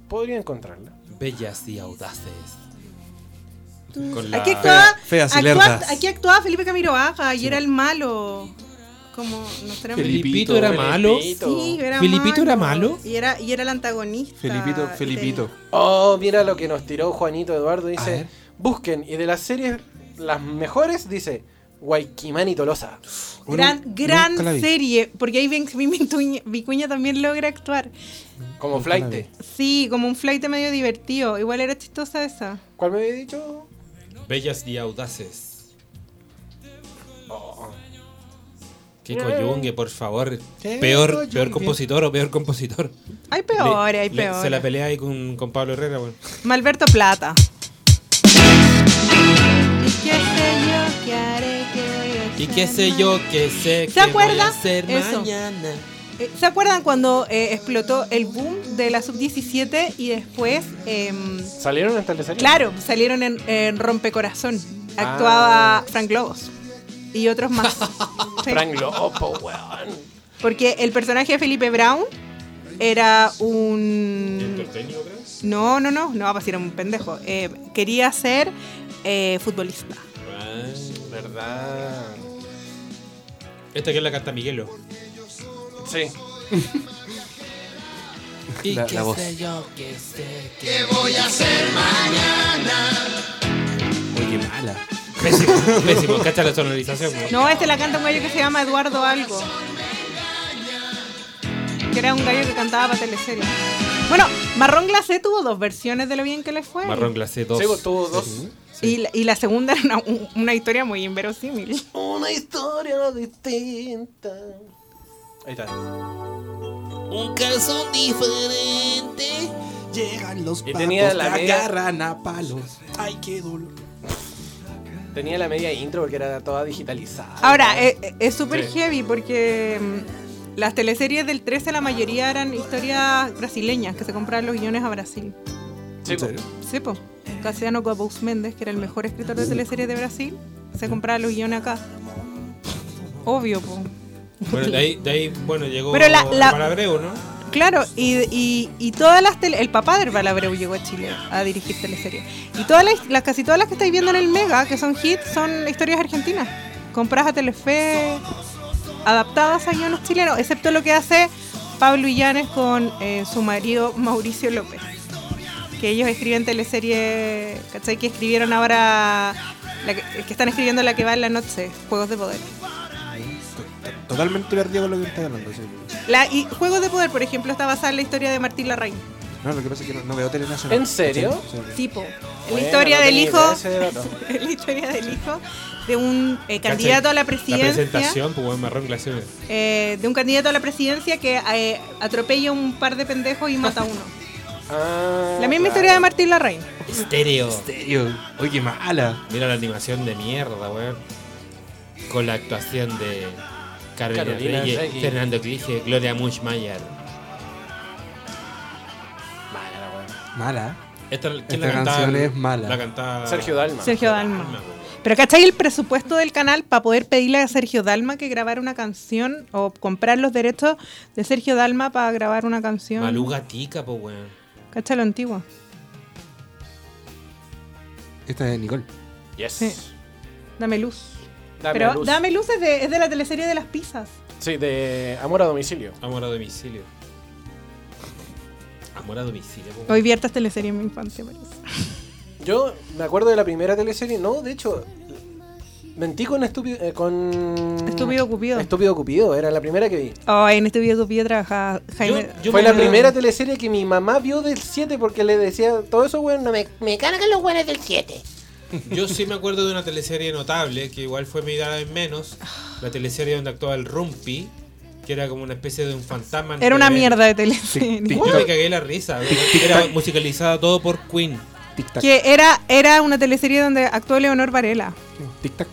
[SPEAKER 5] Podría encontrarla.
[SPEAKER 4] Bellas y audaces. Con
[SPEAKER 7] Aquí
[SPEAKER 4] la-
[SPEAKER 7] actuaba,
[SPEAKER 6] Feas y
[SPEAKER 7] actua-
[SPEAKER 6] lerdas.
[SPEAKER 7] aquí actuaba Felipe Camiroaga y era el malo. Como nos tenemos.
[SPEAKER 4] Felipito era malo.
[SPEAKER 5] Felipito.
[SPEAKER 7] Sí, era
[SPEAKER 4] ¿Felipito era malo?
[SPEAKER 7] Y era, y era el antagonista.
[SPEAKER 6] Felipito,
[SPEAKER 7] Ah,
[SPEAKER 6] Felipito.
[SPEAKER 5] Oh, mira lo que nos tiró Juanito Eduardo.
[SPEAKER 6] A ver.
[SPEAKER 5] Dice, busquen, y de las series, las mejores, dice, Guayquimán y Tolosa.
[SPEAKER 6] Uno-
[SPEAKER 7] Gran, gran
[SPEAKER 6] nunca la vi.
[SPEAKER 7] serie, porque ahí [laughs] Benjamín Vicuña- Vicuña también logra actuar.
[SPEAKER 5] Como
[SPEAKER 6] Nunca la
[SPEAKER 5] Flight.
[SPEAKER 7] Sí, como un flight medio divertido. Igual era chistosa esa.
[SPEAKER 5] ¿Cuál me había dicho?
[SPEAKER 4] Bellas y audaces.
[SPEAKER 5] Oh.
[SPEAKER 4] Que coyungue, por favor. Peor, peor compositor o peor compositor.
[SPEAKER 7] Hay peores,
[SPEAKER 4] Le-
[SPEAKER 7] hay
[SPEAKER 4] le- Se la
[SPEAKER 7] peores.
[SPEAKER 4] pelea ahí con, con Pablo Herrera,
[SPEAKER 7] [laughs]
[SPEAKER 4] weón.
[SPEAKER 7] Malberto Plata. ¿Y qué sé yo qué haré, qué voy
[SPEAKER 4] Y
[SPEAKER 7] a hacer
[SPEAKER 4] qué sé yo,
[SPEAKER 7] mañana?
[SPEAKER 4] qué sé
[SPEAKER 7] ¿Se
[SPEAKER 4] que voy a
[SPEAKER 7] acuerda?
[SPEAKER 4] hacer
[SPEAKER 7] Eso.
[SPEAKER 4] mañana.
[SPEAKER 7] Eh, ¿Se acuerdan cuando eh, explotó el boom de la sub-17 y después, em,
[SPEAKER 5] ¿Salieron en teleseries?
[SPEAKER 7] claro, salieron en, en Rompecorazón? Actuaba
[SPEAKER 4] Ah.
[SPEAKER 7] Frank Lobos y
[SPEAKER 4] [laughs]
[SPEAKER 7] otros más. Sí.
[SPEAKER 5] Frank Lopo, weón.
[SPEAKER 7] Porque el personaje de Felipe Brown era un... No, no, no, no, pues era un pendejo. Eh, quería ser eh, futbolista.
[SPEAKER 5] ¿Verdad?
[SPEAKER 4] Esta que es la canta Miguelo.
[SPEAKER 5] Sí.
[SPEAKER 4] [laughs] Y
[SPEAKER 6] La-
[SPEAKER 4] qué
[SPEAKER 6] la voz.
[SPEAKER 4] sé yo, qué sé que-
[SPEAKER 6] Oye, mala.
[SPEAKER 4] Pésimo, pésimo. Cacha la sonorización, weón.
[SPEAKER 7] No, este la canta un gallo que se llama Eduardo Algo. Que era un gallo que cantaba para teleseries. Bueno, Marrón Glacé tuvo dos versiones de lo bien que le fue.
[SPEAKER 4] Marrón glacé 2.
[SPEAKER 5] Sí, pues, tuvo dos.
[SPEAKER 7] Y, la, y la segunda era una, un- una historia muy inverosímil.
[SPEAKER 5] Una historia distinta. Ahí está.
[SPEAKER 4] Un calzón diferente.
[SPEAKER 6] Llegan los
[SPEAKER 5] Y tenía
[SPEAKER 6] papos,
[SPEAKER 5] la
[SPEAKER 6] te
[SPEAKER 5] media-
[SPEAKER 6] agarran a palos. Ay, qué dolor.
[SPEAKER 5] Tenía la media intro porque era toda digitalizada.
[SPEAKER 7] Ahora, eh, eh, es súper
[SPEAKER 5] Sí.
[SPEAKER 7] heavy porque mm, las teleseries del 13 la mayoría eran historias brasileñas que se compraban los guiones a Brasil.
[SPEAKER 5] Sí, pues. po.
[SPEAKER 7] Sí, po. Casiano Gabus Méndez, que era el mejor escritor de teleseries de Brasil, se compraba los guiones acá. Obvio, po.
[SPEAKER 4] Bueno, de ahí, de ahí, bueno, llegó
[SPEAKER 7] Pero la- la-
[SPEAKER 4] Malabreu, ¿no?
[SPEAKER 7] Claro, y, y- y todas las tele- el papá de Balabreu llegó a Chile a dirigir teleseries. Y todas las, las- casi todas las que estáis viendo en el Mega, que son hits, son historias argentinas. Compras a Telefe, adaptadas a guiones chilenos, excepto lo que hace Pablo Illanes con eh, su marido Mauricio López. Que ellos escriben teleseries, ¿cachai? Que escribieron ahora, la que, que están escribiendo la que va en la noche, Juegos de Poder.
[SPEAKER 6] Totalmente perdido con lo que estás hablando. sí.
[SPEAKER 7] La, y Juegos de Poder, por ejemplo, está basada en la historia de Martín Larraín.
[SPEAKER 6] No, lo que pasa es que no, no veo tele nacional.
[SPEAKER 5] ¿En serio?
[SPEAKER 6] Sí, sí.
[SPEAKER 7] tipo. la
[SPEAKER 5] Bueno,
[SPEAKER 7] historia
[SPEAKER 5] no
[SPEAKER 7] del
[SPEAKER 5] tenía
[SPEAKER 7] hijo.
[SPEAKER 5] idea ese
[SPEAKER 7] [laughs]
[SPEAKER 5] dato.
[SPEAKER 7] la historia del hijo de un eh, candidato a la presidencia.
[SPEAKER 4] La presentación, pues, buen marrón glacial.
[SPEAKER 7] eh, de un candidato a la presidencia que eh, atropella un par de pendejos y mata
[SPEAKER 5] [laughs]
[SPEAKER 7] a uno.
[SPEAKER 5] Ah,
[SPEAKER 7] La
[SPEAKER 5] claro.
[SPEAKER 7] misma historia de Martín Larraín.
[SPEAKER 4] Estéreo.
[SPEAKER 6] Serio. Oye, qué mala.
[SPEAKER 4] Mira la animación de mierda, weón. Con la actuación de Carolina,
[SPEAKER 5] Carolina
[SPEAKER 4] Reyes,
[SPEAKER 5] Reyes.
[SPEAKER 4] Fernando Clige, Gloria Muchmayer.
[SPEAKER 5] Mala la weá.
[SPEAKER 6] Mala.
[SPEAKER 4] Esta, ¿quién
[SPEAKER 6] Esta
[SPEAKER 4] la cantaba?
[SPEAKER 6] canción es mala.
[SPEAKER 4] La cantaba
[SPEAKER 5] Sergio Dalma.
[SPEAKER 7] Sergio Dalma. Pero ¿cachai el presupuesto del canal para poder pedirle a Sergio Dalma que grabara una canción o comprar los derechos de Sergio Dalma para grabar una canción?
[SPEAKER 4] Maluga Tica, pues, weón.
[SPEAKER 7] ¿Cachai lo antiguo?
[SPEAKER 6] Esta es de Nicole.
[SPEAKER 5] Yes.
[SPEAKER 7] Sí. Dame luz.
[SPEAKER 5] Dame
[SPEAKER 7] Pero
[SPEAKER 5] la luz.
[SPEAKER 7] Dame luz es de, es de la teleserie de las pizzas.
[SPEAKER 5] Sí, de Amor a domicilio.
[SPEAKER 4] Amor a domicilio. Amor a domicilio, po,
[SPEAKER 7] Hoy viertas teleserie en mi infancia, parece.
[SPEAKER 5] Yo me acuerdo de la primera teleserie. No, de hecho, mentí con Estúpido. eh, con...
[SPEAKER 7] Estúpido Cupido.
[SPEAKER 5] Estúpido Cupido, era la primera que vi.
[SPEAKER 7] Oh, en este video Cupido trabajaba Jaime.
[SPEAKER 4] Yo
[SPEAKER 5] Fue
[SPEAKER 4] me-
[SPEAKER 5] la primera teleserie que mi mamá vio del 7 porque le decía todo eso, weón, no me.
[SPEAKER 8] Me cargan los buenos del 7.
[SPEAKER 4] Yo sí me acuerdo de una teleserie notable, que igual fue mi edad en menos, la teleserie donde actuaba el Rumpi, que era como una especie de un fantasma. en
[SPEAKER 7] Era una
[SPEAKER 4] TV.
[SPEAKER 7] mierda de [laughs] teleserie.
[SPEAKER 4] Yo me cagué la risa, weón. era musicalizada todo por Queen.
[SPEAKER 6] Tic-tac.
[SPEAKER 7] Que era, era una teleserie donde actuó Leonor Varela.
[SPEAKER 6] Tic-tac.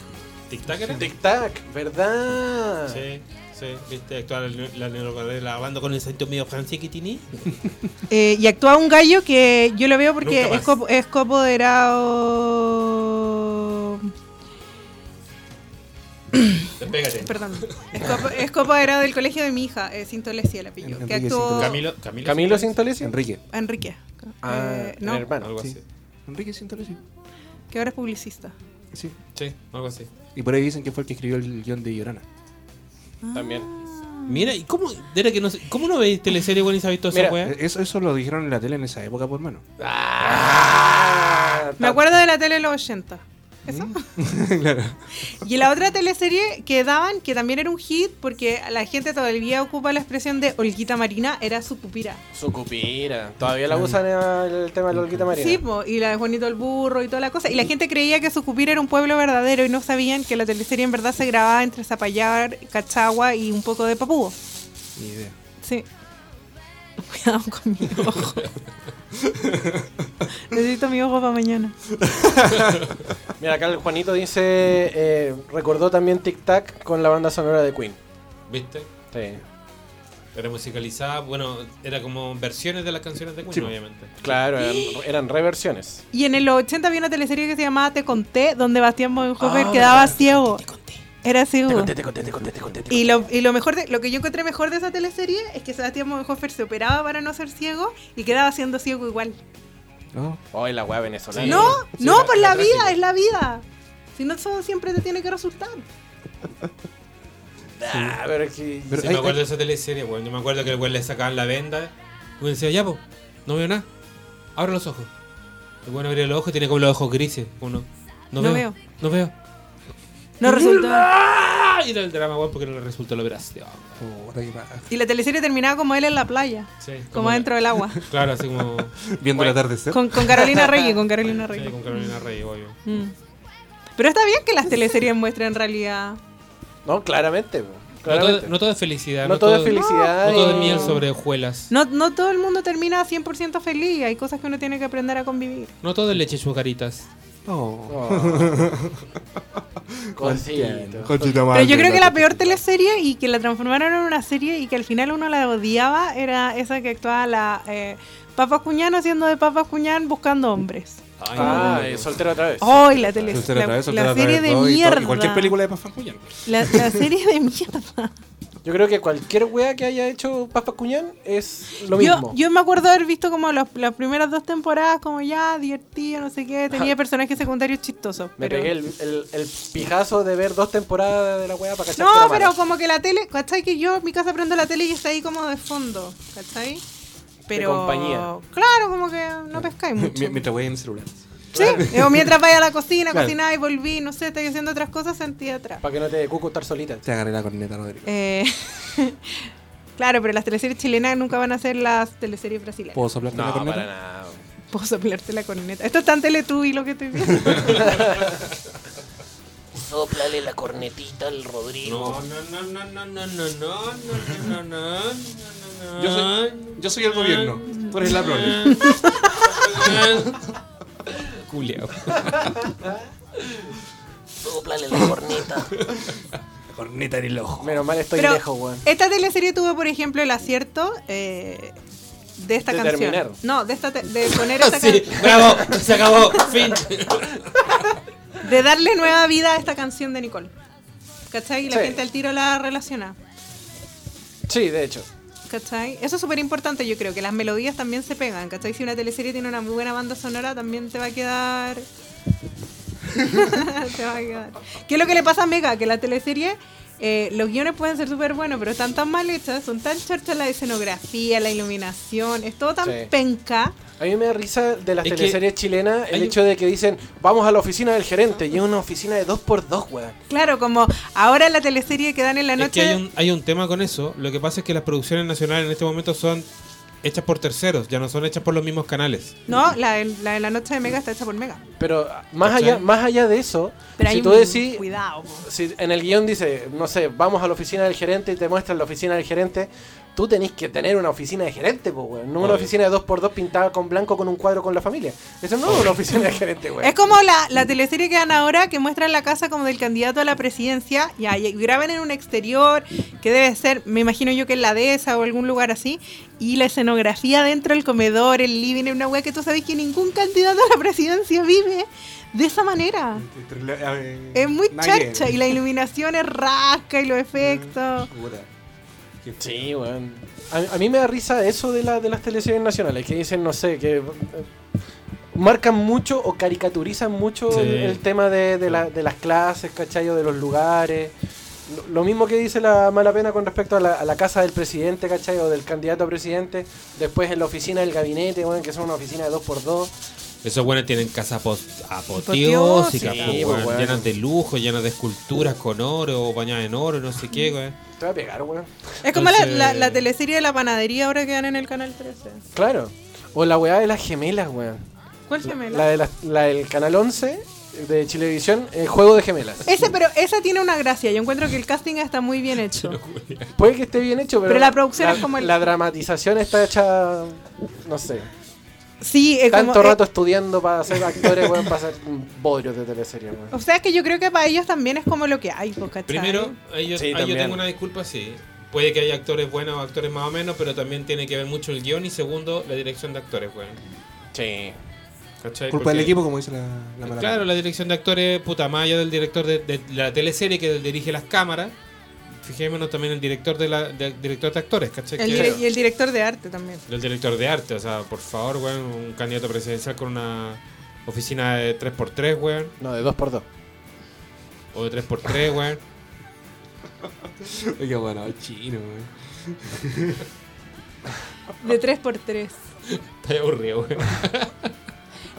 [SPEAKER 4] ¿Tic Tac era?
[SPEAKER 5] Tic Tac, ¿verdad?
[SPEAKER 4] Sí, sí, viste, actuaba la, la Leonor Varela hablando con el sentido medio franchiquitini.
[SPEAKER 7] Eh, y actúa un gallo que yo lo veo porque
[SPEAKER 4] Nunca
[SPEAKER 7] es,
[SPEAKER 4] más.
[SPEAKER 7] co- es copoderado.
[SPEAKER 4] Pégate.
[SPEAKER 7] Perdón. Es, copo- es copoderado del colegio de mi hija, eh, Sintolesia, la pillo. Que
[SPEAKER 6] Enrique
[SPEAKER 7] actuó.
[SPEAKER 4] Camilo, Camilo.
[SPEAKER 5] Camilo Sintolesi.
[SPEAKER 6] Enrique.
[SPEAKER 7] Enrique.
[SPEAKER 5] Ah,
[SPEAKER 7] Eh,
[SPEAKER 5] el
[SPEAKER 7] no,
[SPEAKER 5] hermano.
[SPEAKER 4] Algo así.
[SPEAKER 6] Sí. Enrique Sintolesi.
[SPEAKER 7] que ahora es publicista.
[SPEAKER 6] Sí.
[SPEAKER 4] Sí, algo así.
[SPEAKER 6] Y por ahí dicen que fue el que escribió el guión de Llorana.
[SPEAKER 5] También.
[SPEAKER 4] Ah. Mira, ¿y cómo, era que no, sé- ¿cómo no veis teleserie, weón, y sabéis toda esa
[SPEAKER 5] Mira,
[SPEAKER 4] weá?
[SPEAKER 6] Eh, Eso, eso lo dijeron en la tele en esa época, por mano.
[SPEAKER 5] Ah,
[SPEAKER 7] Me acuerdo de la tele de los 80. ¿Eso?
[SPEAKER 6] Mm.
[SPEAKER 7] [laughs]
[SPEAKER 6] [laughs] claro.
[SPEAKER 7] Y la otra teleserie que daban, que también era un hit, porque la gente todavía ocupa la expresión de Olguita Marina, era su pupira.
[SPEAKER 5] Su cupira. Todavía la usan en el tema de la Olguita Marina.
[SPEAKER 7] Sí, po, y la de Juanito el Burro y toda la cosa. Y la gente creía que su cupira era un pueblo verdadero y no sabían que la teleserie en verdad se grababa entre Zapallar, Cachagua y un poco de Papugo.
[SPEAKER 6] Ni idea.
[SPEAKER 7] Sí. [laughs] Cuidado con mi
[SPEAKER 6] [laughs]
[SPEAKER 7] ojo. Necesito mi ojo para mañana.
[SPEAKER 5] Mira, acá el Juanito dice. eh, recordó también Tic Tac con la banda sonora de Queen.
[SPEAKER 4] ¿Viste?
[SPEAKER 5] Sí.
[SPEAKER 4] Era musicalizada, bueno, era como versiones de las canciones de Queen, obviamente.
[SPEAKER 5] Claro, eran, eran reversiones.
[SPEAKER 7] Y en el 80 había una teleserie que se llamaba Te Conté, donde Bastián Bodenhofer quedaba ciego. Era ciego. Y lo, y lo mejor de, lo que yo encontré mejor de esa teleserie es que Sebastián Bodenhofer se operaba para no ser ciego y quedaba siendo ciego igual.
[SPEAKER 6] No.
[SPEAKER 5] Hoy la weá venezolana.
[SPEAKER 7] no,
[SPEAKER 4] sí,
[SPEAKER 7] no,
[SPEAKER 4] la-
[SPEAKER 7] por
[SPEAKER 4] la
[SPEAKER 7] la, vida,
[SPEAKER 4] trágica.
[SPEAKER 7] es la vida. Si no, eso siempre te tiene que resultar.
[SPEAKER 5] Ah, pero es que.
[SPEAKER 6] Pero
[SPEAKER 4] sí,
[SPEAKER 6] hay-
[SPEAKER 4] me acuerdo de esa teleserie, weón. Yo me acuerdo que el weón le sacaban la venda. Y weón decía, ya, po, no veo nada. Abre los ojos. El weón abrió los ojos y tiene como los ojos grises. Uno, no,
[SPEAKER 7] No
[SPEAKER 4] veo,
[SPEAKER 7] veo.
[SPEAKER 4] No veo.
[SPEAKER 7] No resultó.
[SPEAKER 4] ¡Ah! Y era el drama, weón, porque no le resultó la operación.
[SPEAKER 6] Puta, qué paja.
[SPEAKER 7] Y la teleserie terminaba como él en la playa,
[SPEAKER 4] Sí,
[SPEAKER 7] como dentro del agua.
[SPEAKER 4] Claro, así
[SPEAKER 7] [laughs]
[SPEAKER 4] como.
[SPEAKER 6] Viendo el atardecer.
[SPEAKER 7] Con, con Carolina Reyes, con Carolina
[SPEAKER 4] sí,
[SPEAKER 7] Reyes.
[SPEAKER 4] con Carolina Rey, obvio.
[SPEAKER 7] Mm. Pero está bien que las teleseries muestren realidad.
[SPEAKER 5] No, claramente. po,
[SPEAKER 4] No todo,
[SPEAKER 5] claramente.
[SPEAKER 4] no todo es felicidad.
[SPEAKER 5] No todo es felicidad
[SPEAKER 4] No, todo es
[SPEAKER 5] y-
[SPEAKER 4] miel sobre hojuelas. No,
[SPEAKER 7] No, no todo el mundo termina 100% feliz, hay cosas que uno tiene que aprender a convivir.
[SPEAKER 4] todo es leche y chucaritas.
[SPEAKER 6] Oh.
[SPEAKER 5] Oh.
[SPEAKER 4] [laughs]
[SPEAKER 5] Cosito.
[SPEAKER 6] Conchita
[SPEAKER 7] Pero
[SPEAKER 6] madre,
[SPEAKER 7] yo creo que la
[SPEAKER 6] la-
[SPEAKER 7] peor teleserie y que la transformaron en una serie y que al final uno la odiaba era esa que actuaba la eh, Papa Cuñán haciendo de Papa Cuñán buscando hombres.
[SPEAKER 5] Ah, eh, soltero otra vez.
[SPEAKER 7] ¡Ay, la tele!
[SPEAKER 6] Soltera
[SPEAKER 7] la-
[SPEAKER 6] otra vez, soltera
[SPEAKER 7] la
[SPEAKER 6] otra
[SPEAKER 7] serie
[SPEAKER 6] vez,
[SPEAKER 7] de
[SPEAKER 6] todo, y todo, y
[SPEAKER 7] mierda.
[SPEAKER 6] cualquier película de Pafán Cuñán.
[SPEAKER 7] La, la serie de mierda.
[SPEAKER 5] Yo creo que cualquier wea que haya hecho Papa Cuñán es lo
[SPEAKER 7] Yo,
[SPEAKER 5] mismo.
[SPEAKER 7] yo me acuerdo haber visto como los- las primeras dos temporadas, como ya divertido, no sé qué. Tenía personajes secundarios chistosos.
[SPEAKER 5] Me
[SPEAKER 7] pero-
[SPEAKER 5] pegué el, el, el pijazo de ver dos temporadas de la wea para cachar. que
[SPEAKER 7] No,
[SPEAKER 5] era
[SPEAKER 7] pero
[SPEAKER 5] mala.
[SPEAKER 7] como que la tele, ¿cachai? Que yo en mi casa prendo la tele y está ahí como de fondo, ¿cachai? Pero.
[SPEAKER 5] compañía.
[SPEAKER 7] Claro, como que no pescáis [laughs] mucho.
[SPEAKER 6] Mi- Mientras voy en el celular.
[SPEAKER 7] Sí, o mientras vaya a la cocina,
[SPEAKER 6] Claro.
[SPEAKER 7] cocinaba y volví, no sé, estoy haciendo otras cosas, sentí atrás.
[SPEAKER 5] Para que no te dé cuco estar solita.
[SPEAKER 6] Te agarré la corneta, Rodrigo.
[SPEAKER 7] Eh, [laughs] claro, pero las teleseries chilenas nunca van a ser las teleseries brasileñas.
[SPEAKER 6] ¿Puedo soplarte la corneta?
[SPEAKER 5] nada.
[SPEAKER 7] Puedo soplarte la corneta. Esto es tan teletubby lo que estoy viendo.
[SPEAKER 8] Sóplale la cornetita al Rodrigo.
[SPEAKER 4] No, no, no, no, no, no, no, no, no, no, no, no,
[SPEAKER 6] Yo soy, yo soy el gobierno. Tú eres
[SPEAKER 7] [laughs]
[SPEAKER 6] la Eh, prole.
[SPEAKER 4] Culeo.
[SPEAKER 8] Sóplale la corneta.
[SPEAKER 6] La corneta en el ojo.
[SPEAKER 5] Menos mal estoy
[SPEAKER 7] Pero
[SPEAKER 5] lejos, weón.
[SPEAKER 7] Esta teleserie tuvo, por ejemplo, el acierto eh, de esta
[SPEAKER 5] De
[SPEAKER 7] canción.
[SPEAKER 5] terminar.
[SPEAKER 7] No, de, esta te- de
[SPEAKER 4] [laughs]
[SPEAKER 7] poner esta
[SPEAKER 4] Sí,
[SPEAKER 7] can-
[SPEAKER 4] bravo, se acabó, fin.
[SPEAKER 7] de darle nueva vida a esta canción de Nicole. ¿Cachai? Y la
[SPEAKER 5] Sí.
[SPEAKER 7] gente al tiro la relaciona.
[SPEAKER 5] Sí, de hecho.
[SPEAKER 7] ¿Cachai? Eso es súper importante, yo creo, que las melodías también se pegan, ¿cachai? Si una teleserie tiene una muy buena banda sonora, también te va a quedar... [laughs] te va a quedar. ¿Qué es lo que le pasa a Mega? Que la teleserie, eh, los guiones pueden ser súper buenos, pero están tan mal hechas, son tan chorchas la escenografía, la iluminación, es todo tan
[SPEAKER 5] Sí.
[SPEAKER 7] penca.
[SPEAKER 5] A mí me da risa de las
[SPEAKER 4] Es que
[SPEAKER 5] teleseries chilenas el
[SPEAKER 4] hay-
[SPEAKER 5] hecho de que dicen, vamos a la oficina del gerente. Y es una oficina de 2x2, weón.
[SPEAKER 7] Claro, como ahora la teleserie que dan en la
[SPEAKER 4] Es que
[SPEAKER 7] noche...
[SPEAKER 4] hay un, hay un tema con eso. Lo que pasa es que las producciones nacionales en este momento son hechas por terceros, ya no son hechas por los mismos canales.
[SPEAKER 7] No, la de la, de la noche de Mega está hecha por Mega.
[SPEAKER 5] Pero más
[SPEAKER 4] ¿Cachai?
[SPEAKER 5] allá, más allá de eso,
[SPEAKER 7] Pero
[SPEAKER 5] si
[SPEAKER 7] hay
[SPEAKER 5] tú
[SPEAKER 7] un
[SPEAKER 5] decís,
[SPEAKER 7] cuidado. po.
[SPEAKER 5] si en el guión dice, no sé, vamos a la oficina del gerente y te muestran la oficina del gerente, tú tenés que tener una oficina de gerente, pues, weón. No una
[SPEAKER 4] Obvio.
[SPEAKER 5] oficina de 2x2 pintada con blanco con un cuadro con la familia. Eso no es una oficina de gerente, weón.
[SPEAKER 7] Es como la, la teleserie que dan ahora que muestran la casa como del candidato a la presidencia y ahí graban en un exterior que debe ser, me imagino yo que en la dehesa o algún lugar así, y la escenografía dentro del comedor, el living, es una weá que tú sabes que ningún candidato a la presidencia vive de esa manera. Es muy chacha y la iluminación es rasca y los efectos.
[SPEAKER 5] Sí, weón. A, a mí me da risa eso de, la, de las teleseries nacionales, que dicen, no sé, que eh, marcan mucho o caricaturizan mucho
[SPEAKER 4] Sí.
[SPEAKER 5] el, el tema de, de la- de las clases, ¿cachai? O de los lugares. Lo- Lo mismo que dice la mala pena con respecto a la, a la casa del presidente, ¿cachai? O del candidato a presidente. Después en la oficina del gabinete, weón, que son una oficina de 2x2.
[SPEAKER 4] Esos buenos tienen casas apos-
[SPEAKER 7] Apoteósicas,
[SPEAKER 4] apoteósicas, po,
[SPEAKER 5] sí,
[SPEAKER 4] weón,
[SPEAKER 5] weón.
[SPEAKER 4] llenas de lujo, llenas de esculturas con oro, bañadas en oro, no sé qué, weón.
[SPEAKER 5] Te va a pegar, weón.
[SPEAKER 7] Es como la, la-
[SPEAKER 4] Entonces-
[SPEAKER 7] la teleserie de la panadería ahora que dan en el canal 13.
[SPEAKER 5] Claro. O la weá de las gemelas, weón.
[SPEAKER 7] ¿Cuál gemela?
[SPEAKER 5] La, de las- la del canal 11 de Chilevisión, el juego de gemelas.
[SPEAKER 7] Ese, pero esa tiene una gracia. Yo encuentro que el casting está muy bien hecho.
[SPEAKER 4] [laughs]
[SPEAKER 5] Puede que esté bien hecho, pero,
[SPEAKER 7] Pero la producción es como el-
[SPEAKER 5] La dramatización está hecha. No sé.
[SPEAKER 7] Sí, es
[SPEAKER 5] Tanto
[SPEAKER 7] como, eh,
[SPEAKER 5] rato estudiando para ser actores, pueden pasar bodrios de teleserie, weón.
[SPEAKER 7] o sea, es que yo creo que para ellos también es como lo que hay, po, ¿cachai?
[SPEAKER 4] Primero, ahí yo,
[SPEAKER 5] Sí,
[SPEAKER 4] ahí yo
[SPEAKER 5] también.
[SPEAKER 4] tengo una disculpa, sí. Puede que haya actores buenos o actores más o menos, pero también tiene que ver mucho el guión y segundo, la dirección de actores, weón.
[SPEAKER 5] Sí.
[SPEAKER 4] ¿Cachai?
[SPEAKER 6] Culpa del
[SPEAKER 4] Porque-
[SPEAKER 6] equipo, como dice la, la mala.
[SPEAKER 4] Claro, la dirección de actores, puta, más allá del director de, de la teleserie que dirige las cámaras, fijémonos también el director de, la, de- director de actores, ¿cachai?
[SPEAKER 7] El
[SPEAKER 4] Que-
[SPEAKER 7] dire- y el director de arte también.
[SPEAKER 4] del director de arte, o sea, por favor, weón, un candidato presidencial con una oficina de 3x3, weón,
[SPEAKER 5] No, de 2x2.
[SPEAKER 4] o de
[SPEAKER 7] [laughs]
[SPEAKER 4] 3x3, weón.
[SPEAKER 6] Oiga, bueno, chino, eh. güey.
[SPEAKER 7] De 3x3.
[SPEAKER 4] Está aburrido, weón.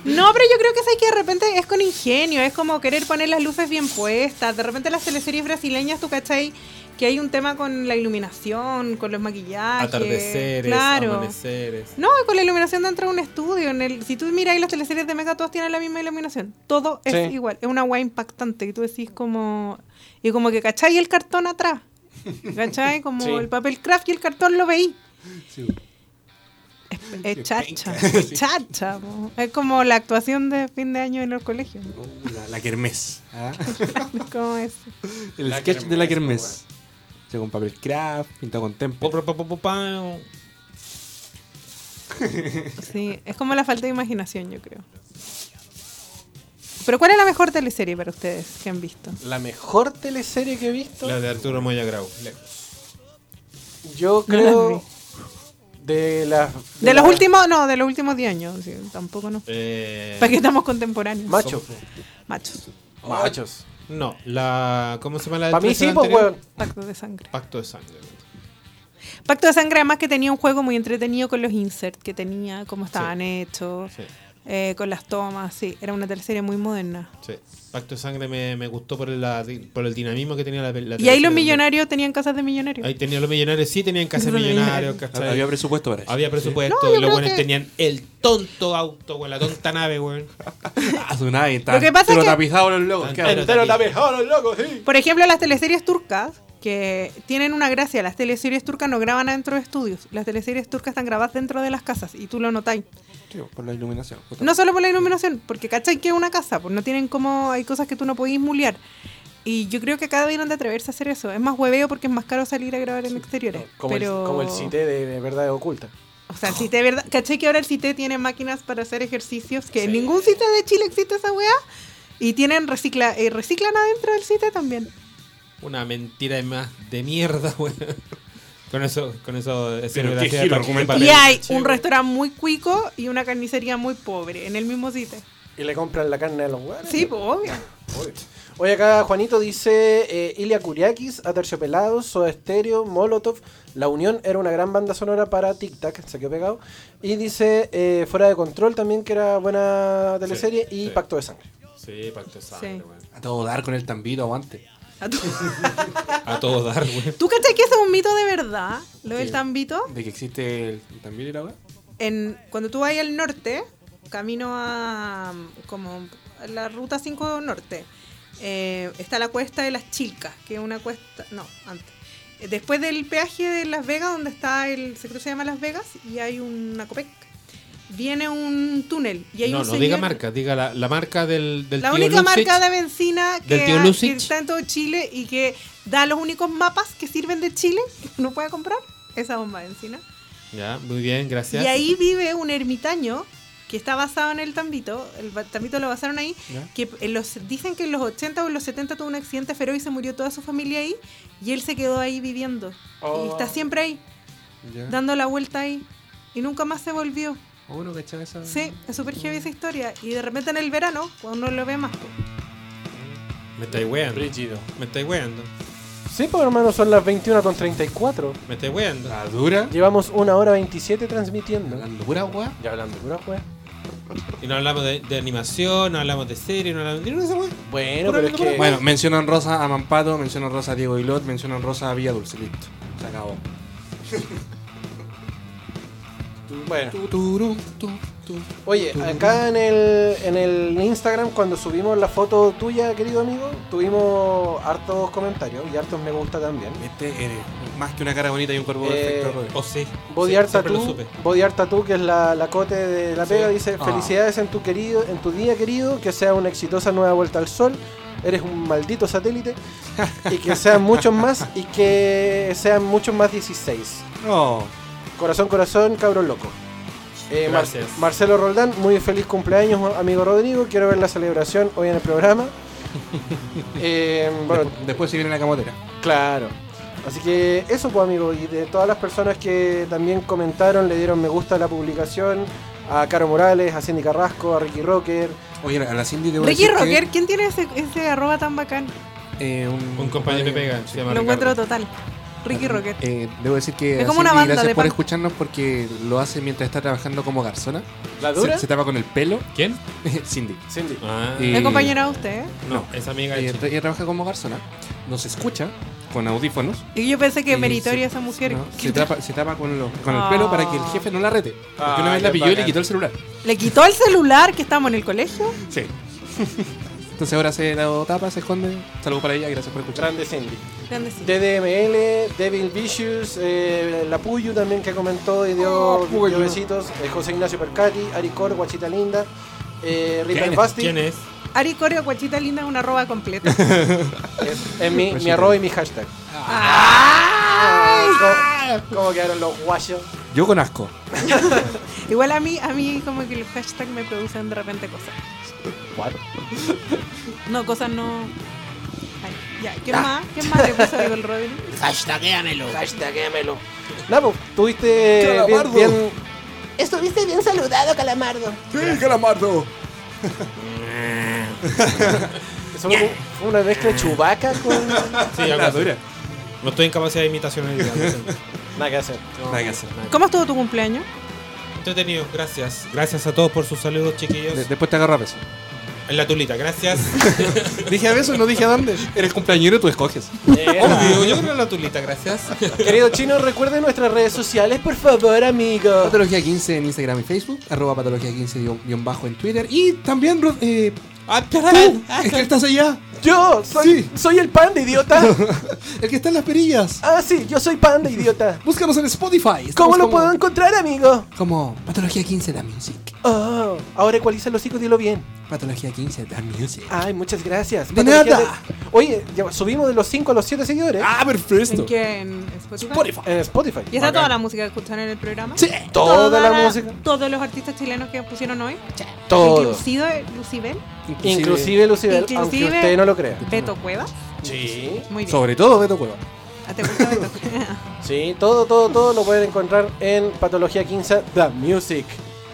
[SPEAKER 7] No, pero yo creo que es que de repente es con ingenio, es como querer poner las luces bien puestas. De repente las teleseries brasileñas, tú cachai, que hay un tema con la iluminación, con los maquillajes.
[SPEAKER 4] Atardeceres,
[SPEAKER 7] Ah, claro.
[SPEAKER 4] amaneceres.
[SPEAKER 7] No, con la iluminación dentro de un estudio. En el, si tú miras ahí las teleseries de Mega, todas tienen la misma iluminación. Todo es
[SPEAKER 5] Sí.
[SPEAKER 7] igual. Es una weá impactante. Y tú decís como... Y como que, ¿cachai? El cartón atrás. ¿Cachai? Como
[SPEAKER 5] Sí.
[SPEAKER 7] el papel craft y el cartón lo veí.
[SPEAKER 6] Sí, güey.
[SPEAKER 7] Es Es chacha, es chacha. po. Es como la actuación de fin de año en los colegios.
[SPEAKER 6] La, la kermés. ¿ah?
[SPEAKER 7] [laughs] Es como eso.
[SPEAKER 6] El
[SPEAKER 4] La
[SPEAKER 6] sketch de la
[SPEAKER 4] kermés,
[SPEAKER 6] kermés. Hecho con papel craft, pintado con tempo.
[SPEAKER 7] Sí, es como la falta de imaginación, yo creo. Pero ¿cuál es la mejor teleserie para ustedes que han visto?
[SPEAKER 5] La mejor teleserie que he visto.
[SPEAKER 11] La de Arturo Moya Grau.
[SPEAKER 5] Yo
[SPEAKER 7] No las
[SPEAKER 5] creo. de las.
[SPEAKER 7] De, los últimos, no, de los últimos 10 años, sí, tampoco no.
[SPEAKER 11] Eh,
[SPEAKER 7] ¿Para qué estamos contemporáneos?
[SPEAKER 5] Machos.
[SPEAKER 7] Machos.
[SPEAKER 5] Machos.
[SPEAKER 11] No, la. ¿Cómo se llama la de
[SPEAKER 5] Para mí
[SPEAKER 11] tres
[SPEAKER 5] sí, pues,
[SPEAKER 11] anterior?
[SPEAKER 5] weón.
[SPEAKER 7] Pacto de sangre.
[SPEAKER 11] Pacto de sangre.
[SPEAKER 7] Pacto de sangre, además que tenía un juego muy entretenido con los inserts que tenía, cómo estaban hechos,
[SPEAKER 11] Sí,
[SPEAKER 7] eh, con las tomas, sí. Era una teleserie muy moderna.
[SPEAKER 11] sí. Pacto de sangre me, me gustó por el, la- por el dinamismo que tenía la, la
[SPEAKER 7] Y ahí los
[SPEAKER 11] teleserie.
[SPEAKER 7] millonarios tenían casas de millonarios.
[SPEAKER 11] Ahí tenían los millonarios, sí tenían casa de
[SPEAKER 7] Los
[SPEAKER 11] millonarios,
[SPEAKER 7] millonarios.
[SPEAKER 11] ¿cachai?
[SPEAKER 6] Había presupuesto para eso.
[SPEAKER 11] Había presupuesto
[SPEAKER 7] No, yo
[SPEAKER 11] y los
[SPEAKER 7] creo
[SPEAKER 11] buenos
[SPEAKER 7] que-
[SPEAKER 11] tenían el tonto auto, weón, la tonta nave, weón.
[SPEAKER 6] Ah, su nave,
[SPEAKER 7] Lo que pasa es que-
[SPEAKER 6] tapizado los locos.
[SPEAKER 11] Tan-
[SPEAKER 6] cabrón.
[SPEAKER 11] Pero la
[SPEAKER 5] mejor, los locos, sí.
[SPEAKER 7] Por ejemplo, las teleseries turcas, que tienen una gracia, las teleseries turcas no graban adentro de estudios, las teleseries turcas están grabadas dentro de las casas y tú lo notáis.
[SPEAKER 6] Tío, por la iluminación. justamente.
[SPEAKER 7] No solo por la iluminación, porque cachai que es una casa, pues no tienen como, hay cosas que tú no podís mulear. Y yo creo que acá deberían de atreverse a hacer eso. Es más hueveo porque es más caro salir a grabar en exteriores.
[SPEAKER 5] Eh, Como,
[SPEAKER 7] pero...
[SPEAKER 5] el, como el CITE de, de verdad oculta.
[SPEAKER 7] O sea, el CITE, de ¿verdad? ¿Cachai que ahora el CITE tiene máquinas para hacer ejercicios? Que en ningún CITE de Chile existe esa weá. Y tienen recicla, eh, reciclan adentro del CITE también.
[SPEAKER 11] Una mentira de más de mierda, [laughs] weón. Con eso, con eso, ese
[SPEAKER 6] Pero qué
[SPEAKER 11] gracia de
[SPEAKER 6] giro
[SPEAKER 11] pa-
[SPEAKER 6] argumental.
[SPEAKER 11] pa-
[SPEAKER 7] Y hay
[SPEAKER 11] Sí,
[SPEAKER 7] un
[SPEAKER 11] weón.
[SPEAKER 7] restaurante muy cuico y una carnicería muy pobre en el mismo sitio.
[SPEAKER 5] Y le compran la carne a los hueones.
[SPEAKER 7] Sí, pues obvio.
[SPEAKER 5] Hoy acá Juanito dice eh, Ilia Kuriakis, Aterciopelados, Soda Stereo, Molotov. La Unión era una gran banda sonora para Tic Tac, se quedó pegado. Y dice eh, Fuera de Control también, que era buena teleserie.
[SPEAKER 11] Sí,
[SPEAKER 5] y
[SPEAKER 11] sí.
[SPEAKER 5] Pacto de Sangre.
[SPEAKER 11] Sí, pacto de
[SPEAKER 5] pues,
[SPEAKER 11] sangre,
[SPEAKER 7] Sí.
[SPEAKER 11] weón.
[SPEAKER 6] A todo dar con el tambiro, aguante.
[SPEAKER 7] A tu-
[SPEAKER 11] [laughs] A todo dar, weón.
[SPEAKER 7] ¿Tú cachai que eso es un mito de verdad? Lo del
[SPEAKER 6] Sí.
[SPEAKER 7] tambito.
[SPEAKER 6] De que existe el el tambiro y la weá.
[SPEAKER 7] En, cuando tú vas ahí al norte, camino a mm, como a la ruta 5 norte, eh, está la cuesta de las Chilcas, que es una cuesta, no, antes. Eh, Después del peaje de Las Vegas, donde está el sector se llama Las Vegas, y hay una Copec, viene un túnel y hay
[SPEAKER 11] No,
[SPEAKER 7] un
[SPEAKER 11] no
[SPEAKER 7] señor-
[SPEAKER 11] diga marca, diga la, la marca del, del
[SPEAKER 7] La
[SPEAKER 11] tío
[SPEAKER 7] única
[SPEAKER 11] Lucich.
[SPEAKER 7] marca de benzina que,
[SPEAKER 11] Del tío
[SPEAKER 7] ha-
[SPEAKER 11] Lucich.
[SPEAKER 7] que está en todo Chile y que da los únicos mapas que sirven de Chile que uno puede comprar, esa bomba de benzina.
[SPEAKER 11] Ya, muy bien,
[SPEAKER 7] Y
[SPEAKER 11] gracias.
[SPEAKER 7] ahí vive un ermitaño que está basado en el tambito, el ba- tambito lo basaron ahí,
[SPEAKER 6] ¿Ya?
[SPEAKER 7] que en los, dicen que en los 80 o en los 70 tuvo un accidente feroz y se murió toda su familia ahí, y él se quedó ahí viviendo. Y está siempre ahí,
[SPEAKER 6] Ya.
[SPEAKER 7] dando la vuelta ahí, y nunca más se volvió.
[SPEAKER 6] ¿O uno cachaba esa?
[SPEAKER 7] Sí, es súper heavy esa historia, y de repente en el verano, cuando uno lo ve más,
[SPEAKER 11] Me estáis weando. Me estáis weando.
[SPEAKER 5] Sí, pues hermano, son las 21 con 34.
[SPEAKER 11] Me estáis weando.
[SPEAKER 6] La dura.
[SPEAKER 5] Llevamos una hora 27 transmitiendo.
[SPEAKER 6] La dura, weá.
[SPEAKER 5] Ya hablando, pura wea.
[SPEAKER 11] Y no hablamos de, de animación, no hablamos de serie, no hablamos de ninguna de esas weas.
[SPEAKER 5] Bueno, pero es que.
[SPEAKER 6] Bueno, mencionan rosa a Mampato, mencionan rosa a Diego Ilot, mencionan rosa a Villa Dulce. Listo. Se acabó.
[SPEAKER 5] bueno.
[SPEAKER 6] Tu, turú, tu, tu.
[SPEAKER 5] Oye, acá en el, en el Instagram, cuando subimos la foto tuya, querido amigo, tuvimos hartos comentarios y hartos me gusta también.
[SPEAKER 6] Este eres más que una cara bonita y un cuerpo
[SPEAKER 5] Eh,
[SPEAKER 6] perfecto, Roy.
[SPEAKER 11] O sí.
[SPEAKER 5] Body
[SPEAKER 11] sí,
[SPEAKER 5] Art
[SPEAKER 11] siempre lo
[SPEAKER 5] Tattoo,
[SPEAKER 11] supe.
[SPEAKER 5] Body Art Tattoo, que es la, la cote de la pega, dice
[SPEAKER 6] Ah.
[SPEAKER 5] felicidades en tu querido, en tu día querido, que sea una exitosa nueva vuelta al sol, eres un maldito satélite, y que sean muchos más, y que sean muchos más 16.
[SPEAKER 11] oh.
[SPEAKER 6] No.
[SPEAKER 5] Corazón, corazón, cabro loco. Eh, Mar-
[SPEAKER 11] Gracias.
[SPEAKER 5] Marcelo Roldán, muy feliz cumpleaños, amigo Rodrigo. Quiero ver la celebración hoy en
[SPEAKER 11] [laughs]
[SPEAKER 5] el programa. Eh, bueno,
[SPEAKER 6] Después- Después si viene la camotera.
[SPEAKER 5] Claro. Así que eso, pues, amigo. Y de todas las personas que también comentaron, le dieron me gusta a la publicación, a Caro Morales, a Cindy Carrasco, a Ricky Rocker.
[SPEAKER 6] Oye, a la Cindy debo
[SPEAKER 7] Ricky
[SPEAKER 6] decir que,
[SPEAKER 7] Rocker, ¿quién tiene ese, ese arroba tan bacán?
[SPEAKER 6] eh, un,
[SPEAKER 11] Un compañero que pega, se llama
[SPEAKER 7] Lo encuentro
[SPEAKER 11] Ricardo.
[SPEAKER 7] total. Ricky Rocker.
[SPEAKER 6] Eh, debo decir que
[SPEAKER 7] Es como
[SPEAKER 6] a
[SPEAKER 7] una
[SPEAKER 6] Cindy,
[SPEAKER 7] banda
[SPEAKER 6] gracias
[SPEAKER 7] de
[SPEAKER 6] por
[SPEAKER 7] pan.
[SPEAKER 6] escucharnos porque lo hace mientras está trabajando como garzona.
[SPEAKER 5] ¿La
[SPEAKER 6] Se, se tapa con el pelo.
[SPEAKER 11] ¿Quién?
[SPEAKER 6] [laughs] Cindy.
[SPEAKER 5] Cindy.
[SPEAKER 11] Ah,
[SPEAKER 6] Y-
[SPEAKER 7] Me acompañará a usted. ¿eh?
[SPEAKER 11] no, esa amiga
[SPEAKER 6] Ella,
[SPEAKER 11] de Chile.
[SPEAKER 6] ella trabaja como garzona. Nos escucha con audífonos.
[SPEAKER 7] Y yo pensé que
[SPEAKER 6] y
[SPEAKER 7] meritoria
[SPEAKER 6] se-
[SPEAKER 7] esa mujer.
[SPEAKER 6] no, se, tapa, se tapa con, lo- con el
[SPEAKER 7] Ah.
[SPEAKER 6] pelo para que el jefe no la rete. Porque
[SPEAKER 5] Ah,
[SPEAKER 6] una vez
[SPEAKER 5] qué
[SPEAKER 6] la pilló y le
[SPEAKER 5] bacán.
[SPEAKER 6] quitó el celular.
[SPEAKER 7] Le quitó el celular que estamos en el colegio.
[SPEAKER 6] Sí. [laughs] Entonces ahora se la tapa, se esconde. Saludos para ella, gracias por escuchar.
[SPEAKER 5] Grande Cindy.
[SPEAKER 7] Grande sí.
[SPEAKER 5] DDML, Devil Vicious, eh, La Puyu también que comentó y dio, dio besitos, eh, José Ignacio Percati, Aricor, Guachita Linda, eh, Rita
[SPEAKER 11] ¿Quién,
[SPEAKER 5] el
[SPEAKER 11] es?
[SPEAKER 5] Basti,
[SPEAKER 11] ¿Quién es?
[SPEAKER 7] Ari Corio, guachita linda, una arroba
[SPEAKER 6] [laughs]
[SPEAKER 7] completa.
[SPEAKER 5] es, es mi, mi arroba y mi hashtag. Ah, ¿Cómo, cómo quedaron los guachos?
[SPEAKER 6] Yo con asco.
[SPEAKER 7] Igual a mí, a mí como que los hashtags me producen de repente cosas. [laughs] No, cosas no... Ay, ya, ¿qué
[SPEAKER 6] Ah.
[SPEAKER 7] más? ¿Qué más le puso algo el Rodri?
[SPEAKER 6] [laughs]
[SPEAKER 8] Hashtaguéamelo. Hashtaguéamelo.
[SPEAKER 5] Napo, pues, tuviste
[SPEAKER 6] Calamardo.
[SPEAKER 5] bien, bien-
[SPEAKER 8] [laughs] Estuviste bien saludado, Calamardo.
[SPEAKER 6] ¡Sí, calamardo!
[SPEAKER 5] eso fue fue una mezcla de chubaca con... Nada
[SPEAKER 11] Sí, algo así. No estoy en capacidad de imitación. ahí, algo así.
[SPEAKER 5] que hacer.
[SPEAKER 6] Nada que hacer.
[SPEAKER 7] ¿Cómo estuvo tu cumpleaños?
[SPEAKER 11] [laughs] Entretenido, gracias. Gracias a todos por sus saludos, chiquillos.
[SPEAKER 6] De- después te agarra a beso.
[SPEAKER 11] En la tulita, gracias.
[SPEAKER 6] Dije a beso, no dije a dónde. [laughs] Eres cumpleañero, tú escoges.
[SPEAKER 11] Obvio, yo creo en la tulita, gracias.
[SPEAKER 5] Querido chino, recuerden nuestras redes sociales, por favor, amigo.
[SPEAKER 6] Patología 15 en Instagram y Facebook, arroba patología 15 guión- guión bajo en Twitter y también Rod- eh, tú, el que estás allá,
[SPEAKER 5] Yo soy,
[SPEAKER 6] Sí.
[SPEAKER 5] soy el panda,
[SPEAKER 6] [laughs]
[SPEAKER 5] idiota.
[SPEAKER 6] el que está en las perillas.
[SPEAKER 5] Ah, sí, yo soy panda, idiota.
[SPEAKER 6] Búscanos en Spotify. Estamos
[SPEAKER 5] ¿Cómo lo
[SPEAKER 6] como-
[SPEAKER 5] puedo encontrar, amigo?
[SPEAKER 6] Como Patología 15 da Music.
[SPEAKER 5] Oh, ahora ecualiza los hijos, dilo bien.
[SPEAKER 6] Patología 15 da Music.
[SPEAKER 5] Ay, muchas gracias.
[SPEAKER 6] De
[SPEAKER 5] Patología
[SPEAKER 6] nada.
[SPEAKER 5] de- Oye, ya subimos de los 5 a los 7 seguidores
[SPEAKER 6] Ah, perfecto.
[SPEAKER 7] ¿En qué? ¿En Spotify?
[SPEAKER 5] en Spotify.
[SPEAKER 7] ¿Y está toda la música que escucharon en el programa?
[SPEAKER 6] Sí.
[SPEAKER 5] Toda, la, música.
[SPEAKER 7] Todos los artistas chilenos que pusieron hoy.
[SPEAKER 5] Todo.
[SPEAKER 7] Inclusive Lucibel,
[SPEAKER 5] Inclusive Lucibel, aunque
[SPEAKER 7] Inclusive-
[SPEAKER 5] usted no lo crea.
[SPEAKER 7] Beto Cueva.
[SPEAKER 5] Sí.
[SPEAKER 7] Muy bien.
[SPEAKER 6] Sobre todo Beto Cueva.
[SPEAKER 7] Ah, ¿Te gusta Beto
[SPEAKER 5] [laughs]
[SPEAKER 7] Cueva?
[SPEAKER 5] Sí, todo, todo, todo lo pueden encontrar en Patología 15 The Music.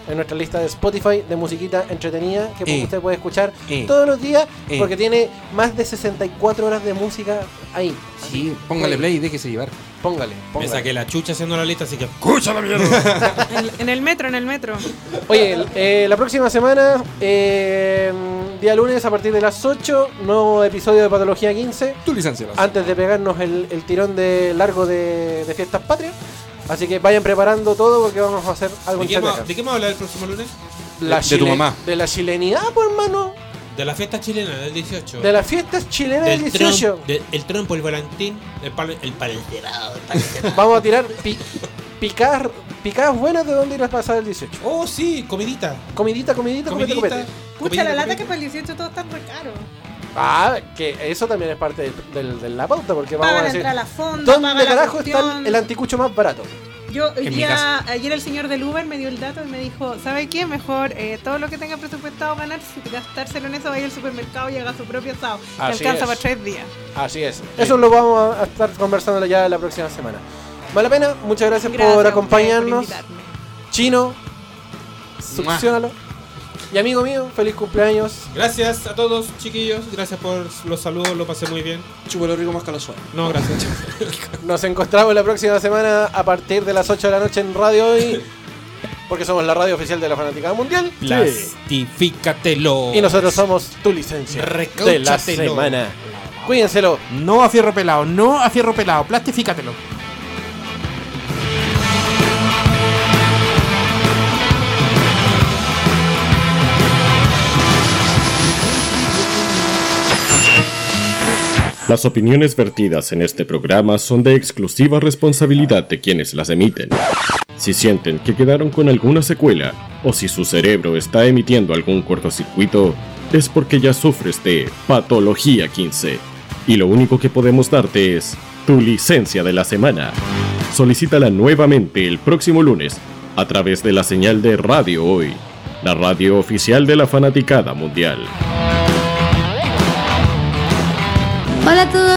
[SPEAKER 5] En nuestra lista de Spotify de musiquita entretenida que
[SPEAKER 6] Eh.
[SPEAKER 5] usted puede escuchar
[SPEAKER 6] Eh.
[SPEAKER 5] todos los días
[SPEAKER 6] Eh.
[SPEAKER 5] porque tiene más de 64 horas de música ahí.
[SPEAKER 6] Sí, póngale play y déjese llevar.
[SPEAKER 5] Póngale,
[SPEAKER 11] Me
[SPEAKER 5] póngale.
[SPEAKER 11] saqué la chucha haciendo la lista, así que ¡escucha la mierda!
[SPEAKER 7] En- en el metro, en el metro.
[SPEAKER 5] Oye, el- eh, la próxima semana, eh, día lunes a partir de las 8, nuevo episodio de Patología 15.
[SPEAKER 6] Tu licencia. Lazo.
[SPEAKER 5] antes de pegarnos el, el tirón de largo de, de fiestas patrias. Así que vayan preparando todo porque vamos a hacer algo
[SPEAKER 11] ¿De qué, vamos-
[SPEAKER 5] interesante.
[SPEAKER 11] de qué vamos a hablar el próximo lunes?
[SPEAKER 5] La
[SPEAKER 6] de tu mamá.
[SPEAKER 5] De la chilenidad, por hermano.
[SPEAKER 11] De la fiesta chilena del 18.
[SPEAKER 5] De las fiestas chilenas del 18.
[SPEAKER 11] Trompo, el trompo, el volantín, el palo, el palenterado. el palenterado.
[SPEAKER 5] Vamos a tirar pi- picar, picadas buenas de dónde ir a pasar el 18.
[SPEAKER 11] oh, sí, comidita.
[SPEAKER 5] Comidita, comidita, comete,
[SPEAKER 11] Comidita.
[SPEAKER 5] comete.
[SPEAKER 7] Pucha, la
[SPEAKER 11] comidita,
[SPEAKER 7] lata que
[SPEAKER 11] comidita.
[SPEAKER 7] para el 18 todo está re caro.
[SPEAKER 5] Ah, que eso también es parte del, del- de la pauta porque vamos
[SPEAKER 7] Paga
[SPEAKER 5] a
[SPEAKER 7] la
[SPEAKER 5] decir...
[SPEAKER 7] entrada a la fonda, paga
[SPEAKER 5] ¿Dónde
[SPEAKER 7] la
[SPEAKER 5] carajo está
[SPEAKER 7] cuestión.
[SPEAKER 5] el- el anticucho más barato?
[SPEAKER 7] Yo hoy
[SPEAKER 6] En mi
[SPEAKER 7] día-
[SPEAKER 6] casa.
[SPEAKER 7] ayer el señor del Uber me dio el dato y me dijo, ¿sabe qué? Mejor eh, todo lo que tenga presupuestado ganar, gastárselo en eso, vaya al supermercado y haga su propio asado. Que
[SPEAKER 5] Así es.
[SPEAKER 7] alcanza para tres días.
[SPEAKER 5] Así es. Eso lo vamos a- a estar conversando ya la próxima semana. Vale pena, muchas gracias,
[SPEAKER 7] Gracias,
[SPEAKER 5] por
[SPEAKER 7] por
[SPEAKER 5] acompañarnos.
[SPEAKER 7] invitarme.
[SPEAKER 5] Chino, succionalo. Y amigo mío, feliz cumpleaños.
[SPEAKER 11] Gracias a todos, chiquillos. Gracias por los saludos, lo pasé muy bien.
[SPEAKER 6] Chupa lo rico más que lo suave.
[SPEAKER 11] No, gracias.
[SPEAKER 5] Nos encontramos la próxima semana a partir de las 8 de la noche en Radio Hoy, porque somos la radio oficial de la Fanaticada Mundial.
[SPEAKER 11] Plastifícatelo.
[SPEAKER 5] Y nosotros somos tu licencia de la
[SPEAKER 11] Recóchatelo.
[SPEAKER 5] semana. Cuídenselo.
[SPEAKER 12] No a fierro pelado, no a fierro pelado, plastifícatelo.
[SPEAKER 2] Las opiniones vertidas en este programa son de exclusiva responsabilidad de quienes las emiten. Si sienten que quedaron con alguna secuela o si su cerebro está emitiendo algún cortocircuito, es porque ya sufres de patología 15. Y lo único que podemos darte es tu licencia de la semana. Solicítala nuevamente el próximo lunes a través de la señal de Radio Hoy, la radio oficial de la fanaticada mundial.
[SPEAKER 13] Hola a todos.